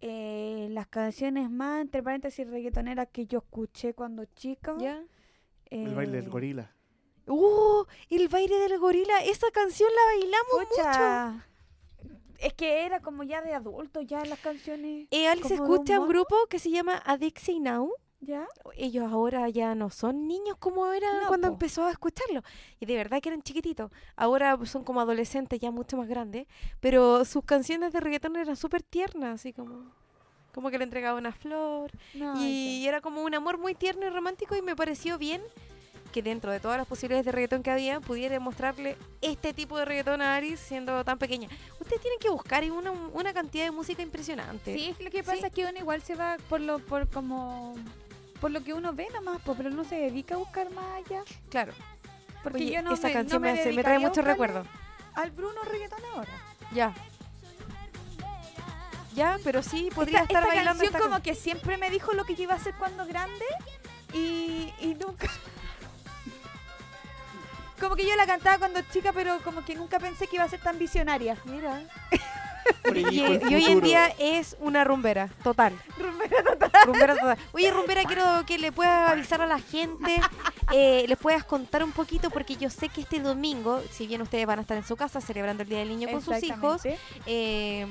Speaker 2: eh, las canciones más, entre paréntesis, reggaetoneras que yo escuché cuando chica.
Speaker 1: ¿Ya?
Speaker 3: El baile del
Speaker 2: eh,
Speaker 3: gorila.
Speaker 1: ¡Uh! El baile del gorila. Esa canción la bailamos Pues mucho.
Speaker 2: Pucha. Es que era como ya de adulto, ya las canciones.
Speaker 1: Eh, Alice
Speaker 2: como de un
Speaker 1: escucha un
Speaker 2: mono.
Speaker 1: grupo que se llama Adixie Now.
Speaker 2: ¿Ya?
Speaker 1: Ellos ahora ya no son niños como eran
Speaker 2: No,
Speaker 1: cuando
Speaker 2: po.
Speaker 1: empezó a escucharlo. Y de verdad que eran chiquititos. Ahora son como adolescentes ya mucho más grandes. Pero sus canciones de reggaetón eran súper tiernas, así como... Como que le entregaba una flor.
Speaker 2: No,
Speaker 1: Y era como un amor muy tierno y romántico y me pareció bien que dentro de todas las posibilidades de reggaetón que había pudiera mostrarle este tipo de reggaetón a Aris siendo tan pequeña. Ustedes tienen que buscar y una, una cantidad de música impresionante.
Speaker 2: Sí, lo que pasa
Speaker 1: Sí.
Speaker 2: es que uno igual se va por lo por como por lo que uno ve nomás, po, pero no se dedica a buscar más allá.
Speaker 1: Claro.
Speaker 2: Porque
Speaker 1: Oye,
Speaker 2: yo no
Speaker 1: esa
Speaker 2: me,
Speaker 1: canción
Speaker 2: no
Speaker 1: me,
Speaker 2: me
Speaker 1: hace- me
Speaker 2: dedicaría
Speaker 1: trae
Speaker 2: a
Speaker 1: muchos
Speaker 2: buscarle
Speaker 1: recuerdos.
Speaker 2: Al Bruno reggaetón ahora.
Speaker 1: Ya. Ya, pero sí, podría
Speaker 2: esta,
Speaker 1: estar
Speaker 2: esta
Speaker 1: bailando
Speaker 2: canción
Speaker 1: esta
Speaker 2: como que siempre me dijo lo que yo iba a hacer cuando grande y, y nunca *laughs* como que yo la cantaba cuando chica pero como que nunca pensé que iba a ser tan visionaria
Speaker 1: can- Mira. *laughs* Y,
Speaker 3: Predijo el
Speaker 1: y hoy en
Speaker 3: futuro.
Speaker 1: día es una rumbera, total.
Speaker 2: Rumbera total.
Speaker 1: Rumbera total. Oye, Rumbera, quiero que le puedas avisar a la gente, eh, les puedas contar un poquito, porque yo sé que este domingo, si bien ustedes van a estar en su casa celebrando el Día del Niño con sus hijos,
Speaker 2: Exactamente.
Speaker 1: eh,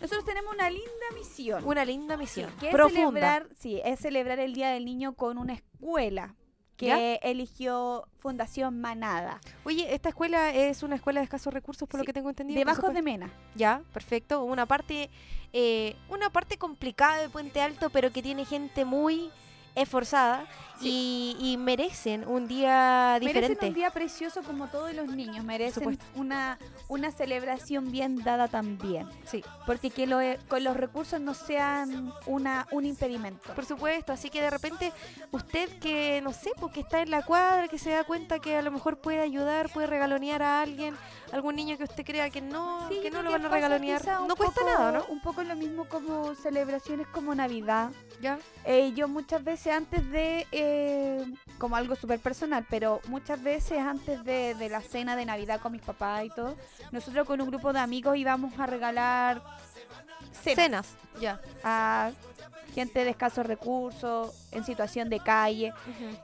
Speaker 2: nosotros tenemos una linda misión
Speaker 1: una linda misión,
Speaker 2: que es
Speaker 1: profunda.
Speaker 2: celebrar sí es celebrar el día del niño con una escuela que
Speaker 1: ¿Ya?
Speaker 2: eligió Fundación Manada
Speaker 1: Oye, esta escuela es una escuela de escasos recursos, por lo
Speaker 2: Sí,
Speaker 1: que tengo entendido. por
Speaker 2: debajo
Speaker 1: supuesto.
Speaker 2: de Mena
Speaker 1: Ya, perfecto. Una parte, eh, una parte complicada de Puente Alto, pero que tiene gente muy esforzada y, y merecen un día diferente.
Speaker 2: Merecen un día precioso como todos los niños, merecen
Speaker 1: supuesto.
Speaker 2: una, una celebración bien dada también,
Speaker 1: Sí,
Speaker 2: porque que lo- con los recursos no sean una, un impedimento.
Speaker 1: por supuesto. Así que de repente usted que, no sé, porque está en la cuadra, que se da cuenta que a lo mejor puede ayudar, puede regalonear a alguien, algún niño que usted crea que no,
Speaker 2: Sí,
Speaker 1: que
Speaker 2: yo
Speaker 1: no
Speaker 2: creo
Speaker 1: lo van a
Speaker 2: pasa
Speaker 1: regalonear.
Speaker 2: quizá un
Speaker 1: No cuesta
Speaker 2: poco-
Speaker 1: nada, ¿no?
Speaker 2: Un poco lo mismo como celebraciones como Navidad.
Speaker 1: Ya.
Speaker 2: Eh, yo muchas veces antes de, eh, como algo súper personal, pero muchas veces antes de, de la cena de Navidad con mis papás y todo, nosotros con un grupo de amigos íbamos a regalar cenas.
Speaker 1: Cenas. Ya.
Speaker 2: a gente de escasos recursos, en situación de calle.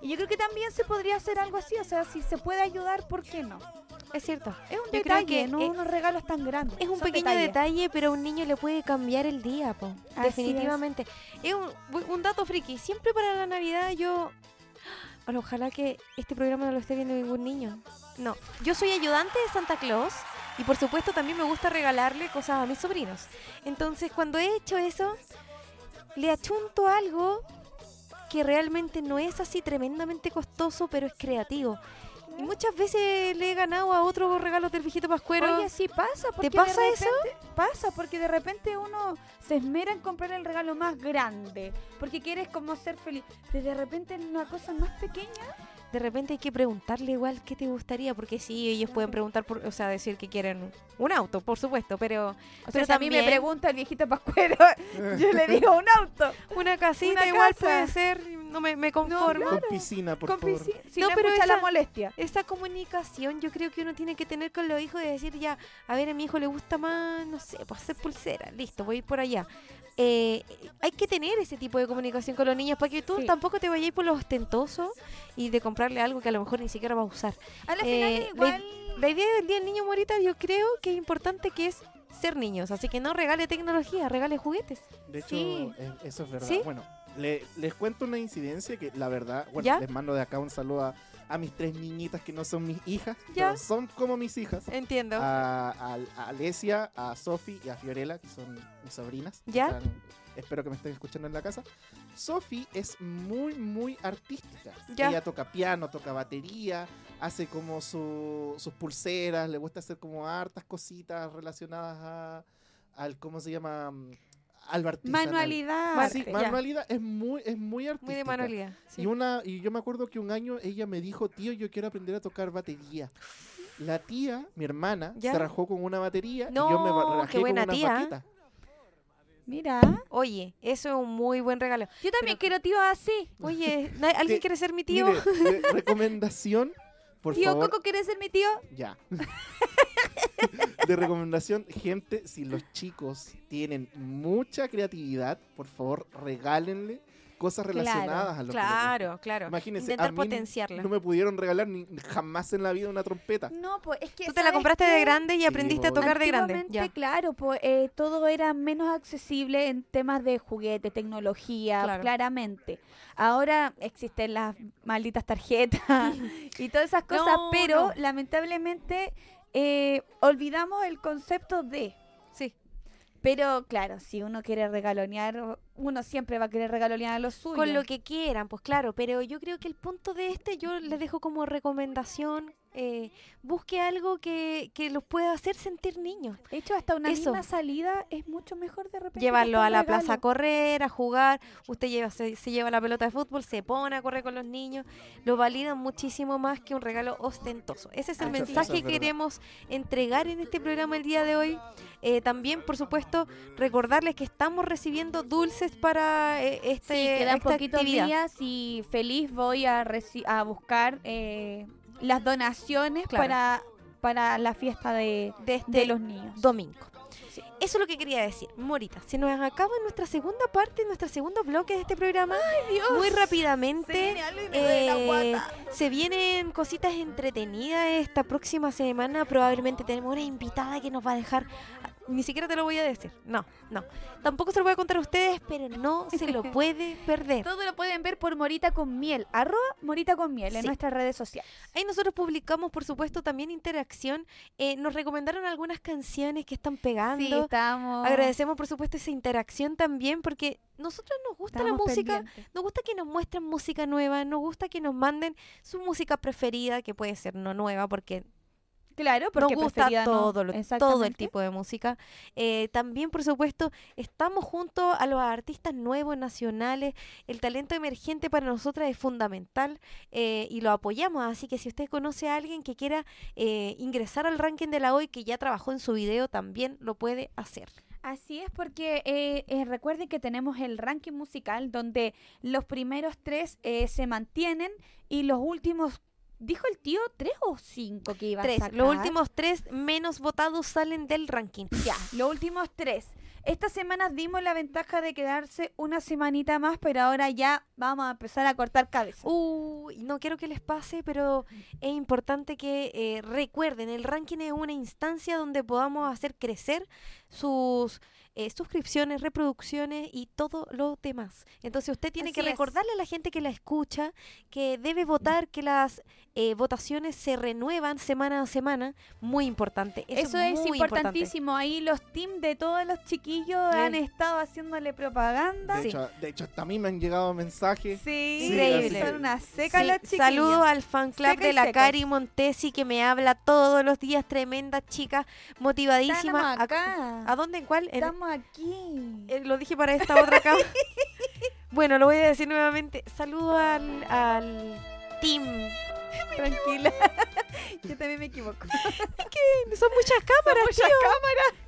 Speaker 2: Y yo creo que también se podría hacer algo así, o sea, si se puede ayudar, ¿por qué no?
Speaker 1: Es cierto.
Speaker 2: Es un
Speaker 1: Yo creo
Speaker 2: detalle,
Speaker 1: que
Speaker 2: no
Speaker 1: es-
Speaker 2: unos regalos tan grandes.
Speaker 1: Es un
Speaker 2: son
Speaker 1: pequeño
Speaker 2: detalles.
Speaker 1: detalle, pero a un niño le puede cambiar el día, po.
Speaker 2: Así es.
Speaker 1: definitivamente. Es, un, bu- un dato friki. Siempre para la Navidad yo... Bueno, Ojalá que este programa no lo esté viendo ningún niño. No, yo soy ayudante de Santa Claus y por supuesto también me gusta regalarle cosas a mis sobrinos. Entonces cuando he hecho eso, le achunto algo que realmente no es así tremendamente costoso, pero es creativo. Y muchas veces le he ganado a otros regalos del viejito pascuero.
Speaker 2: Oye, sí pasa, porque de
Speaker 1: pasa eso?
Speaker 2: repente- Pasa, porque de repente uno se esmera en comprar el regalo más grande, porque quieres como ser feliz. Pero de repente en una cosa más pequeña,
Speaker 1: De repente hay que preguntarle igual qué te gustaría, porque sí, ellos pueden
Speaker 2: Claro.
Speaker 1: preguntar, por, o sea, decir que quieren un auto, por supuesto, pero
Speaker 2: o
Speaker 1: Pero
Speaker 2: sea, si a mí me
Speaker 1: también-
Speaker 2: pregunta el viejito pascuero, *laughs* yo le digo un
Speaker 1: *laughs*
Speaker 2: auto.
Speaker 1: una casita
Speaker 2: Una
Speaker 1: igual
Speaker 2: casa.
Speaker 1: puede ser, no me, me conformo.
Speaker 3: Con piscina, por
Speaker 2: Con
Speaker 3: favor.
Speaker 2: piscina, si
Speaker 1: No,
Speaker 2: no,
Speaker 1: pero
Speaker 2: pero
Speaker 1: esa-
Speaker 2: la molestia.
Speaker 1: Esa comunicación yo creo que uno tiene que tener con los hijos de decir ya, a ver, a mi hijo le gusta más, no sé, pues hacer pulsera, listo, voy a ir por allá. Eh, hay que tener ese tipo de comunicación con los niños para que tú
Speaker 2: Sí.
Speaker 1: tampoco te vayas por lo ostentoso y de comprarle algo que a lo mejor ni siquiera va a usar.
Speaker 2: A la final
Speaker 1: Eh,
Speaker 2: igual...
Speaker 1: La idea del Día del Niño Morita yo creo que es importante que es ser niños, así que no regale tecnología, regale juguetes.
Speaker 3: De hecho,
Speaker 2: Sí.
Speaker 3: eh, eso es verdad.
Speaker 1: ¿Sí?
Speaker 3: Bueno, le- les cuento una incidencia que la verdad, bueno,
Speaker 1: ¿Ya?
Speaker 3: les mando de acá un saludo a, a mis tres niñitas que no son mis hijas,
Speaker 1: ¿Ya?
Speaker 3: pero son como mis hijas.
Speaker 1: Entiendo.
Speaker 3: A, a- a Alesia, a Sofi y a Fiorella, que son mis sobrinas. que
Speaker 1: ¿Ya?
Speaker 3: están- espero que me estén escuchando en la casa. Sofi es muy, muy artística.
Speaker 1: Ya.
Speaker 3: Ella toca piano, toca batería, hace como su- sus pulseras, le gusta hacer como hartas cositas relacionadas a, al, ¿cómo se llama? Mm, Al artesanal.
Speaker 2: Manualidad.
Speaker 1: Mar-
Speaker 3: Sí,
Speaker 1: Ya.
Speaker 3: manualidad es muy, es muy artística.
Speaker 1: Muy de manualidad. sí.
Speaker 3: Y, una, y yo me acuerdo que un año ella me dijo, tío, yo quiero aprender a tocar batería. La tía, mi hermana,
Speaker 1: ¿Ya?
Speaker 3: se rajó con una batería y
Speaker 1: No,
Speaker 3: yo me ba-
Speaker 1: qué
Speaker 3: rajé con
Speaker 1: buena
Speaker 3: una
Speaker 1: tía.
Speaker 3: baqueta.
Speaker 2: Mira.
Speaker 1: Oye, eso es un muy buen regalo.
Speaker 2: Yo también quiero tíos así.
Speaker 1: Oye, ¿na- ¿alguien
Speaker 3: Te-
Speaker 1: quiere ser mi tío?
Speaker 3: Mire, re- recomendación, por
Speaker 2: Tío
Speaker 3: favor.
Speaker 2: Coco quiere ser mi tío.
Speaker 3: Ya. De recomendación, gente, si los chicos tienen mucha creatividad, por favor, regálenle cosas
Speaker 2: Claro,
Speaker 3: relacionadas a lo que les gusta.
Speaker 1: Claro, claro.
Speaker 3: Imagínense, a
Speaker 1: Intentar
Speaker 3: mí
Speaker 1: potenciarla.
Speaker 3: No me pudieron regalar ni jamás en la vida una trompeta.
Speaker 2: No, pues es que.
Speaker 1: Tú te la
Speaker 2: ¿sabes
Speaker 1: compraste
Speaker 2: qué?
Speaker 1: de grande y aprendiste a
Speaker 3: po.
Speaker 1: tocar de grande.
Speaker 2: Antiguamente,
Speaker 1: Ya.
Speaker 2: claro, pues eh, todo era menos accesible en temas de juguete, tecnología,
Speaker 1: Claro.
Speaker 2: claramente. Ahora existen las malditas
Speaker 1: *laughs*
Speaker 2: tarjetas y todas esas cosas,
Speaker 1: No,
Speaker 2: pero
Speaker 1: no.
Speaker 2: lamentablemente eh, olvidamos el concepto de.
Speaker 1: Sí.
Speaker 2: Pero claro, si uno quiere regalonear, uno siempre va a querer regalonear a los suyos.
Speaker 1: Con lo que quieran, pues claro, pero yo creo que el punto de este yo les dejo como recomendación. eh, busque algo que, que los pueda hacer sentir niños.
Speaker 2: De hecho, hasta una
Speaker 1: Eso.
Speaker 2: misma salida es mucho mejor de repente. que
Speaker 1: Llevarlo
Speaker 2: hasta
Speaker 1: a
Speaker 2: un
Speaker 1: la
Speaker 2: Pues regalo.
Speaker 1: plaza a correr, a jugar. Usted lleva, se, se lleva la pelota de fútbol, se pone a correr con los niños. Lo validan muchísimo más que un regalo ostentoso. Ese es el
Speaker 2: Ah, sí.
Speaker 1: mensaje
Speaker 3: Eso es
Speaker 1: que
Speaker 3: verdad.
Speaker 1: queremos entregar en este programa el día de hoy. Eh, también, por supuesto, recordarles que estamos recibiendo dulces para eh, este,
Speaker 2: sí, quedan
Speaker 1: esta
Speaker 2: poquitos
Speaker 1: actividad.
Speaker 2: días y feliz voy a, reci- a buscar eh, las donaciones
Speaker 1: Claro.
Speaker 2: para, para la fiesta de,
Speaker 1: de este
Speaker 2: de los niños.
Speaker 1: domingo.
Speaker 2: Sí.
Speaker 1: Eso es lo que quería decir. Morita, se nos acaba nuestra segunda parte, nuestro segundo bloque de este programa. Muy rápidamente. Eh, se vienen cositas entretenidas esta próxima semana. Probablemente tenemos una invitada que nos va a dejar. ah, Ni siquiera te lo voy a decir. No, no. Tampoco se lo voy a contar a ustedes, pero no se
Speaker 2: *laughs*
Speaker 1: lo puede perder.
Speaker 2: Todo lo pueden ver por Morita con Miel, arroba Morita con Miel en
Speaker 1: Sí.
Speaker 2: nuestras redes sociales.
Speaker 1: Ahí nosotros publicamos, por supuesto, también interacción. Eh, nos recomendaron algunas canciones que están pegando.
Speaker 2: estamos.
Speaker 1: Agradecemos, por supuesto, esa interacción también, porque nosotros nos gusta la
Speaker 2: estamos
Speaker 1: música,
Speaker 2: pendientes.
Speaker 1: nos gusta que nos muestren música nueva, nos gusta que nos manden su música preferida, que puede ser no nueva, porque
Speaker 2: Claro,
Speaker 1: nos
Speaker 2: porque
Speaker 1: gusta
Speaker 2: preferida no.
Speaker 1: todo, lo- todo el
Speaker 2: Exactamente.
Speaker 1: tipo de música. Eh, también, por supuesto, estamos junto a los artistas nuevos, nacionales. El talento emergente para nosotras es fundamental eh, y lo apoyamos. Así que si usted conoce a alguien que quiera eh, ingresar al ranking de la hoy, que ya trabajó en su video, también lo puede hacer.
Speaker 2: Así es, porque eh, eh, recuerden que tenemos el ranking musical donde los primeros tres eh, se mantienen y los últimos, dijo el tío, tres o cinco que iba a
Speaker 1: Tres.
Speaker 2: sacar.
Speaker 1: Los últimos tres menos votados salen del ranking.
Speaker 2: Ya, los últimos tres. Esta semana dimos la ventaja de quedarse una semanita más, pero ahora ya vamos a empezar a cortar cabezas.
Speaker 1: Uh, Uy, no quiero que les pase, pero es importante que eh, recuerden, el ranking es una instancia donde podamos hacer crecer sus eh, suscripciones, reproducciones y todo lo demás. Entonces usted tiene que
Speaker 2: Así es.
Speaker 1: recordarle a la gente que la escucha que debe votar, que las eh, votaciones se renuevan semana a semana. Muy importante. Eso,
Speaker 2: Eso, es
Speaker 1: muy
Speaker 2: importantísimo. Ahí los teams de todos los chiquillos han estado haciéndole propaganda.
Speaker 3: De,
Speaker 1: Sí.
Speaker 3: hecho, de hecho, hasta a mí me han llegado mensajes.
Speaker 2: Sí,
Speaker 3: Increíble.
Speaker 2: Son una seca
Speaker 1: Sí,
Speaker 2: los chiquillos.
Speaker 1: Saludo al fan club
Speaker 2: Seca y
Speaker 1: de la
Speaker 2: secos.
Speaker 1: Cari Montesi que me habla todos los días, tremenda chica, motivadísima.
Speaker 2: Estamos
Speaker 1: Ac-
Speaker 2: acá.
Speaker 1: ¿A dónde? ¿En cuál? En-
Speaker 2: Estamos aquí.
Speaker 1: eh, lo dije para esta otra *laughs* acá. bueno, lo voy a decir nuevamente. Saludo al, al *laughs* team.
Speaker 2: Tranquila. Eh, Yo también me equivoco.
Speaker 1: Son muchas cámaras, tío.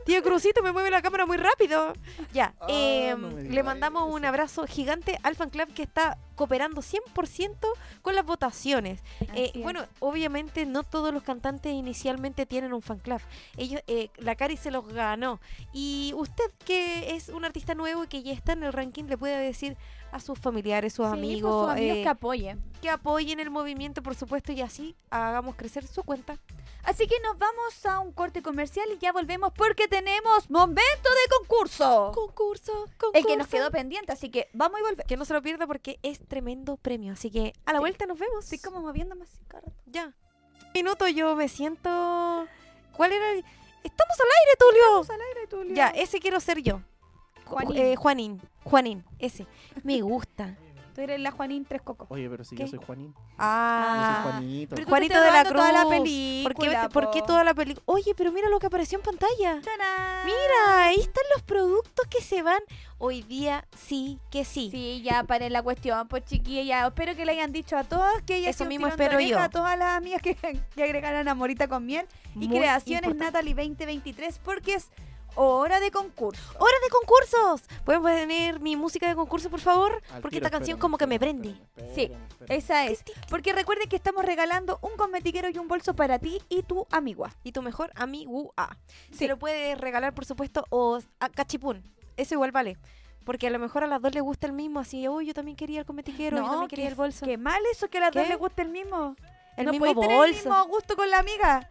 Speaker 1: Tío Crucito me mueve la cámara muy rápido. Ya,
Speaker 3: Ah,
Speaker 1: em,
Speaker 3: no me
Speaker 1: le
Speaker 3: digas
Speaker 1: mandamos un
Speaker 3: eso.
Speaker 1: abrazo gigante al fan club que está cooperando 100% con las votaciones. Eh, bueno, obviamente no todos los cantantes inicialmente tienen un fan club. Ellos, eh, la Cari se los ganó. Y usted que es un artista nuevo y que ya está en el ranking, le puede decir a sus familiares, sus amigos, eh,
Speaker 2: pues, que apoyen.
Speaker 1: que apoyen el movimiento, por supuesto, y así hagamos crecer su cuenta.
Speaker 2: Así que nos vamos a un corte comercial y ya volvemos porque tenemos momento de concurso.
Speaker 1: Concurso, concurso.
Speaker 2: El que nos quedó pendiente, así que vamos y volvemos.
Speaker 1: Que no se lo pierda porque es tremendo premio. Así que a la vuelta nos vemos.
Speaker 2: Estoy como moviendo más el carro.
Speaker 1: Ya. Minuto yo me siento... ¿Cuál era? el- Estamos al aire, Tulio. Ya,
Speaker 2: eh.
Speaker 1: ese quiero ser yo. Ju-
Speaker 2: Juanín.
Speaker 1: eh, Juanín. Juanín, ese. Me
Speaker 2: *laughs*
Speaker 1: gusta.
Speaker 2: Tú eres la Juanín Tres Cocos.
Speaker 3: Oye, pero si
Speaker 1: ¿Qué?
Speaker 3: yo soy Juanín.
Speaker 1: Ah.
Speaker 3: Yo soy Juanito.
Speaker 2: Pero tú te
Speaker 1: Juanito
Speaker 2: estás
Speaker 1: de la
Speaker 2: robando
Speaker 1: Cruz.
Speaker 2: toda la
Speaker 1: ¿Por qué,
Speaker 2: película,
Speaker 1: por qué
Speaker 2: po?
Speaker 1: toda la película? Oye, pero mira lo que apareció en pantalla.
Speaker 2: ¡Tarán!
Speaker 1: Mira, ahí están los productos que se van hoy día sí que sí.
Speaker 2: Sí, ya paren la cuestión, pues chiquilla, ya. Espero que le hayan dicho a todos que ella
Speaker 1: Eso
Speaker 2: sea un
Speaker 1: mismo
Speaker 2: tirón de
Speaker 1: espero
Speaker 2: oreja
Speaker 1: yo.
Speaker 2: A todas las amigas que, que agregaron a Morita con miel. Y
Speaker 1: Muy
Speaker 2: creaciones
Speaker 1: importante.
Speaker 2: Natalie 2023, porque es o hora de concurso.
Speaker 1: ¡Hora de concursos! ¿Pueden poner mi música de concurso, por favor?
Speaker 3: Al
Speaker 1: Porque
Speaker 3: tiro,
Speaker 1: esta canción
Speaker 3: espérame,
Speaker 1: como que me
Speaker 3: espérame,
Speaker 1: prende.
Speaker 3: espérame,
Speaker 2: Sí,
Speaker 3: espérame, espérame.
Speaker 2: Esa es. Porque recuerden que estamos regalando un cosmetiquero y un bolso para ti y tu amigua.
Speaker 1: Y tu mejor amigo A.
Speaker 2: Sí.
Speaker 1: Se lo puedes regalar, por supuesto, o a Cachipún. Eso igual vale. Porque a lo mejor a las dos les gusta el mismo, así, uy, yo también quería el cometiquero, yo también quería
Speaker 2: qué-
Speaker 1: el bolso.
Speaker 2: Qué mal eso que a las dos
Speaker 1: ¿Qué?
Speaker 2: les guste el mismo.
Speaker 1: El
Speaker 2: no
Speaker 1: mismo
Speaker 2: podéis tener el
Speaker 1: bolso.
Speaker 2: mismo gusto con la amiga.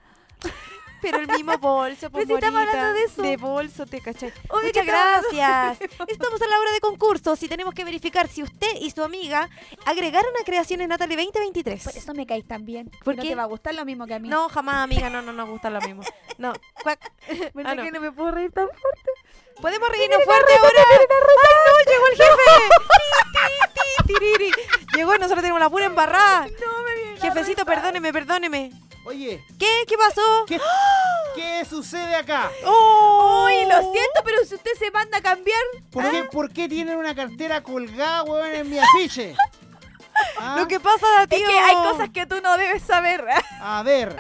Speaker 1: Pero el mismo
Speaker 2: *laughs*
Speaker 1: bolso, pues,
Speaker 2: Pero si estamos
Speaker 1: Morita,
Speaker 2: hablando de eso.
Speaker 1: De bolso, te cachai.
Speaker 2: Obvio que
Speaker 1: Muchas
Speaker 2: estamos
Speaker 1: gracias. Estamos a la hora de concursos y tenemos que verificar si usted y su amiga agregaron a creaciones Natalie 2023.
Speaker 2: Por eso me caís tan bien.
Speaker 1: ¿Por
Speaker 2: no
Speaker 1: qué?
Speaker 2: te va a gustar lo mismo que a mí. *laughs*
Speaker 1: No, jamás, amiga, no, no nos gusta lo mismo. No, cuac.
Speaker 2: ¿Verdad
Speaker 1: Ah, no.
Speaker 2: que no me puedo reír tan
Speaker 1: ¿Podemos reírnos fuerte ahora? ¡Ay, no! ¡Llegó el jefe! Ti, ti, tiriri. Llegó y nosotros tenemos la pura embarrada.
Speaker 2: No, me viene la
Speaker 1: Jefecito,
Speaker 2: risa.
Speaker 1: perdóneme, perdóneme. *gasps*
Speaker 3: Oye,
Speaker 1: ¿Qué? ¿Qué pasó?
Speaker 3: ¿qué, qué sucede acá?
Speaker 1: ¡Oh!
Speaker 2: Oye, lo siento, pero si usted se manda a cambiar,
Speaker 3: ¿Por, qué, ¿Por qué tienen una cartera colgada, weón, en mi afiche? Ah,
Speaker 1: *laughs* Lo que pasa, tío.
Speaker 2: es que hay cosas que tú no debes *laughs* saber.
Speaker 3: A ver.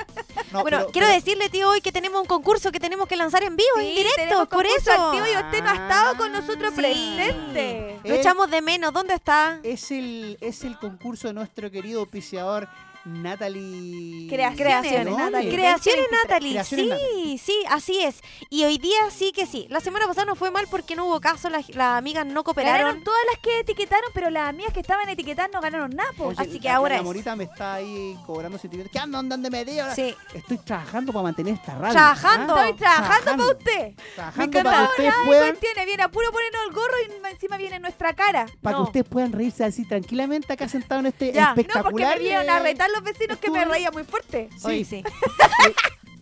Speaker 3: No,
Speaker 1: bueno,
Speaker 3: pero-
Speaker 1: quiero
Speaker 3: pero-
Speaker 1: decirle, tío, hoy que tenemos un concurso que tenemos que lanzar en vivo,
Speaker 2: Sí,
Speaker 1: en directo,
Speaker 2: tenemos
Speaker 1: por
Speaker 2: concurso
Speaker 1: eso.
Speaker 2: activo y usted no ha estado con nosotros
Speaker 3: Ah,
Speaker 1: Sí.
Speaker 2: presente.
Speaker 1: Lo
Speaker 3: Eh.
Speaker 1: echamos de menos. ¿Dónde está?
Speaker 4: es el, es el concurso de nuestro querido auspiciador Natalie.
Speaker 2: Creaciones,
Speaker 4: ¿Dónde?
Speaker 2: Natalie.
Speaker 1: Creaciones
Speaker 2: 2023.
Speaker 1: Natalie,
Speaker 4: Creaciones
Speaker 1: sí,
Speaker 4: Natalie.
Speaker 1: sí, así es. Y hoy día sí que sí. La semana pasada no fue mal porque no hubo caso, las las amigas no cooperaron.
Speaker 2: Ganaron todas las que etiquetaron, pero las amigas que estaban etiquetando no ganaron nada. po.
Speaker 4: Oye,
Speaker 1: así que
Speaker 4: la-
Speaker 1: ahora
Speaker 4: La
Speaker 1: es.
Speaker 4: morita me está ahí cobrando sentimientos. ¿Qué andan dónde me dio?
Speaker 1: Sí.
Speaker 4: Estoy trabajando para mantener esta radio.
Speaker 1: Trabajando.
Speaker 2: Estoy trabajando
Speaker 4: Trabajando.
Speaker 2: para usted.
Speaker 4: Trabajando
Speaker 1: encanta.
Speaker 4: para que ustedes
Speaker 2: Ay,
Speaker 4: puedan.
Speaker 2: tiene, viene a puro ponernos el gorro y encima viene nuestra cara.
Speaker 4: Para
Speaker 1: No.
Speaker 4: que ustedes puedan reírse así tranquilamente acá sentado en este
Speaker 1: Ya. No,
Speaker 2: No, porque me
Speaker 4: espectacular. eh,
Speaker 2: vinieron a retar los vecinos que me
Speaker 4: estudio.
Speaker 2: reía muy fuerte.
Speaker 4: Sí.
Speaker 1: Sí, sí.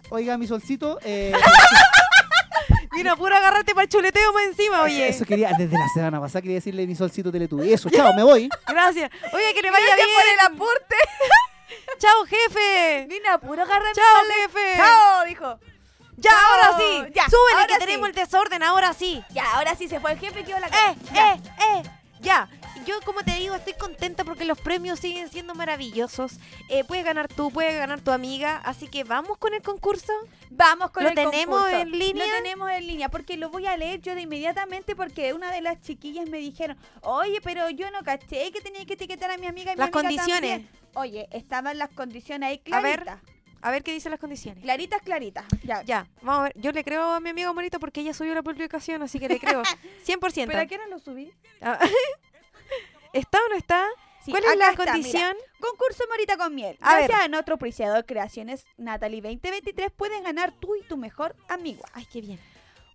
Speaker 4: Oiga, mi solcito, eh,
Speaker 1: Mira, puro agarrarte para el chuleteo más pues, encima, *laughs* oye.
Speaker 4: eso quería, desde la semana pasada quería decirle mi solcito teletubi. Eso, chao, me voy.
Speaker 1: Gracias. Oye, que le vaya
Speaker 2: Vaya bien
Speaker 1: bien.
Speaker 2: por el aporte.
Speaker 1: Chao, jefe.
Speaker 2: Vine a puro agarrar.
Speaker 1: Chao, jefe.
Speaker 2: Chao, dijo.
Speaker 1: Ya,
Speaker 2: Chao.
Speaker 1: ahora sí.
Speaker 2: Ya,
Speaker 1: Súbele
Speaker 2: ahora
Speaker 1: que
Speaker 2: sí.
Speaker 1: tenemos el desorden, ahora sí.
Speaker 2: Ya, ahora sí se fue el jefe y quedó la cara.
Speaker 1: Eh,
Speaker 2: Ya.
Speaker 1: eh, eh. Ya. Yo, como te digo, estoy contenta porque los premios siguen siendo maravillosos. Eh, puedes ganar tú, puedes ganar tu amiga. Así que vamos con el concurso.
Speaker 2: Vamos con
Speaker 1: ¿Lo
Speaker 2: el
Speaker 1: tenemos
Speaker 2: concurso.
Speaker 1: en línea?
Speaker 2: Lo tenemos en línea, porque lo voy a leer yo de inmediatamente, porque una de las chiquillas me dijeron, oye, pero yo no caché que tenía que etiquetar a mi amiga y mi
Speaker 1: Las
Speaker 2: amiga
Speaker 1: condiciones.
Speaker 2: también". Oye, estaban las condiciones ahí
Speaker 1: A ver.
Speaker 2: claritas.
Speaker 1: A ver qué dicen las condiciones.
Speaker 2: Claritas, claritas. Ya.
Speaker 1: Ya, vamos a ver. Yo le creo a mi amigo Morito porque ella subió la publicación, así que le
Speaker 2: *laughs*
Speaker 1: creo. 100%.
Speaker 2: ¿Pero a qué hora lo subí?
Speaker 1: Ah, *laughs* ¿Está o no está?
Speaker 2: Sí,
Speaker 1: ¿Cuál es
Speaker 2: acá
Speaker 1: la
Speaker 2: está, mira.
Speaker 1: condición?
Speaker 2: Concurso Morita con Miel.
Speaker 1: A ver.
Speaker 2: Gracias a nuestro preciado Creaciones Natalie 2023 pueden ganar tú y tu mejor amiga.
Speaker 1: Ay, qué bien.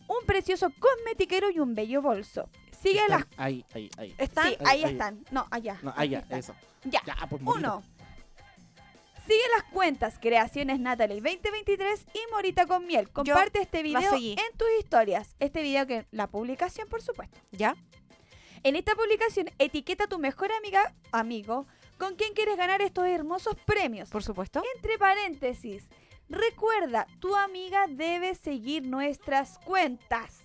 Speaker 2: Un precioso cosmetiquero y un bello bolso. Sigue las...
Speaker 3: Ahí, ahí, ahí.
Speaker 1: ¿Están?
Speaker 2: Sí, ahí
Speaker 3: ahí.
Speaker 2: están. No, allá.
Speaker 3: No, allá,
Speaker 2: Aquí están.
Speaker 3: eso.
Speaker 2: Ya.
Speaker 3: Ya, pues morita.
Speaker 2: Uno. Sigue las cuentas Creaciones Natalie 2023 y Morita con Miel. Comparte este video
Speaker 1: seguí.
Speaker 2: en tus historias. Este video que la publicación, por supuesto.
Speaker 1: ¿Ya?
Speaker 2: En esta publicación etiqueta a tu mejor amiga, amigo, con quien quieres ganar estos hermosos premios.
Speaker 1: Por supuesto.
Speaker 2: Entre paréntesis, recuerda, tu amiga debe seguir nuestras cuentas.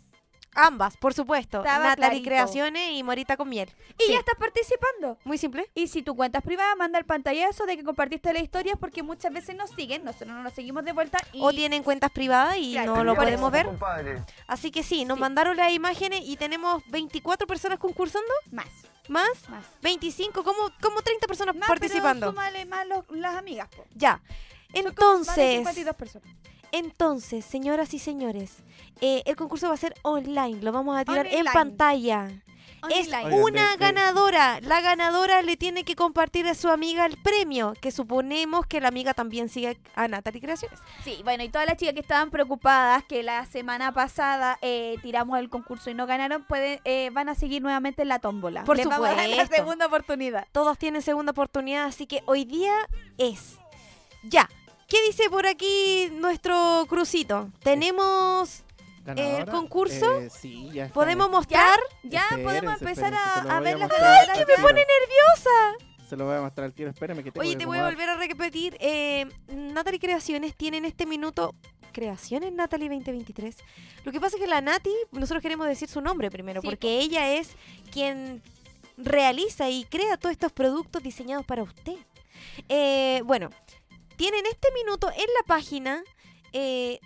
Speaker 1: Ambas, por supuesto.
Speaker 2: Estaba
Speaker 1: Natalie
Speaker 2: clarito.
Speaker 1: Creaciones y Morita con miel.
Speaker 2: Y
Speaker 1: Sí.
Speaker 2: ya estás participando.
Speaker 1: Muy simple.
Speaker 2: Y si tu cuenta es privada, manda el pantallazo de que compartiste la historia porque muchas veces nos siguen, nosotros no nos seguimos de vuelta y
Speaker 1: O tienen cuentas privadas y
Speaker 2: Claro,
Speaker 1: no lo
Speaker 2: por
Speaker 1: podemos ver.
Speaker 5: Compadre.
Speaker 1: Así que sí, nos
Speaker 2: Sí.
Speaker 1: mandaron las imágenes y tenemos 24 personas concursando,
Speaker 2: más,
Speaker 1: más
Speaker 2: más.
Speaker 1: 25, como, como 30 personas
Speaker 2: Más,
Speaker 1: participando.
Speaker 2: Pero súmale más los- las amigas. po.
Speaker 1: Ya.
Speaker 2: Son como más de
Speaker 1: Entonces,
Speaker 2: 52 personas.
Speaker 1: entonces, señoras y señores, eh, el concurso va a ser online, lo vamos a tirar en
Speaker 2: Online.
Speaker 1: pantalla. Es
Speaker 2: Online.
Speaker 3: Oigan,
Speaker 1: una
Speaker 3: de- de-
Speaker 1: ganadora. La ganadora le tiene que compartir a su amiga el premio, que suponemos que la amiga también sigue a Natalie Creaciones.
Speaker 2: Sí, bueno, y todas las chicas que estaban preocupadas que la semana pasada eh, tiramos el concurso y no ganaron, pueden, eh, van a seguir nuevamente en la tómbola.
Speaker 1: Por
Speaker 2: Les vamos a dar la
Speaker 1: supuesto.
Speaker 2: segunda oportunidad.
Speaker 1: Todos tienen segunda oportunidad, así que hoy día es. Ya. ¿Qué dice por aquí nuestro crucito? Tenemos...
Speaker 3: Ganadora,
Speaker 1: ¿El concurso?
Speaker 3: eh, sí, ya está.
Speaker 1: ¿Podemos mostrar?
Speaker 2: Ya
Speaker 3: Espérense,
Speaker 2: podemos empezar
Speaker 3: espérense, se lo
Speaker 2: a, a
Speaker 3: voy
Speaker 2: ver
Speaker 3: a
Speaker 2: las
Speaker 3: mostrar.
Speaker 2: ganadoras.
Speaker 3: Ay, que me pone
Speaker 1: nerviosa!
Speaker 3: Se lo voy a mostrar al tiro. Espérame que tengo
Speaker 1: Oye,
Speaker 3: que
Speaker 1: te voy a
Speaker 3: acomodar.
Speaker 1: volver a repetir. eh, Natalie Creaciones tiene en este minuto... Creaciones Natalie 2023. Lo que pasa es que la Nati, nosotros queremos decir su nombre primero,
Speaker 2: Sí,
Speaker 1: porque ella es quien realiza y crea todos estos productos diseñados para usted. Eh, bueno, tienen este minuto en la página eh,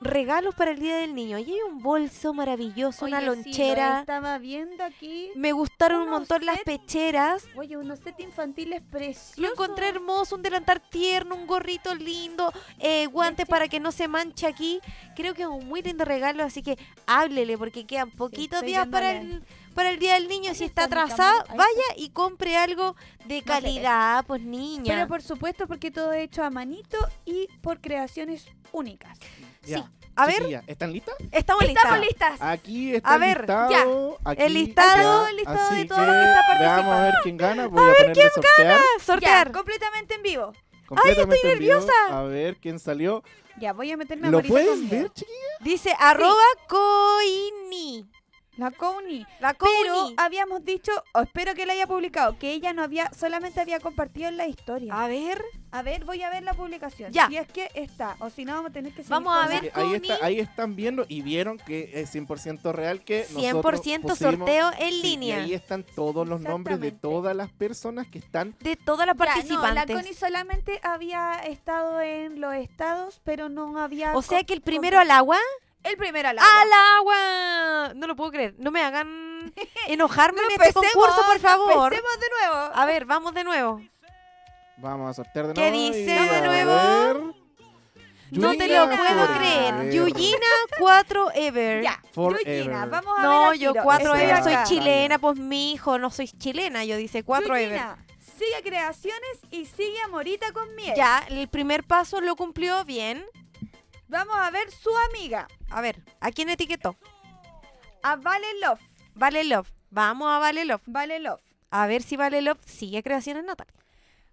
Speaker 1: regalos para el Día del Niño. Y hay un bolso maravilloso, una
Speaker 2: Oye, sí, lo
Speaker 1: lonchera.
Speaker 2: estaba viendo aquí.
Speaker 1: Me gustaron un
Speaker 2: Unos
Speaker 1: montón las
Speaker 2: set.
Speaker 1: pecheras.
Speaker 2: Oye, unos set infantiles preciosos.
Speaker 1: Lo encontré hermoso, un delantal tierno, un gorrito lindo, eh, guantes
Speaker 2: Gracias.
Speaker 1: para que no se manche aquí. Creo que es un muy lindo regalo, así que háblele porque quedan poquitos
Speaker 2: estoy
Speaker 1: días para
Speaker 2: viéndole.
Speaker 1: el, para el Día del Niño.
Speaker 2: Ahí
Speaker 1: Si está
Speaker 2: está mi cámara,
Speaker 1: atrasado,
Speaker 2: ahí
Speaker 1: vaya y compre algo de
Speaker 2: No se ve.
Speaker 1: calidad, pues niña.
Speaker 2: Pero por supuesto, porque todo hecho a manito y por creaciones únicas.
Speaker 1: Sí.
Speaker 3: Ya,
Speaker 2: pues,
Speaker 1: A ver,
Speaker 3: chiquilla, ¿están listas?
Speaker 1: estamos listas.
Speaker 2: Estamos listas.
Speaker 3: Aquí está
Speaker 1: A
Speaker 3: el
Speaker 1: ver,
Speaker 3: listado. aquí
Speaker 1: El listado,
Speaker 3: ya,
Speaker 2: el listado de
Speaker 3: así
Speaker 2: todo lo que
Speaker 3: que
Speaker 2: está participando.
Speaker 3: Veamos a ver quién gana. Voy a, ponerle sortear.
Speaker 1: Ah, Sortear.
Speaker 2: Ya, completamente en vivo.
Speaker 3: Completamente en vivo.
Speaker 1: nerviosa.
Speaker 3: A ver quién salió.
Speaker 2: Ya, voy a meterme a
Speaker 3: ¿Lo
Speaker 2: Marisa
Speaker 3: pueden
Speaker 2: con
Speaker 3: ver,
Speaker 2: miedo.
Speaker 3: chiquilla?
Speaker 1: Dice arroba coini.
Speaker 2: La Couni.
Speaker 1: La
Speaker 2: Pero
Speaker 1: coini.
Speaker 2: habíamos dicho, o espero que la haya publicado, que ella no había, solamente había compartido en la historia.
Speaker 1: a ver,
Speaker 2: A ver, voy a ver la publicación.
Speaker 1: Ah. Ya.
Speaker 2: Si es que está, o si no, vamos a tener que seguir
Speaker 1: Vamos
Speaker 2: con
Speaker 1: a
Speaker 2: la-
Speaker 1: ver,
Speaker 3: Así que ahí,
Speaker 1: Connie.
Speaker 3: está- ahí están viendo y vieron que es 100% real que Eh, nosotros
Speaker 1: 100%
Speaker 3: pusimos-
Speaker 1: sorteo en
Speaker 3: Sí,
Speaker 1: línea.
Speaker 3: Y ahí están todos los nombres de
Speaker 2: Exactamente.
Speaker 3: todas las personas que están.
Speaker 1: De todas las
Speaker 2: Ya, no, la
Speaker 1: participantes.
Speaker 2: Connie solamente había estado en los estados, pero no había.
Speaker 1: o sea
Speaker 2: co-
Speaker 1: que el primero al Ah, agua.
Speaker 2: El primero al agua.
Speaker 1: ¡Al agua! No lo puedo creer. No me
Speaker 2: *laughs*
Speaker 1: hagan enojarme en este
Speaker 2: Empecemos,
Speaker 1: concurso, por favor.
Speaker 2: Empecemos de nuevo.
Speaker 1: A ver, vamos de nuevo.
Speaker 3: Vamos a sortear de
Speaker 1: ¿Qué
Speaker 3: nuevo. y
Speaker 1: dice de
Speaker 3: a
Speaker 1: nuevo?
Speaker 3: ver.
Speaker 1: No te
Speaker 3: Yuyina
Speaker 1: lo puedo
Speaker 3: Forever.
Speaker 1: creer. Yuyina 4 Ever.
Speaker 2: Ya,
Speaker 3: Forever.
Speaker 2: Yuyina, vamos a ver.
Speaker 1: No,
Speaker 2: al
Speaker 1: yo
Speaker 2: tiro.
Speaker 1: 4
Speaker 2: Estoy
Speaker 1: Ever soy
Speaker 2: acá.
Speaker 3: chi-
Speaker 1: chilena, pues mi hijo, no soy chilena, yo dice 4 Ever.
Speaker 2: Yuyina, Sigue creaciones y sigue a Morita con miel.
Speaker 1: Ya, el primer paso lo cumplió bien.
Speaker 2: Vamos a ver su amiga,
Speaker 1: A ver, ¿a quién etiquetó?
Speaker 2: a Vale Love.
Speaker 1: Vale Love. Vamos a Vale Love.
Speaker 2: Vale Love.
Speaker 1: A ver si Vale Love sigue creaciones
Speaker 2: *laughs*
Speaker 1: Natalia.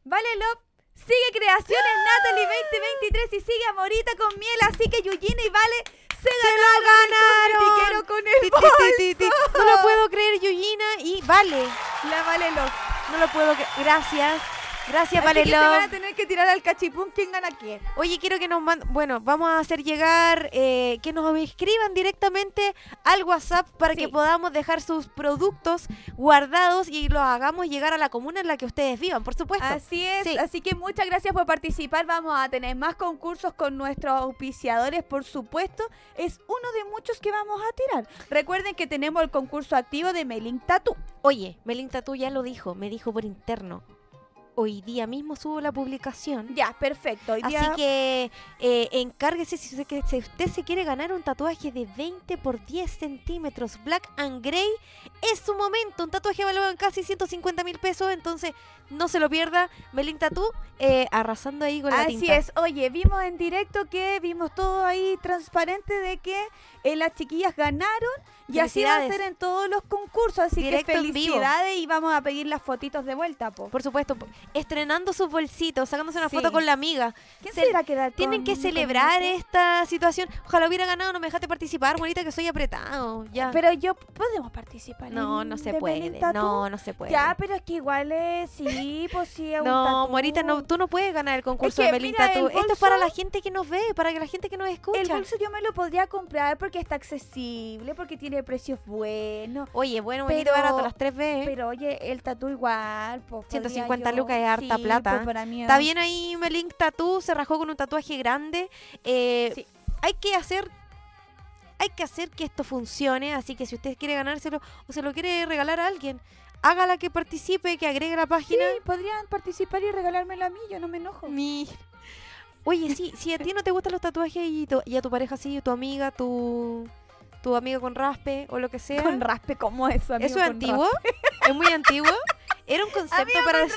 Speaker 2: Vale Love sigue creaciones
Speaker 1: ¡Ah!
Speaker 2: Natalie 2023 y sigue a Morita con miel. Así que Yuyina y Vale se ganaron. el
Speaker 1: ganaron!
Speaker 2: tiquero con
Speaker 1: Ti,
Speaker 2: el
Speaker 1: ti, ti, ti, ti. No lo
Speaker 2: bolso.
Speaker 1: puedo creer, Yuyina y Vale.
Speaker 2: La Vale Love.
Speaker 1: No lo puedo creer. Gracias. Gracias,
Speaker 2: Así
Speaker 1: Vale
Speaker 2: que se van a
Speaker 1: Love.
Speaker 2: tener que tirar al cachipún quién gana quién.
Speaker 1: Oye, quiero que nos manden. Bueno, vamos a hacer llegar eh, que nos escriban directamente al WhatsApp para que
Speaker 2: Sí.
Speaker 1: podamos dejar sus productos guardados y los hagamos llegar a la comuna en la que ustedes vivan, por supuesto.
Speaker 2: Así es,
Speaker 1: Sí.
Speaker 2: así que muchas gracias por participar. Vamos a tener más concursos con nuestros auspiciadores, por supuesto. Es uno de muchos que vamos a tirar. Recuerden que tenemos el concurso activo de Melin Tattoo.
Speaker 1: Oye, Melinda, tú ya lo dijo, me dijo por interno. Hoy día mismo subo la publicación.
Speaker 2: Ya, perfecto. Hoy día-
Speaker 1: Así que eh, encárguese si usted, que- si usted se quiere ganar un tatuaje de 20 por 10 centímetros black and grey. Es su momento, un tatuaje evaluado en casi 150 mil pesos. Entonces no se lo pierda. Melinda, tú eh, arrasando ahí con la
Speaker 2: Así
Speaker 1: tinta.
Speaker 2: es, oye, vimos en directo que vimos todo ahí transparente de que eh, las chiquillas ganaron y así va a
Speaker 1: Felicidades.
Speaker 2: ser en todos los concursos, así
Speaker 1: Directo
Speaker 2: que
Speaker 1: en vivo.
Speaker 2: felicidades y vamos a pedir las fotitos de vuelta, po.
Speaker 1: Por supuesto, po- estrenando sus bolsitos, sacándose una
Speaker 2: Sí.
Speaker 1: foto con la amiga.
Speaker 2: ¿Quién
Speaker 1: Se-
Speaker 2: se irá a quedar
Speaker 1: Tienen
Speaker 2: con-
Speaker 1: que
Speaker 2: con
Speaker 1: celebrar
Speaker 2: eso?
Speaker 1: esta situación. Ojalá hubiera ganado, no me dejaste participar, bonita, que soy apretado. Ya.
Speaker 2: Pero yo podemos participar.
Speaker 1: no,
Speaker 2: en-
Speaker 1: no se
Speaker 2: de
Speaker 1: puede.
Speaker 2: Belén Tattoo?
Speaker 1: No, no se puede.
Speaker 2: Ya, pero es que igual es, sí, pues sí, es un
Speaker 1: No,
Speaker 2: tatú.
Speaker 1: Morita, no, tú no puedes ganar el concurso
Speaker 2: que,
Speaker 1: de Melin
Speaker 2: mira, el
Speaker 1: Tattoo. Esto es para
Speaker 2: bolso-
Speaker 1: la gente que nos ve, para que la gente que nos
Speaker 2: El
Speaker 1: escucha.
Speaker 2: bolso yo me lo podría comprar porque está accesible, porque tiene precios buenos.
Speaker 1: Oye, bueno, bonito,
Speaker 2: Pero-
Speaker 1: barato, las tres veces.
Speaker 2: Pero oye, el tatú igual, pues podría
Speaker 1: 150
Speaker 2: yo-
Speaker 1: Eh. lucas es harta
Speaker 2: sí,
Speaker 1: plata,
Speaker 2: pues,
Speaker 1: ¿eh?
Speaker 2: para mí
Speaker 1: Está
Speaker 2: es-
Speaker 1: bien ahí Melin Tattoo, se rajó con un tatuaje grande. Eh,
Speaker 2: Sí.
Speaker 1: Hay que hacer... Hay que hacer que esto funcione, así que si usted quiere ganárselo o se lo quiere regalar a alguien, hágala que participe, que agregue la página.
Speaker 2: Sí, podrían participar y regalármelo a mí, yo no me enojo.
Speaker 1: Mi- Oye, sí, si a ti no te gustan los tatuajes y, tu- y a tu pareja sí, y tu amiga, tu, tu amiga con raspe o lo que sea.
Speaker 2: Con raspe, ¿cómo es eso, amigo?
Speaker 1: ¿Eso es
Speaker 2: con
Speaker 1: antiguo? *laughs* ¿Es muy antiguo? Era un concepto
Speaker 2: Amigo,
Speaker 1: para... *laughs* des-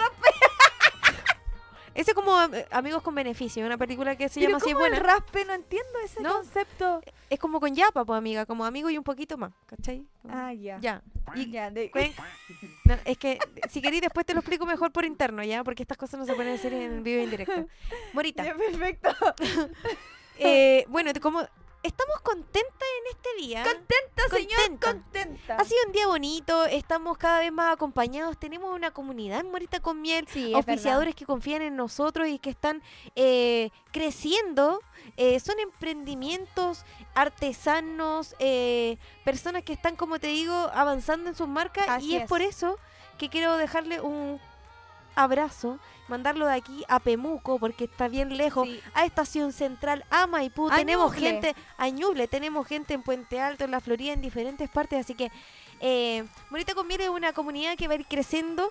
Speaker 1: Ese es como eh, Amigos con Beneficio, una película que se
Speaker 2: Pero
Speaker 1: llama así, es
Speaker 2: ¿cómo
Speaker 1: buena.
Speaker 2: el raspe? No entiendo ese
Speaker 1: No. Eh,
Speaker 2: concepto.
Speaker 1: Es como con Yapa, pues amiga, como amigo y un poquito más, ¿cachai?
Speaker 2: Ah, ya.
Speaker 1: Ya.
Speaker 2: Y ya, de-
Speaker 1: Cuen- No, es que si querís después te lo explico mejor por interno, ¿ya? Porque estas cosas no se pueden decir en vivo y en directo. Morita.
Speaker 2: *laughs*
Speaker 1: *laughs*
Speaker 2: ya, perfecto.
Speaker 1: Eh, bueno, te- como estamos contentas en este día.
Speaker 2: Contenta, señor,
Speaker 1: Contenta.
Speaker 2: contenta.
Speaker 1: ha sido un día bonito, estamos cada vez más acompañados, tenemos una comunidad en Morita con Miel,
Speaker 2: Sí, es
Speaker 1: auspiciadores que confían en nosotros y que están eh, creciendo, eh, son emprendimientos, artesanos, eh, personas que están, como te digo, avanzando en sus marcas
Speaker 2: Así
Speaker 1: y es,
Speaker 2: es.
Speaker 1: por eso que quiero dejarle un abrazo, mandarlo de aquí a Pemuco, porque está bien lejos,
Speaker 2: Sí.
Speaker 1: a Estación Central, a Maipú.
Speaker 2: A
Speaker 1: tenemos
Speaker 2: Ñuble.
Speaker 1: gente a Ñuble, tenemos gente en Puente Alto, en la Florida, en diferentes partes. Así que eh, Morita con Miel es una comunidad que va a ir creciendo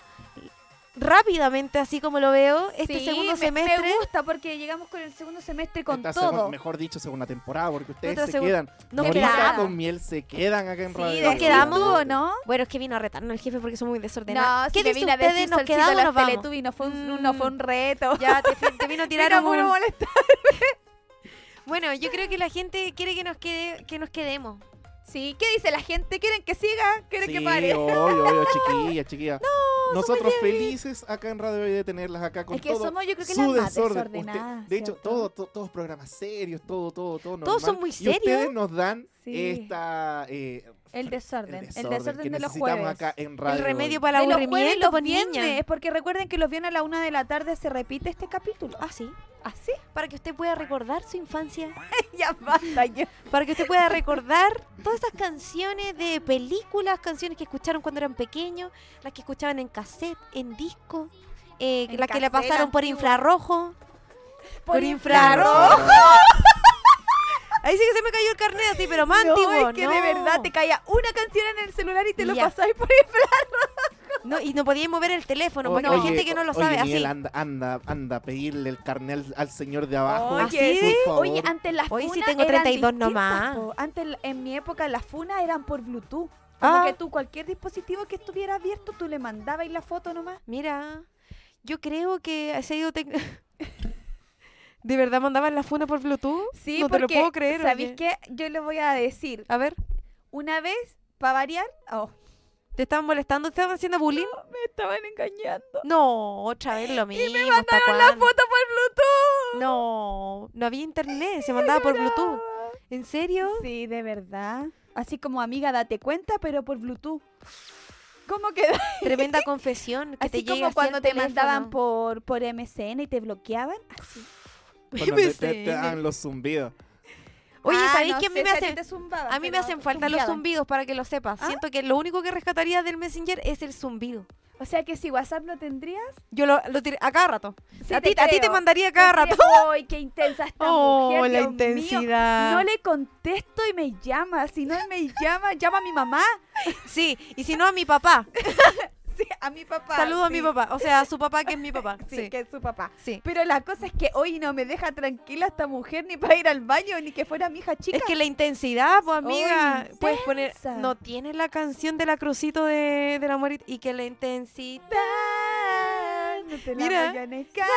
Speaker 1: rápidamente, así como lo veo, este
Speaker 2: Sí,
Speaker 1: segundo
Speaker 2: me-
Speaker 1: semestre.
Speaker 2: Me gusta porque llegamos con el segundo semestre con
Speaker 3: Esta segun-
Speaker 2: todo.
Speaker 3: mejor dicho, segunda temporada, porque ustedes
Speaker 1: Otra
Speaker 3: se
Speaker 1: segun-
Speaker 3: quedan.
Speaker 1: Nos
Speaker 3: Morita
Speaker 1: quedamos.
Speaker 3: con miel se quedan acá en
Speaker 2: Sí,
Speaker 3: Radio
Speaker 2: nos
Speaker 1: Nos
Speaker 3: Duna.
Speaker 1: quedamos,
Speaker 2: quedamos, ¿no?
Speaker 1: Bueno, es que vino a retarnos el jefe porque somos muy
Speaker 2: No,
Speaker 1: desordenados.
Speaker 2: si
Speaker 1: ¿Qué
Speaker 2: me
Speaker 1: dicen
Speaker 2: vino a decir
Speaker 1: ustedes? ¿Nos
Speaker 2: solcito
Speaker 1: quedamos o
Speaker 2: las Mm.
Speaker 1: nos vamos?
Speaker 2: Teletubbies, no fue un, no fue un reto.
Speaker 1: *laughs*
Speaker 2: *laughs*
Speaker 1: Ya, te, fi- te vino a tirar
Speaker 2: Mira,
Speaker 1: un-
Speaker 2: puro molestar.
Speaker 1: Bueno, yo creo que la gente quiere que nos quede, que nos quedemos.
Speaker 2: Sí, ¿qué dice la gente? ¿Quieren que siga? ¿Quieren
Speaker 3: Sí,
Speaker 2: que pare?
Speaker 3: obvio, obvio,
Speaker 2: *laughs*
Speaker 3: chiquilla, chiquilla. Nosotros felices acá en Radio Hoy de tenerlas acá con
Speaker 2: Es que
Speaker 3: todo
Speaker 2: somos, yo creo que
Speaker 3: su
Speaker 2: las más
Speaker 3: desorden.
Speaker 2: desordenadas.
Speaker 3: Usted- de hecho,
Speaker 2: ¿cierto?
Speaker 3: todo, to- todos programas serios, todo, todo, todo.
Speaker 1: Todos son
Speaker 3: normal.
Speaker 1: muy
Speaker 3: Y ustedes
Speaker 1: serios.
Speaker 3: nos dan
Speaker 2: Sí.
Speaker 3: esta. eh,
Speaker 2: El desorden, el desorden,
Speaker 3: que
Speaker 2: de los
Speaker 3: necesitamos
Speaker 2: jueves.
Speaker 3: acá en Radio
Speaker 1: El
Speaker 3: Hoy.
Speaker 1: remedio para
Speaker 2: De
Speaker 1: el
Speaker 2: los jueves y
Speaker 1: aburrimiento,
Speaker 2: los
Speaker 1: pues
Speaker 2: viernes,
Speaker 1: niña.
Speaker 2: porque recuerden que los viernes a la una de la tarde se repite este capítulo.
Speaker 1: Ah, sí.
Speaker 2: ¿Así?
Speaker 1: Para que usted pueda recordar su infancia.
Speaker 2: *laughs* ya basta, ya.
Speaker 1: Para que usted pueda recordar todas esas canciones de películas, canciones que escucharon cuando eran pequeños, las que escuchaban en cassette, en disco, eh,
Speaker 2: En
Speaker 1: las que le
Speaker 2: cassette
Speaker 1: pasaron por
Speaker 2: antiguo.
Speaker 1: infrarrojo.
Speaker 2: Por
Speaker 1: infrarrojo. Ahí sí que se me cayó el carnet así, pero más
Speaker 2: No,
Speaker 1: antiguo.
Speaker 2: es que
Speaker 1: no.
Speaker 2: de verdad te caía una canción en el celular y te lo
Speaker 1: Ya.
Speaker 2: pasáis por
Speaker 1: No, y no podíais mover el teléfono,
Speaker 3: O-
Speaker 1: porque hay
Speaker 3: oye,
Speaker 1: gente que no lo
Speaker 3: oye,
Speaker 1: sabe así.
Speaker 3: Miguel, anda, anda, anda a pedirle el carnet al, al señor de abajo.
Speaker 1: Oye,
Speaker 2: Oye,
Speaker 1: sí.
Speaker 3: por
Speaker 2: oye,
Speaker 3: favor.
Speaker 2: antes las
Speaker 1: Oye, sí
Speaker 2: funas
Speaker 1: tengo
Speaker 2: eran
Speaker 1: 32
Speaker 2: distintas,
Speaker 1: nomás.
Speaker 2: po. Antes, la- en mi época, las funas eran por Bluetooth. Como
Speaker 1: Ah.
Speaker 2: que tú, cualquier dispositivo que estuviera abierto, tú le mandabas la foto nomás.
Speaker 1: Mira, yo creo que se ha ido tec- *laughs* ¿De verdad mandaban la funa por Bluetooth?
Speaker 2: Sí,
Speaker 1: no te lo
Speaker 2: porque,
Speaker 1: puedo creer.
Speaker 2: ¿sabéis
Speaker 1: oye.
Speaker 2: qué? Yo le voy a decir.
Speaker 1: A ver,
Speaker 2: Una vez, para variar, oh,
Speaker 1: ¿te estaban molestando? ¿Te estaban haciendo bullying?
Speaker 2: me estaban engañando.
Speaker 1: No, otra vez lo mismo. ¿hasta
Speaker 2: Mandaron la
Speaker 1: cuándo?
Speaker 2: foto por Bluetooth.
Speaker 1: No, no había internet, se
Speaker 2: Ah,
Speaker 1: mandaba por Bluetooth. ¿En serio?
Speaker 2: Sí, de verdad. Así como amiga, date cuenta, pero por Bluetooth. ¿Cómo quedó?
Speaker 1: Tremenda confesión. Que te
Speaker 2: Así
Speaker 1: llegue
Speaker 2: como
Speaker 1: así
Speaker 2: cuando
Speaker 1: al
Speaker 2: te mandaban
Speaker 1: teléfono.
Speaker 2: por, por MSN y te bloqueaban. Así.
Speaker 3: Cuando te, te- te dan los zumbidos.
Speaker 1: Oye,
Speaker 2: Ah,
Speaker 1: ¿sabéis
Speaker 2: no
Speaker 1: que a mí
Speaker 2: sé
Speaker 1: me
Speaker 2: si ti
Speaker 1: hacen
Speaker 2: te zumbaban,
Speaker 1: A mí me
Speaker 2: pero
Speaker 1: hacen falta los
Speaker 2: zumbiaban.
Speaker 1: zumbidos para que lo sepas.
Speaker 2: ¿Ah?
Speaker 1: Siento que lo único que rescataría del Messenger es el zumbido.
Speaker 2: O sea que si WhatsApp no tendrías.
Speaker 1: Yo lo, lo tiré a cada rato.
Speaker 2: sí
Speaker 1: a, ti, a ti te
Speaker 2: creo.
Speaker 1: mandaría cada
Speaker 2: Porque, *laughs*
Speaker 1: rato. Oh,
Speaker 2: ¡Ay, qué intensa esta mujer! Dios mío! No le contesto y me llama. Si no me llama, llama a mi mamá. *laughs*
Speaker 1: Sí, y si no a mi papá.
Speaker 2: Sí, a mi papá.
Speaker 1: Saludo a mi
Speaker 2: sí,
Speaker 1: papá. O sea, a su papá que es mi papá.
Speaker 2: Sí,
Speaker 1: Sí.
Speaker 2: que es su papá.
Speaker 1: sí.
Speaker 2: Pero la cosa es que hoy no me deja tranquila esta mujer ni para ir al baño, ni que fuera mi hija chica.
Speaker 1: Es que la intensidad, pues amiga,
Speaker 2: Oye,
Speaker 1: puedes poner.
Speaker 2: intensa.
Speaker 1: No tienes la canción de la crucito de, de la morita. Y que la intensidad.
Speaker 2: No te la
Speaker 1: Mira.
Speaker 2: voy a negar.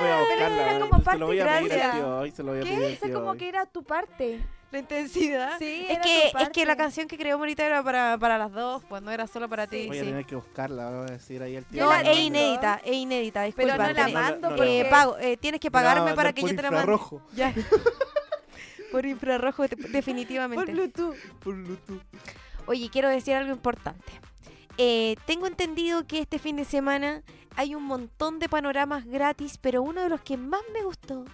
Speaker 3: Voy a
Speaker 2: Pero eso
Speaker 3: buscarla.
Speaker 2: era
Speaker 3: eh,
Speaker 2: como
Speaker 3: se lo voy a
Speaker 1: parte-
Speaker 3: pedir al
Speaker 1: Gracias.
Speaker 3: tío hoy, se lo voy a pedir
Speaker 2: ¿Qué?
Speaker 3: al
Speaker 2: Esa
Speaker 3: tío
Speaker 2: como
Speaker 3: hoy.
Speaker 2: que era tu parte.
Speaker 1: La intensidad.
Speaker 2: Sí,
Speaker 1: ¿Ah? Es
Speaker 2: era
Speaker 1: que,
Speaker 2: tu
Speaker 1: es que la
Speaker 2: parte.
Speaker 1: canción que creó Morita era para, para las dos, pues no era solo para ti.
Speaker 3: Voy a
Speaker 1: sí.
Speaker 3: tener que buscarla, voy a decir ahí al tío.
Speaker 1: No,
Speaker 2: la
Speaker 3: Manuel.
Speaker 1: es
Speaker 2: mando.
Speaker 1: inédita, es inédita,
Speaker 2: Pero
Speaker 1: disculpa.
Speaker 2: no la
Speaker 1: tenés-
Speaker 3: no la-
Speaker 2: mando
Speaker 3: no la
Speaker 2: porque...
Speaker 1: eh, pago, eh, tienes que pagarme
Speaker 3: No,
Speaker 1: para
Speaker 3: no,
Speaker 1: que
Speaker 3: por
Speaker 1: yo te la mande.
Speaker 3: infrarrojo,
Speaker 1: Ya. Por infrarrojo, te- definitivamente.
Speaker 2: Por Bluetooth.
Speaker 3: por Bluetooth.
Speaker 1: Oye, quiero decir algo importante. Eh, tengo entendido que este fin de semana hay un montón de panoramas gratis, pero uno de los que más me gustó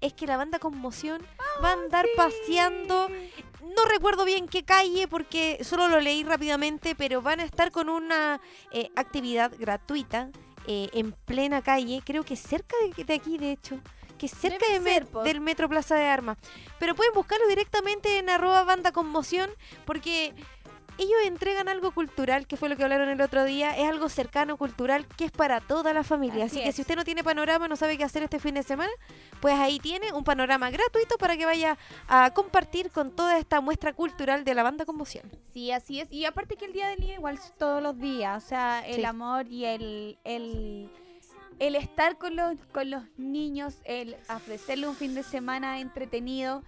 Speaker 1: es que la banda Conmoción
Speaker 2: Ah,
Speaker 1: va a andar paseando. No recuerdo bien qué calle porque solo lo leí rápidamente, pero van a estar con una eh, actividad gratuita eh, en plena calle, creo que cerca de, de aquí, de hecho. Que es cerca
Speaker 2: Debe
Speaker 1: de me-
Speaker 2: ser, po.
Speaker 1: del Metro Plaza de Armas. Pero pueden buscarlo directamente en arroba banda conmoción porque ellos entregan algo cultural, que fue lo que hablaron el otro día, es algo cercano, cultural, que es para toda la familia. Así,
Speaker 2: Así
Speaker 1: que
Speaker 2: es.
Speaker 1: si usted no tiene panorama, no sabe qué hacer este fin de semana, pues ahí tiene un panorama gratuito para que vaya a compartir con toda esta muestra cultural de la banda Conmoción.
Speaker 2: Sí, así es. Y aparte que el día del niño igual es todos los días. O sea, el
Speaker 1: Sí.
Speaker 2: amor y el, el, el estar con los, con los niños, el ofrecerle un fin de semana entretenido,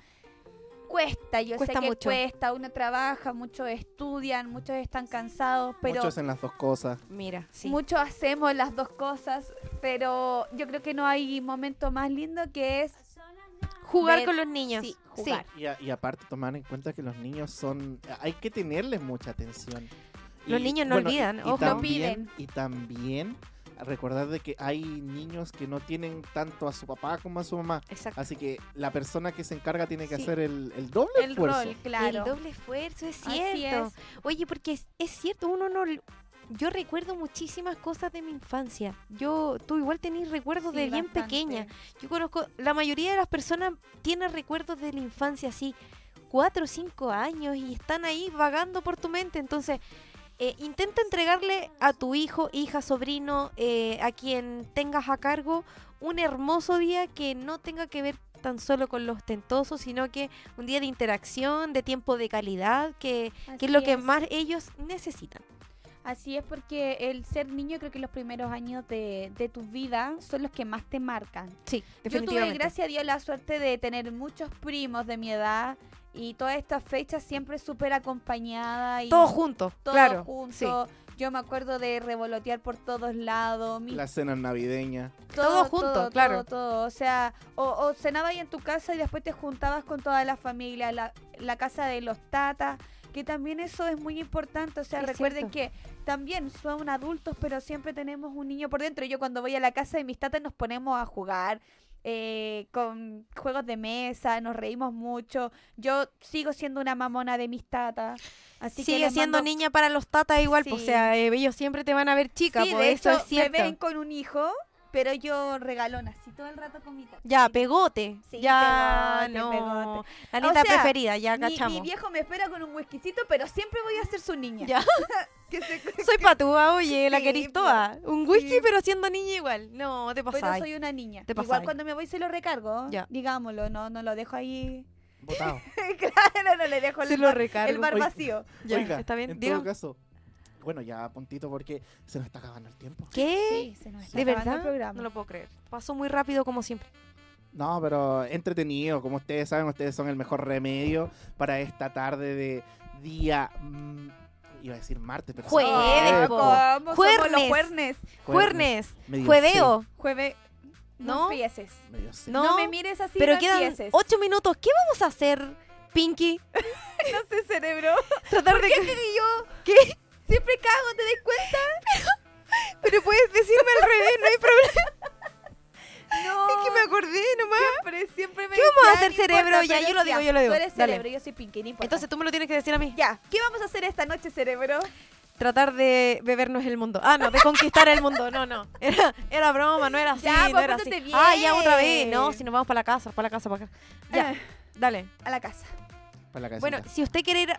Speaker 2: cuesta. Yo
Speaker 1: Cuesta
Speaker 2: sé que
Speaker 1: mucho.
Speaker 2: cuesta. Uno trabaja, muchos estudian, muchos están cansados, pero
Speaker 3: Muchos en las dos cosas.
Speaker 1: Mira, sí.
Speaker 2: muchos hacemos las dos cosas. Pero yo creo que no hay momento más lindo que es
Speaker 1: jugar
Speaker 2: ver-
Speaker 1: con los niños.
Speaker 2: sí, jugar.
Speaker 3: Y, a- y aparte tomar en cuenta que los niños son... Hay que tenerles mucha atención.
Speaker 1: Los niños no olvidan, ojo. No
Speaker 2: piden.
Speaker 3: Y también recordar de que hay niños que no tienen tanto a su papá como a su mamá.
Speaker 1: Exacto.
Speaker 3: Así que la persona que se encarga tiene que
Speaker 1: Sí.
Speaker 3: hacer el, el doble
Speaker 2: el
Speaker 3: esfuerzo.
Speaker 2: rol, claro.
Speaker 1: El doble esfuerzo, es
Speaker 2: Así
Speaker 1: cierto.
Speaker 2: es.
Speaker 1: Oye, porque es, es cierto, uno no, yo recuerdo muchísimas cosas de mi infancia. Yo, tú igual tenés recuerdos
Speaker 2: Sí,
Speaker 1: de bien
Speaker 2: bastante.
Speaker 1: pequeña. Yo conozco, la mayoría de las personas tienen recuerdos de la infancia así, cuatro o cinco años y están ahí vagando por tu mente. Entonces, eh, intenta entregarle a tu hijo, hija, sobrino, eh, a quien tengas a cargo, un hermoso día que no tenga que ver tan solo con lo ostentoso, sino que un día de interacción, de tiempo de calidad, que, que es lo
Speaker 2: Así
Speaker 1: que más ellos necesitan.
Speaker 2: Así es porque el ser niño creo que los primeros años de, de tu vida son los que más te marcan.
Speaker 1: Sí,
Speaker 2: Yo tuve, gracias a Dios, la suerte de tener muchos primos de mi edad y todas estas fechas siempre súper acompañada y
Speaker 1: Todos juntos,
Speaker 2: todos
Speaker 1: claro.
Speaker 2: juntos.
Speaker 1: sí.
Speaker 2: Yo me acuerdo de revolotear por todos lados, mi-
Speaker 3: Las cenas navideñas.
Speaker 1: todos juntos,
Speaker 2: todo,
Speaker 1: claro.
Speaker 2: Todo, todo. O sea, o, o cenabas ahí en tu casa y después te juntabas con toda la familia, la, la casa de los tatas, que también eso es muy importante. O sea,
Speaker 1: Es
Speaker 2: recuerden que también son adultos, pero siempre tenemos un niño por dentro. Yo cuando voy a la casa de mis tatas nos ponemos a jugar. eh, con juegos de mesa, nos reímos mucho. Yo sigo siendo una mamona de mis tatas. Así que
Speaker 1: Sigue
Speaker 2: les
Speaker 1: siendo
Speaker 2: mando-
Speaker 1: niña para los tatas igual, pues, o
Speaker 2: Sí.
Speaker 1: sea, eh, ellos siempre te van a ver chica,
Speaker 2: Sí,
Speaker 1: pues,
Speaker 2: de
Speaker 1: eso
Speaker 2: hecho,
Speaker 1: es cierto.
Speaker 2: me ven con un hijo, pero yo regalona, así todo el rato con mi tata.
Speaker 1: Ya, pegote.
Speaker 2: Sí,
Speaker 1: ya,
Speaker 2: pegote,
Speaker 1: no.
Speaker 2: pegote.
Speaker 1: La
Speaker 2: O
Speaker 1: nieta
Speaker 2: sea,
Speaker 1: preferida, ya
Speaker 2: Mi, mi
Speaker 1: cachamos.
Speaker 2: viejo me espera con un whiskycito, pero siempre voy a ser su niña.
Speaker 1: Ya.
Speaker 2: *laughs* Que se-
Speaker 1: Soy patúa, oye, la
Speaker 2: Sí,
Speaker 1: querís
Speaker 2: pues,
Speaker 1: toda. Un whisky,
Speaker 2: sí.
Speaker 1: pero siendo niña igual. No, te
Speaker 2: pero
Speaker 1: pasás.
Speaker 2: soy una niña.
Speaker 1: Te
Speaker 2: Igual
Speaker 1: pasáis.
Speaker 2: cuando me voy se lo recargo,
Speaker 1: Ya.
Speaker 2: digámoslo, no, no lo dejo ahí. *laughs*
Speaker 3: Botado.
Speaker 2: claro, no le dejo
Speaker 1: Se
Speaker 2: el,
Speaker 1: lo
Speaker 2: bar,
Speaker 1: recargo.
Speaker 2: el bar
Speaker 3: Oye.
Speaker 2: vacío.
Speaker 1: *laughs* Ya,
Speaker 3: Oiga,
Speaker 1: está bien.
Speaker 3: En
Speaker 1: Diga.
Speaker 3: todo caso. Bueno, ya puntito porque se nos está acabando el tiempo.
Speaker 1: ¿Qué?
Speaker 2: se nos
Speaker 1: ¿De
Speaker 2: acabando el
Speaker 1: verdad?
Speaker 2: programa.
Speaker 1: No lo puedo creer. Pasó muy rápido como siempre.
Speaker 3: No, pero entretenido, como ustedes saben, ustedes son el mejor remedio para esta tarde de día. mm, iba a decir martes, pero.
Speaker 1: Jue-
Speaker 2: Ay,
Speaker 1: Jueves, po.
Speaker 2: ¿cómo somos los
Speaker 1: Juernes.
Speaker 2: juernes?
Speaker 1: Juernes,
Speaker 3: medio
Speaker 1: jueveo.
Speaker 2: Jueves.
Speaker 1: No.
Speaker 2: No empieces.
Speaker 3: sé, medio sé.
Speaker 1: No,
Speaker 2: No, me mires así,
Speaker 1: pero
Speaker 2: no
Speaker 1: quedan
Speaker 2: empieces.
Speaker 1: *laughs* ocho minutos. ¿Qué vamos a hacer, Pinky?
Speaker 2: No sé, cerebro.
Speaker 1: Tratar de.
Speaker 2: ¿Qué que yo?
Speaker 1: ¿Qué?
Speaker 2: Siempre cago, ¿te das cuenta?
Speaker 1: Pero puedes decirme al revés, no hay problema.
Speaker 2: *laughs* No.
Speaker 1: Es que me acordé nomás.
Speaker 2: Siempre, siempre me
Speaker 1: ¿Qué vamos a
Speaker 2: decían,
Speaker 1: hacer,
Speaker 2: "No importa,
Speaker 1: cerebro? Ya,
Speaker 2: pero
Speaker 1: yo lo digo, yo lo digo.
Speaker 2: Tú eres
Speaker 1: Dale.
Speaker 2: cerebro, yo soy Pinky, no importa.
Speaker 1: Entonces tú me lo tienes que decir a mí.
Speaker 2: ya, ¿qué vamos a hacer esta noche, cerebro?
Speaker 1: Tratar de bebernos el mundo. Ah, no, de conquistar el mundo. No, no. Era, era broma, no era así,
Speaker 2: Ya,
Speaker 1: no
Speaker 2: pues,
Speaker 1: era así.
Speaker 2: pórtate
Speaker 1: Ah, ya otra vez.
Speaker 2: bien.
Speaker 1: No, si nos vamos para la casa, para la casa, para acá. Ya,
Speaker 2: Eh,
Speaker 1: dale.
Speaker 2: a la casa.
Speaker 3: Para la
Speaker 1: Bueno,
Speaker 3: cabecita.
Speaker 1: si usted quiere ir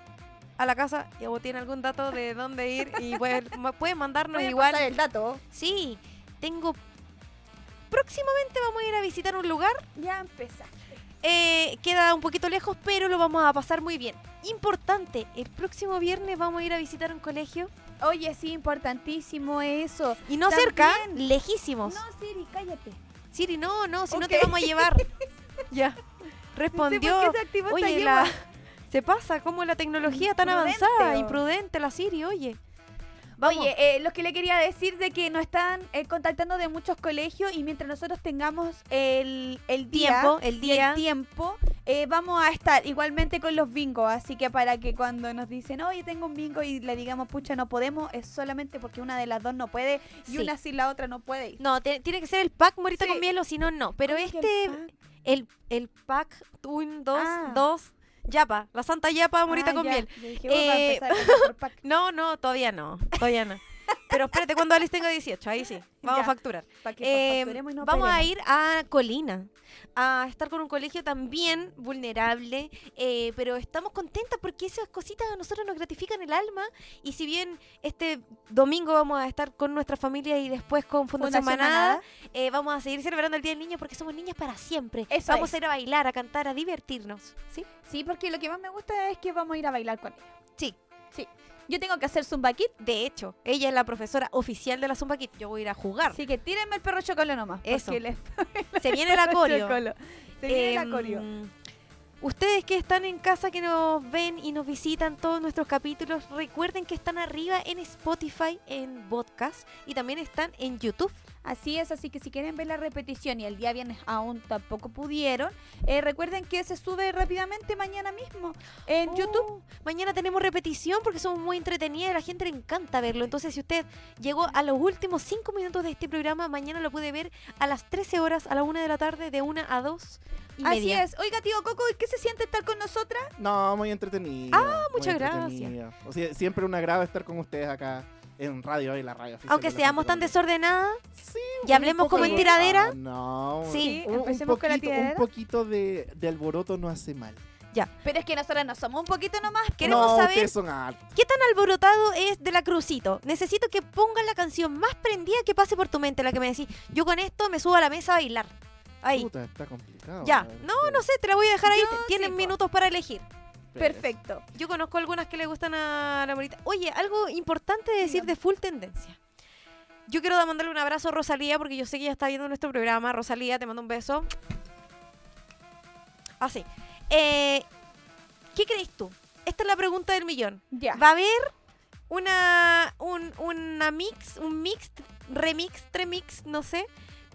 Speaker 1: a la casa y- o tiene algún dato de dónde ir y
Speaker 2: *laughs*
Speaker 1: puede, ma- puede mandarnos
Speaker 2: Voy a
Speaker 1: igual.
Speaker 2: pasar el dato.
Speaker 1: Sí, tengo. Próximamente vamos a ir a visitar un lugar.
Speaker 2: Ya empieza.
Speaker 1: eh, queda un poquito lejos, pero lo vamos a pasar muy bien. Importante, el próximo viernes vamos a ir a visitar un colegio.
Speaker 2: Oye, sí, importantísimo eso.
Speaker 1: Y no
Speaker 2: También.
Speaker 1: cerca, lejísimos.
Speaker 2: No, Siri, cállate.
Speaker 1: Siri, no, no, si no te
Speaker 2: Ok.
Speaker 1: vamos a
Speaker 2: *laughs*
Speaker 1: llevar. ya.
Speaker 2: No sé
Speaker 1: Respondió.
Speaker 2: por qué se activó esta
Speaker 1: Oye,
Speaker 2: yegua.
Speaker 1: la... *laughs* se pasa, como la tecnología tan
Speaker 2: Imprudente,
Speaker 1: avanzada,
Speaker 2: oh.
Speaker 1: imprudente la Siri, oye. Vamos.
Speaker 2: Oye, eh, lo que le quería decir de que nos están eh, contactando de muchos colegios y mientras nosotros tengamos el, el día,
Speaker 1: tiempo, el
Speaker 2: y el
Speaker 1: día.
Speaker 2: tiempo, eh, vamos a estar igualmente con los bingos. Así que para que cuando nos dicen, oye, tengo un bingo y le digamos, pucha, no podemos, es solamente porque una de las dos no puede y
Speaker 1: Sí.
Speaker 2: una sin la otra no puede ir.
Speaker 1: No, te- tiene que ser el pack morita
Speaker 2: Sí.
Speaker 1: con miel o si no, no. Pero
Speaker 2: Oye, que el
Speaker 1: este,
Speaker 2: pan-
Speaker 1: el, el pack, un, dos,
Speaker 2: Ah.
Speaker 1: dos, yapa, la santa yapa morita
Speaker 2: Ah,
Speaker 1: con
Speaker 2: ya.
Speaker 1: miel.
Speaker 2: Yo dije, "Uy, va a
Speaker 1: Eh,
Speaker 2: empezar con el por pack,
Speaker 1: No, no, todavía no, todavía no. Pero espérate, cuando Alice tenga 18, ahí sí, vamos a
Speaker 2: Ya.
Speaker 1: facturar.
Speaker 2: pa' *laughs* que
Speaker 1: Eh,
Speaker 2: facturemos y no
Speaker 1: vamos a
Speaker 2: peleemos".
Speaker 1: ir a Colina, a estar con un colegio también vulnerable, eh, pero estamos contentas porque esas cositas a nosotros nos gratifican el alma y si bien este domingo vamos a estar con nuestra familia y después con Fundación,
Speaker 2: Fundación
Speaker 1: Manada,
Speaker 2: Manada.
Speaker 1: eh, vamos a seguir celebrando el Día del Niño porque somos niñas para siempre.
Speaker 2: Eso
Speaker 1: vamos
Speaker 2: es.
Speaker 1: a ir a bailar, a cantar, a divertirnos, ¿sí?
Speaker 2: Sí, porque lo que más me gusta es que vamos a ir a bailar con ella.
Speaker 1: Sí.
Speaker 2: Sí. Yo tengo que hacer Zumba Kid,
Speaker 1: De hecho, ella es la profesora oficial de la Zumba Kid. Yo voy a ir a jugar.
Speaker 2: así que tírenme el perro chocolo nomás.
Speaker 1: Eso.
Speaker 2: porque les-
Speaker 1: Se viene la
Speaker 2: *laughs*
Speaker 1: coreo.
Speaker 2: chocolo. Se viene
Speaker 1: Em,
Speaker 2: la coreo.
Speaker 1: Ustedes que están en casa, que nos ven y nos visitan todos nuestros capítulos, recuerden que están arriba en Spotify, en podcast y también están en YouTube.
Speaker 2: Así es, así que si quieren ver la repetición y el día viernes aún tampoco pudieron, eh, recuerden que se sube rápidamente mañana mismo en
Speaker 1: Oh,
Speaker 2: YouTube.
Speaker 1: Mañana tenemos repetición porque somos muy entretenidas y la gente le encanta verlo. Entonces, si usted llegó a los últimos 5 minutos de este programa, mañana lo puede ver a las 13 horas, a la 1 de la tarde, de 1 a 2 y
Speaker 2: Así
Speaker 1: media.
Speaker 2: es. Oiga, tío Coco, ¿y ¿qué se siente estar con nosotras?
Speaker 3: No, muy entretenido.
Speaker 1: Ah, muchas
Speaker 3: muy entretenido. O sea, siempre una agrado estar con ustedes acá en radio, en la radio oficial
Speaker 1: Aunque
Speaker 3: de la
Speaker 1: seamos tan
Speaker 3: Católica.
Speaker 1: desordenadas
Speaker 3: Sí,
Speaker 1: y hablemos como en
Speaker 2: sí.
Speaker 1: tiradera,
Speaker 3: Ah, no.
Speaker 1: Sí,
Speaker 3: un, un
Speaker 2: empecemos con la
Speaker 3: poquito, un
Speaker 2: tiradera.
Speaker 3: poquito de, de alboroto no hace mal.
Speaker 2: Pero es que nosotras no somos un poquito nomás.
Speaker 1: queremos
Speaker 3: no,
Speaker 1: saber
Speaker 3: ustedes son hartos.
Speaker 1: qué tan alborotado es de la crucito. Necesito que pongan la canción más prendida que pase por tu mente, la que me decís, yo con esto me subo a la mesa a bailar. Ahí.
Speaker 3: Puta, está complicado.
Speaker 1: Ya.
Speaker 3: la
Speaker 1: No,
Speaker 3: verdad.
Speaker 1: no sé, te la voy a dejar ahí.
Speaker 2: Yo
Speaker 1: te- Tienen
Speaker 2: sí, po.
Speaker 1: minutos para elegir.
Speaker 2: Perfecto.
Speaker 1: Yo conozco algunas que le gustan a la morita. Oye, algo importante de decir de full tendencia. Yo quiero da- mandarle un abrazo a Rosalía porque yo sé que ella está viendo nuestro programa. Rosalía, te mando un beso. Así. Eh, ¿Qué crees tú? Esta es la pregunta del millón.
Speaker 2: Ya.
Speaker 1: ¿Va a haber una, un, una mix, un mix, remix, tremix, no sé,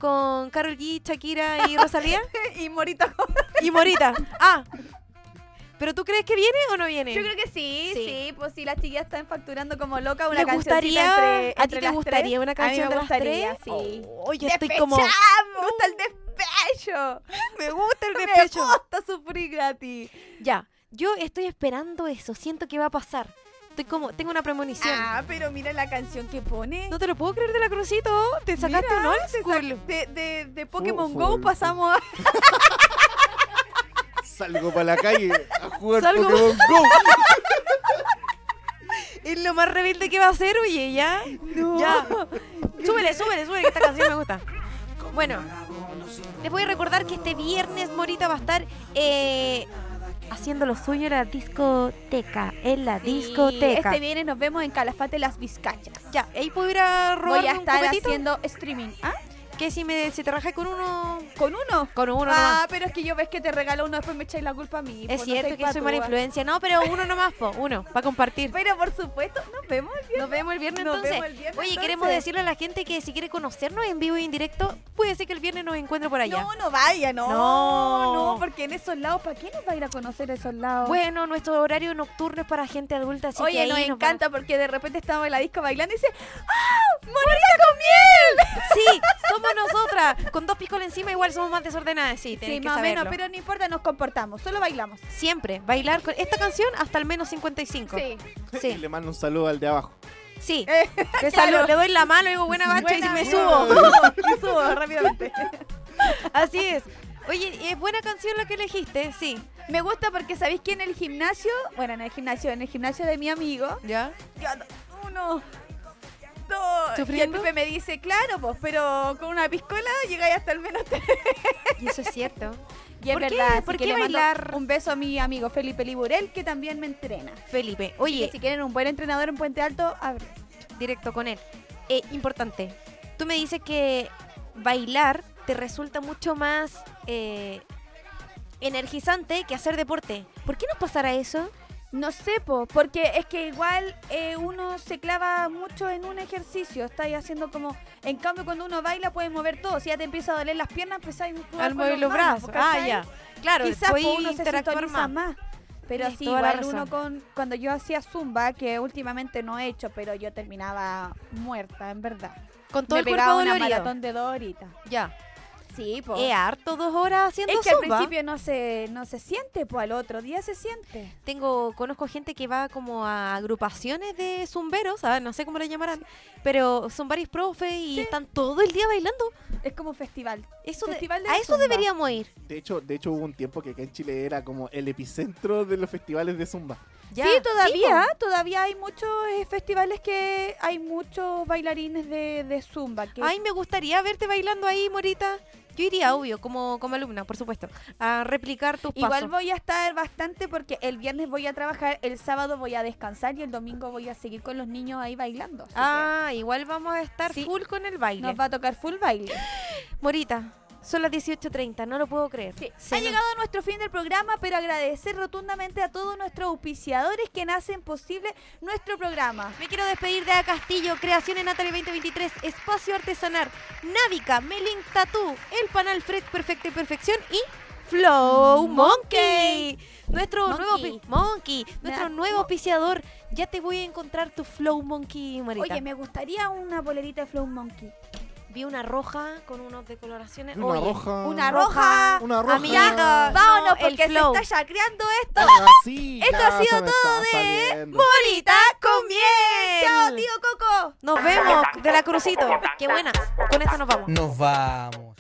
Speaker 1: con Carol G, Shakira
Speaker 2: *laughs*
Speaker 1: y Rosalía?
Speaker 2: *laughs* y Morito. *laughs*
Speaker 1: y Morita. Ah. ¿Pero tú crees que viene o no viene?
Speaker 2: Yo creo que sí,
Speaker 1: Sí.
Speaker 2: sí, pues si las chiquillas están facturando como loca una
Speaker 1: ¿Te
Speaker 2: cancioncita
Speaker 1: gustaría,
Speaker 2: entre,
Speaker 1: a ti
Speaker 2: entre
Speaker 1: te
Speaker 2: las
Speaker 1: gustaría
Speaker 2: tres.
Speaker 1: una
Speaker 2: A mí
Speaker 1: canción
Speaker 2: me
Speaker 1: de
Speaker 2: gustaría,
Speaker 1: las tres?
Speaker 2: sí.
Speaker 1: Oh, yo estoy como
Speaker 2: ¡Despechamos! ¡Me gusta el despecho!
Speaker 1: *laughs* me gusta el
Speaker 2: *laughs* ¡Me
Speaker 1: despecho.
Speaker 2: gusta sufrir gratis!
Speaker 1: Ya, yo estoy esperando eso, siento que va a pasar. Estoy como tengo una premonición.
Speaker 2: Ah, pero mira la canción que pone.
Speaker 1: No te lo puedo creer de la crucito, te sacaste
Speaker 2: Mira,
Speaker 1: un old
Speaker 2: te
Speaker 1: school.
Speaker 2: sac- de, de, de Pokémon
Speaker 3: Fu-
Speaker 2: Go
Speaker 3: full.
Speaker 2: pasamos a...
Speaker 3: Salgo para la calle a jugar
Speaker 1: Salgo-
Speaker 3: Pokémon Go.
Speaker 1: Es lo más rebelde que va a ser, oye, ya. Ya. Súbele, súbele, súbele, que esta canción me gusta. Bueno, les voy a recordar que este viernes Morita va a estar eh, haciendo lo suyo en la discoteca. En la discoteca.
Speaker 2: Este viernes nos vemos en Calafate Las Vizcachas.
Speaker 1: Ya, ahí puedo ir a robar
Speaker 2: Voy a
Speaker 1: un
Speaker 2: estar
Speaker 1: copetito.
Speaker 2: haciendo streaming. ¿Ah?
Speaker 1: Que si me si te rajai con uno.
Speaker 2: ¿Con uno?
Speaker 1: Con uno
Speaker 2: ah, pero es que yo ves que te regalo uno, después me echáis la culpa a mí.
Speaker 1: nomás. Es
Speaker 2: po, no
Speaker 1: cierto
Speaker 2: soy
Speaker 1: que soy mala
Speaker 2: patúa.
Speaker 1: influencia. No, pero uno nomás, po. Uno, para compartir.
Speaker 2: Pero por supuesto, nos vemos el viernes.
Speaker 1: Nos vemos el viernes
Speaker 2: Nos
Speaker 1: entonces.
Speaker 2: vemos el viernes,
Speaker 1: Oye,
Speaker 2: entonces.
Speaker 1: queremos decirle a la gente que si quiere conocernos en vivo y en directo, puede ser que el viernes nos encuentre por allá.
Speaker 2: No, no vaya, no.
Speaker 1: No.
Speaker 2: No, porque en esos lados, ¿para qué nos va a ir a conocer esos lados?
Speaker 1: Bueno, nuestro horario nocturno es para gente adulta, así que
Speaker 2: Oye,
Speaker 1: ahí
Speaker 2: nos
Speaker 1: van a-
Speaker 2: encanta porque de repente estamos en la disco bailando y dice ¡Ah! ¡Morita con miel!
Speaker 1: Sí, somos nosotras. Con dos piscolas encima igual somos más desordenadas, sí, tenéis
Speaker 2: Sí,
Speaker 1: que
Speaker 2: más o menos,
Speaker 1: saberlo.
Speaker 2: pero no importa, nos comportamos, solo bailamos.
Speaker 1: Siempre, bailar con esta canción hasta al menos 55.
Speaker 2: Sí.
Speaker 1: Sí.
Speaker 3: Y le mando un saludo al de abajo.
Speaker 1: *laughs* Sí.
Speaker 2: Eh,
Speaker 1: Te
Speaker 2: claro.
Speaker 1: saludo, le doy la mano, digo buena bacha y
Speaker 2: Buena,
Speaker 1: me
Speaker 2: buena. *laughs*
Speaker 1: *laughs* subo.
Speaker 2: Me subo rápidamente.
Speaker 1: Así es. Oye, es buena canción la que elegiste, sí.
Speaker 2: Me gusta porque sabéis que en el gimnasio, bueno, en el gimnasio, en el gimnasio de mi amigo,
Speaker 1: ¿Ya?
Speaker 2: Yo ando- uno, dos.
Speaker 1: ¿Sufriendo?
Speaker 2: Y el Pepe me dice, claro, pues, pero con una piscola llegáis hasta el menos tres.
Speaker 1: *laughs* Y eso es cierto.
Speaker 2: Y es
Speaker 1: ¿Por qué?
Speaker 2: verdad, así
Speaker 1: ¿Por
Speaker 2: que
Speaker 1: qué
Speaker 2: le mando
Speaker 1: bailar?
Speaker 2: un beso a mi amigo Felipe Liburel, que también me entrena.
Speaker 1: Felipe,
Speaker 2: Oye,
Speaker 1: oye,
Speaker 2: si quieren un buen entrenador en Puente Alto, abre.
Speaker 1: directo con él. Eh, importante, tú me dices que bailar te resulta mucho más eh, energizante que hacer deporte. ¿Por qué nos pasará eso?
Speaker 2: No sé, po, porque es que igual eh, uno se clava mucho en un ejercicio, estáis haciendo como... En cambio, cuando uno baila puedes mover todo, si ya te empieza a doler las piernas, empezáis a jugar
Speaker 1: Al
Speaker 2: con
Speaker 1: mover los
Speaker 2: manos,
Speaker 1: brazos. Ah,
Speaker 2: ¿cachai?
Speaker 1: ya. Claro,
Speaker 2: quizás
Speaker 1: podí
Speaker 2: po, uno se
Speaker 1: interactuar
Speaker 2: sintoniza más.
Speaker 1: más.
Speaker 2: Pero
Speaker 1: Tienes
Speaker 2: sí,
Speaker 1: toda la
Speaker 2: igual uno
Speaker 1: razón.
Speaker 2: con cuando yo hacía zumba, que últimamente no he hecho, pero yo terminaba muerta, en verdad.
Speaker 1: Con todo
Speaker 2: Me
Speaker 1: el cuerpo
Speaker 2: pegaba una
Speaker 1: dolorido.
Speaker 2: maratón de dos horitas.
Speaker 1: Ya.
Speaker 2: Sí, po.
Speaker 1: He harto dos horas haciendo
Speaker 2: es que al
Speaker 1: zumba.
Speaker 2: principio no se no se siente, pues al otro día se siente.
Speaker 1: tengo conozco gente que va como a agrupaciones de zumberos, ah, no sé cómo le llamarán, pero son varios profes y están todo el día bailando.
Speaker 2: Es como un festival.
Speaker 1: Eso de-
Speaker 2: Festival de
Speaker 1: a eso
Speaker 2: zumba.
Speaker 1: deberíamos ir.
Speaker 3: De hecho, de hecho hubo un tiempo que acá en Chile era como el epicentro de los festivales de zumba.
Speaker 1: Ya.
Speaker 2: sí, todavía,
Speaker 1: po.
Speaker 2: todavía hay muchos eh, festivales que hay muchos bailarines de, de zumba. Que
Speaker 1: Ay, me gustaría verte bailando ahí, Morita. Yo iría,
Speaker 2: Mm.
Speaker 1: obvio, como, como alumna, por supuesto, a replicar tus
Speaker 2: Igual
Speaker 1: pasos.
Speaker 2: voy a estar bastante porque el viernes voy a trabajar, el sábado voy a descansar y el domingo voy a seguir con los niños ahí bailando. así que
Speaker 1: Ah, igual vamos a estar
Speaker 2: Sí.
Speaker 1: full con el baile.
Speaker 2: nos va a tocar full baile. Este
Speaker 1: Morita, son las 18.30, no lo puedo creer.
Speaker 2: Sí.
Speaker 1: Se
Speaker 2: ha
Speaker 1: nos-
Speaker 2: llegado nuestro fin del programa, pero agradecer rotundamente a todos nuestros auspiciadores que hacen posible nuestro programa.
Speaker 1: Me quiero despedir de A Castillo, Creaciones Natalie 2023, Espacio Artesanar, Návica, Melink Tattoo, El Panal Fred Perfecta y Perfección y Flow Monkey. Nuestro
Speaker 2: Mm, Monkey.
Speaker 1: nuevo pi- Monkey, nuestro
Speaker 2: Na-
Speaker 1: nuevo auspiciador. Ya te voy a encontrar tu Flow Monkey, Marita.
Speaker 2: Oye, me gustaría una bolerita de Flow Monkey.
Speaker 1: vi una roja con unos de coloraciones.
Speaker 3: Una
Speaker 1: Oye,
Speaker 3: roja.
Speaker 2: Una roja.
Speaker 3: Una roja.
Speaker 1: Amiga,
Speaker 2: Vámonos
Speaker 1: Mm. no, el
Speaker 2: porque se
Speaker 1: flow.
Speaker 2: está chacreando esto.
Speaker 3: Ah, sí,
Speaker 2: Esto
Speaker 3: ya
Speaker 2: ha sido
Speaker 3: se me
Speaker 2: todo
Speaker 3: está saliendo.
Speaker 2: Morita con
Speaker 1: miel!
Speaker 2: ¡Chao, tío Coco!
Speaker 1: Nos vemos de la crucito. ¡Qué buena! Con esta nos vamos.
Speaker 5: Nos vamos.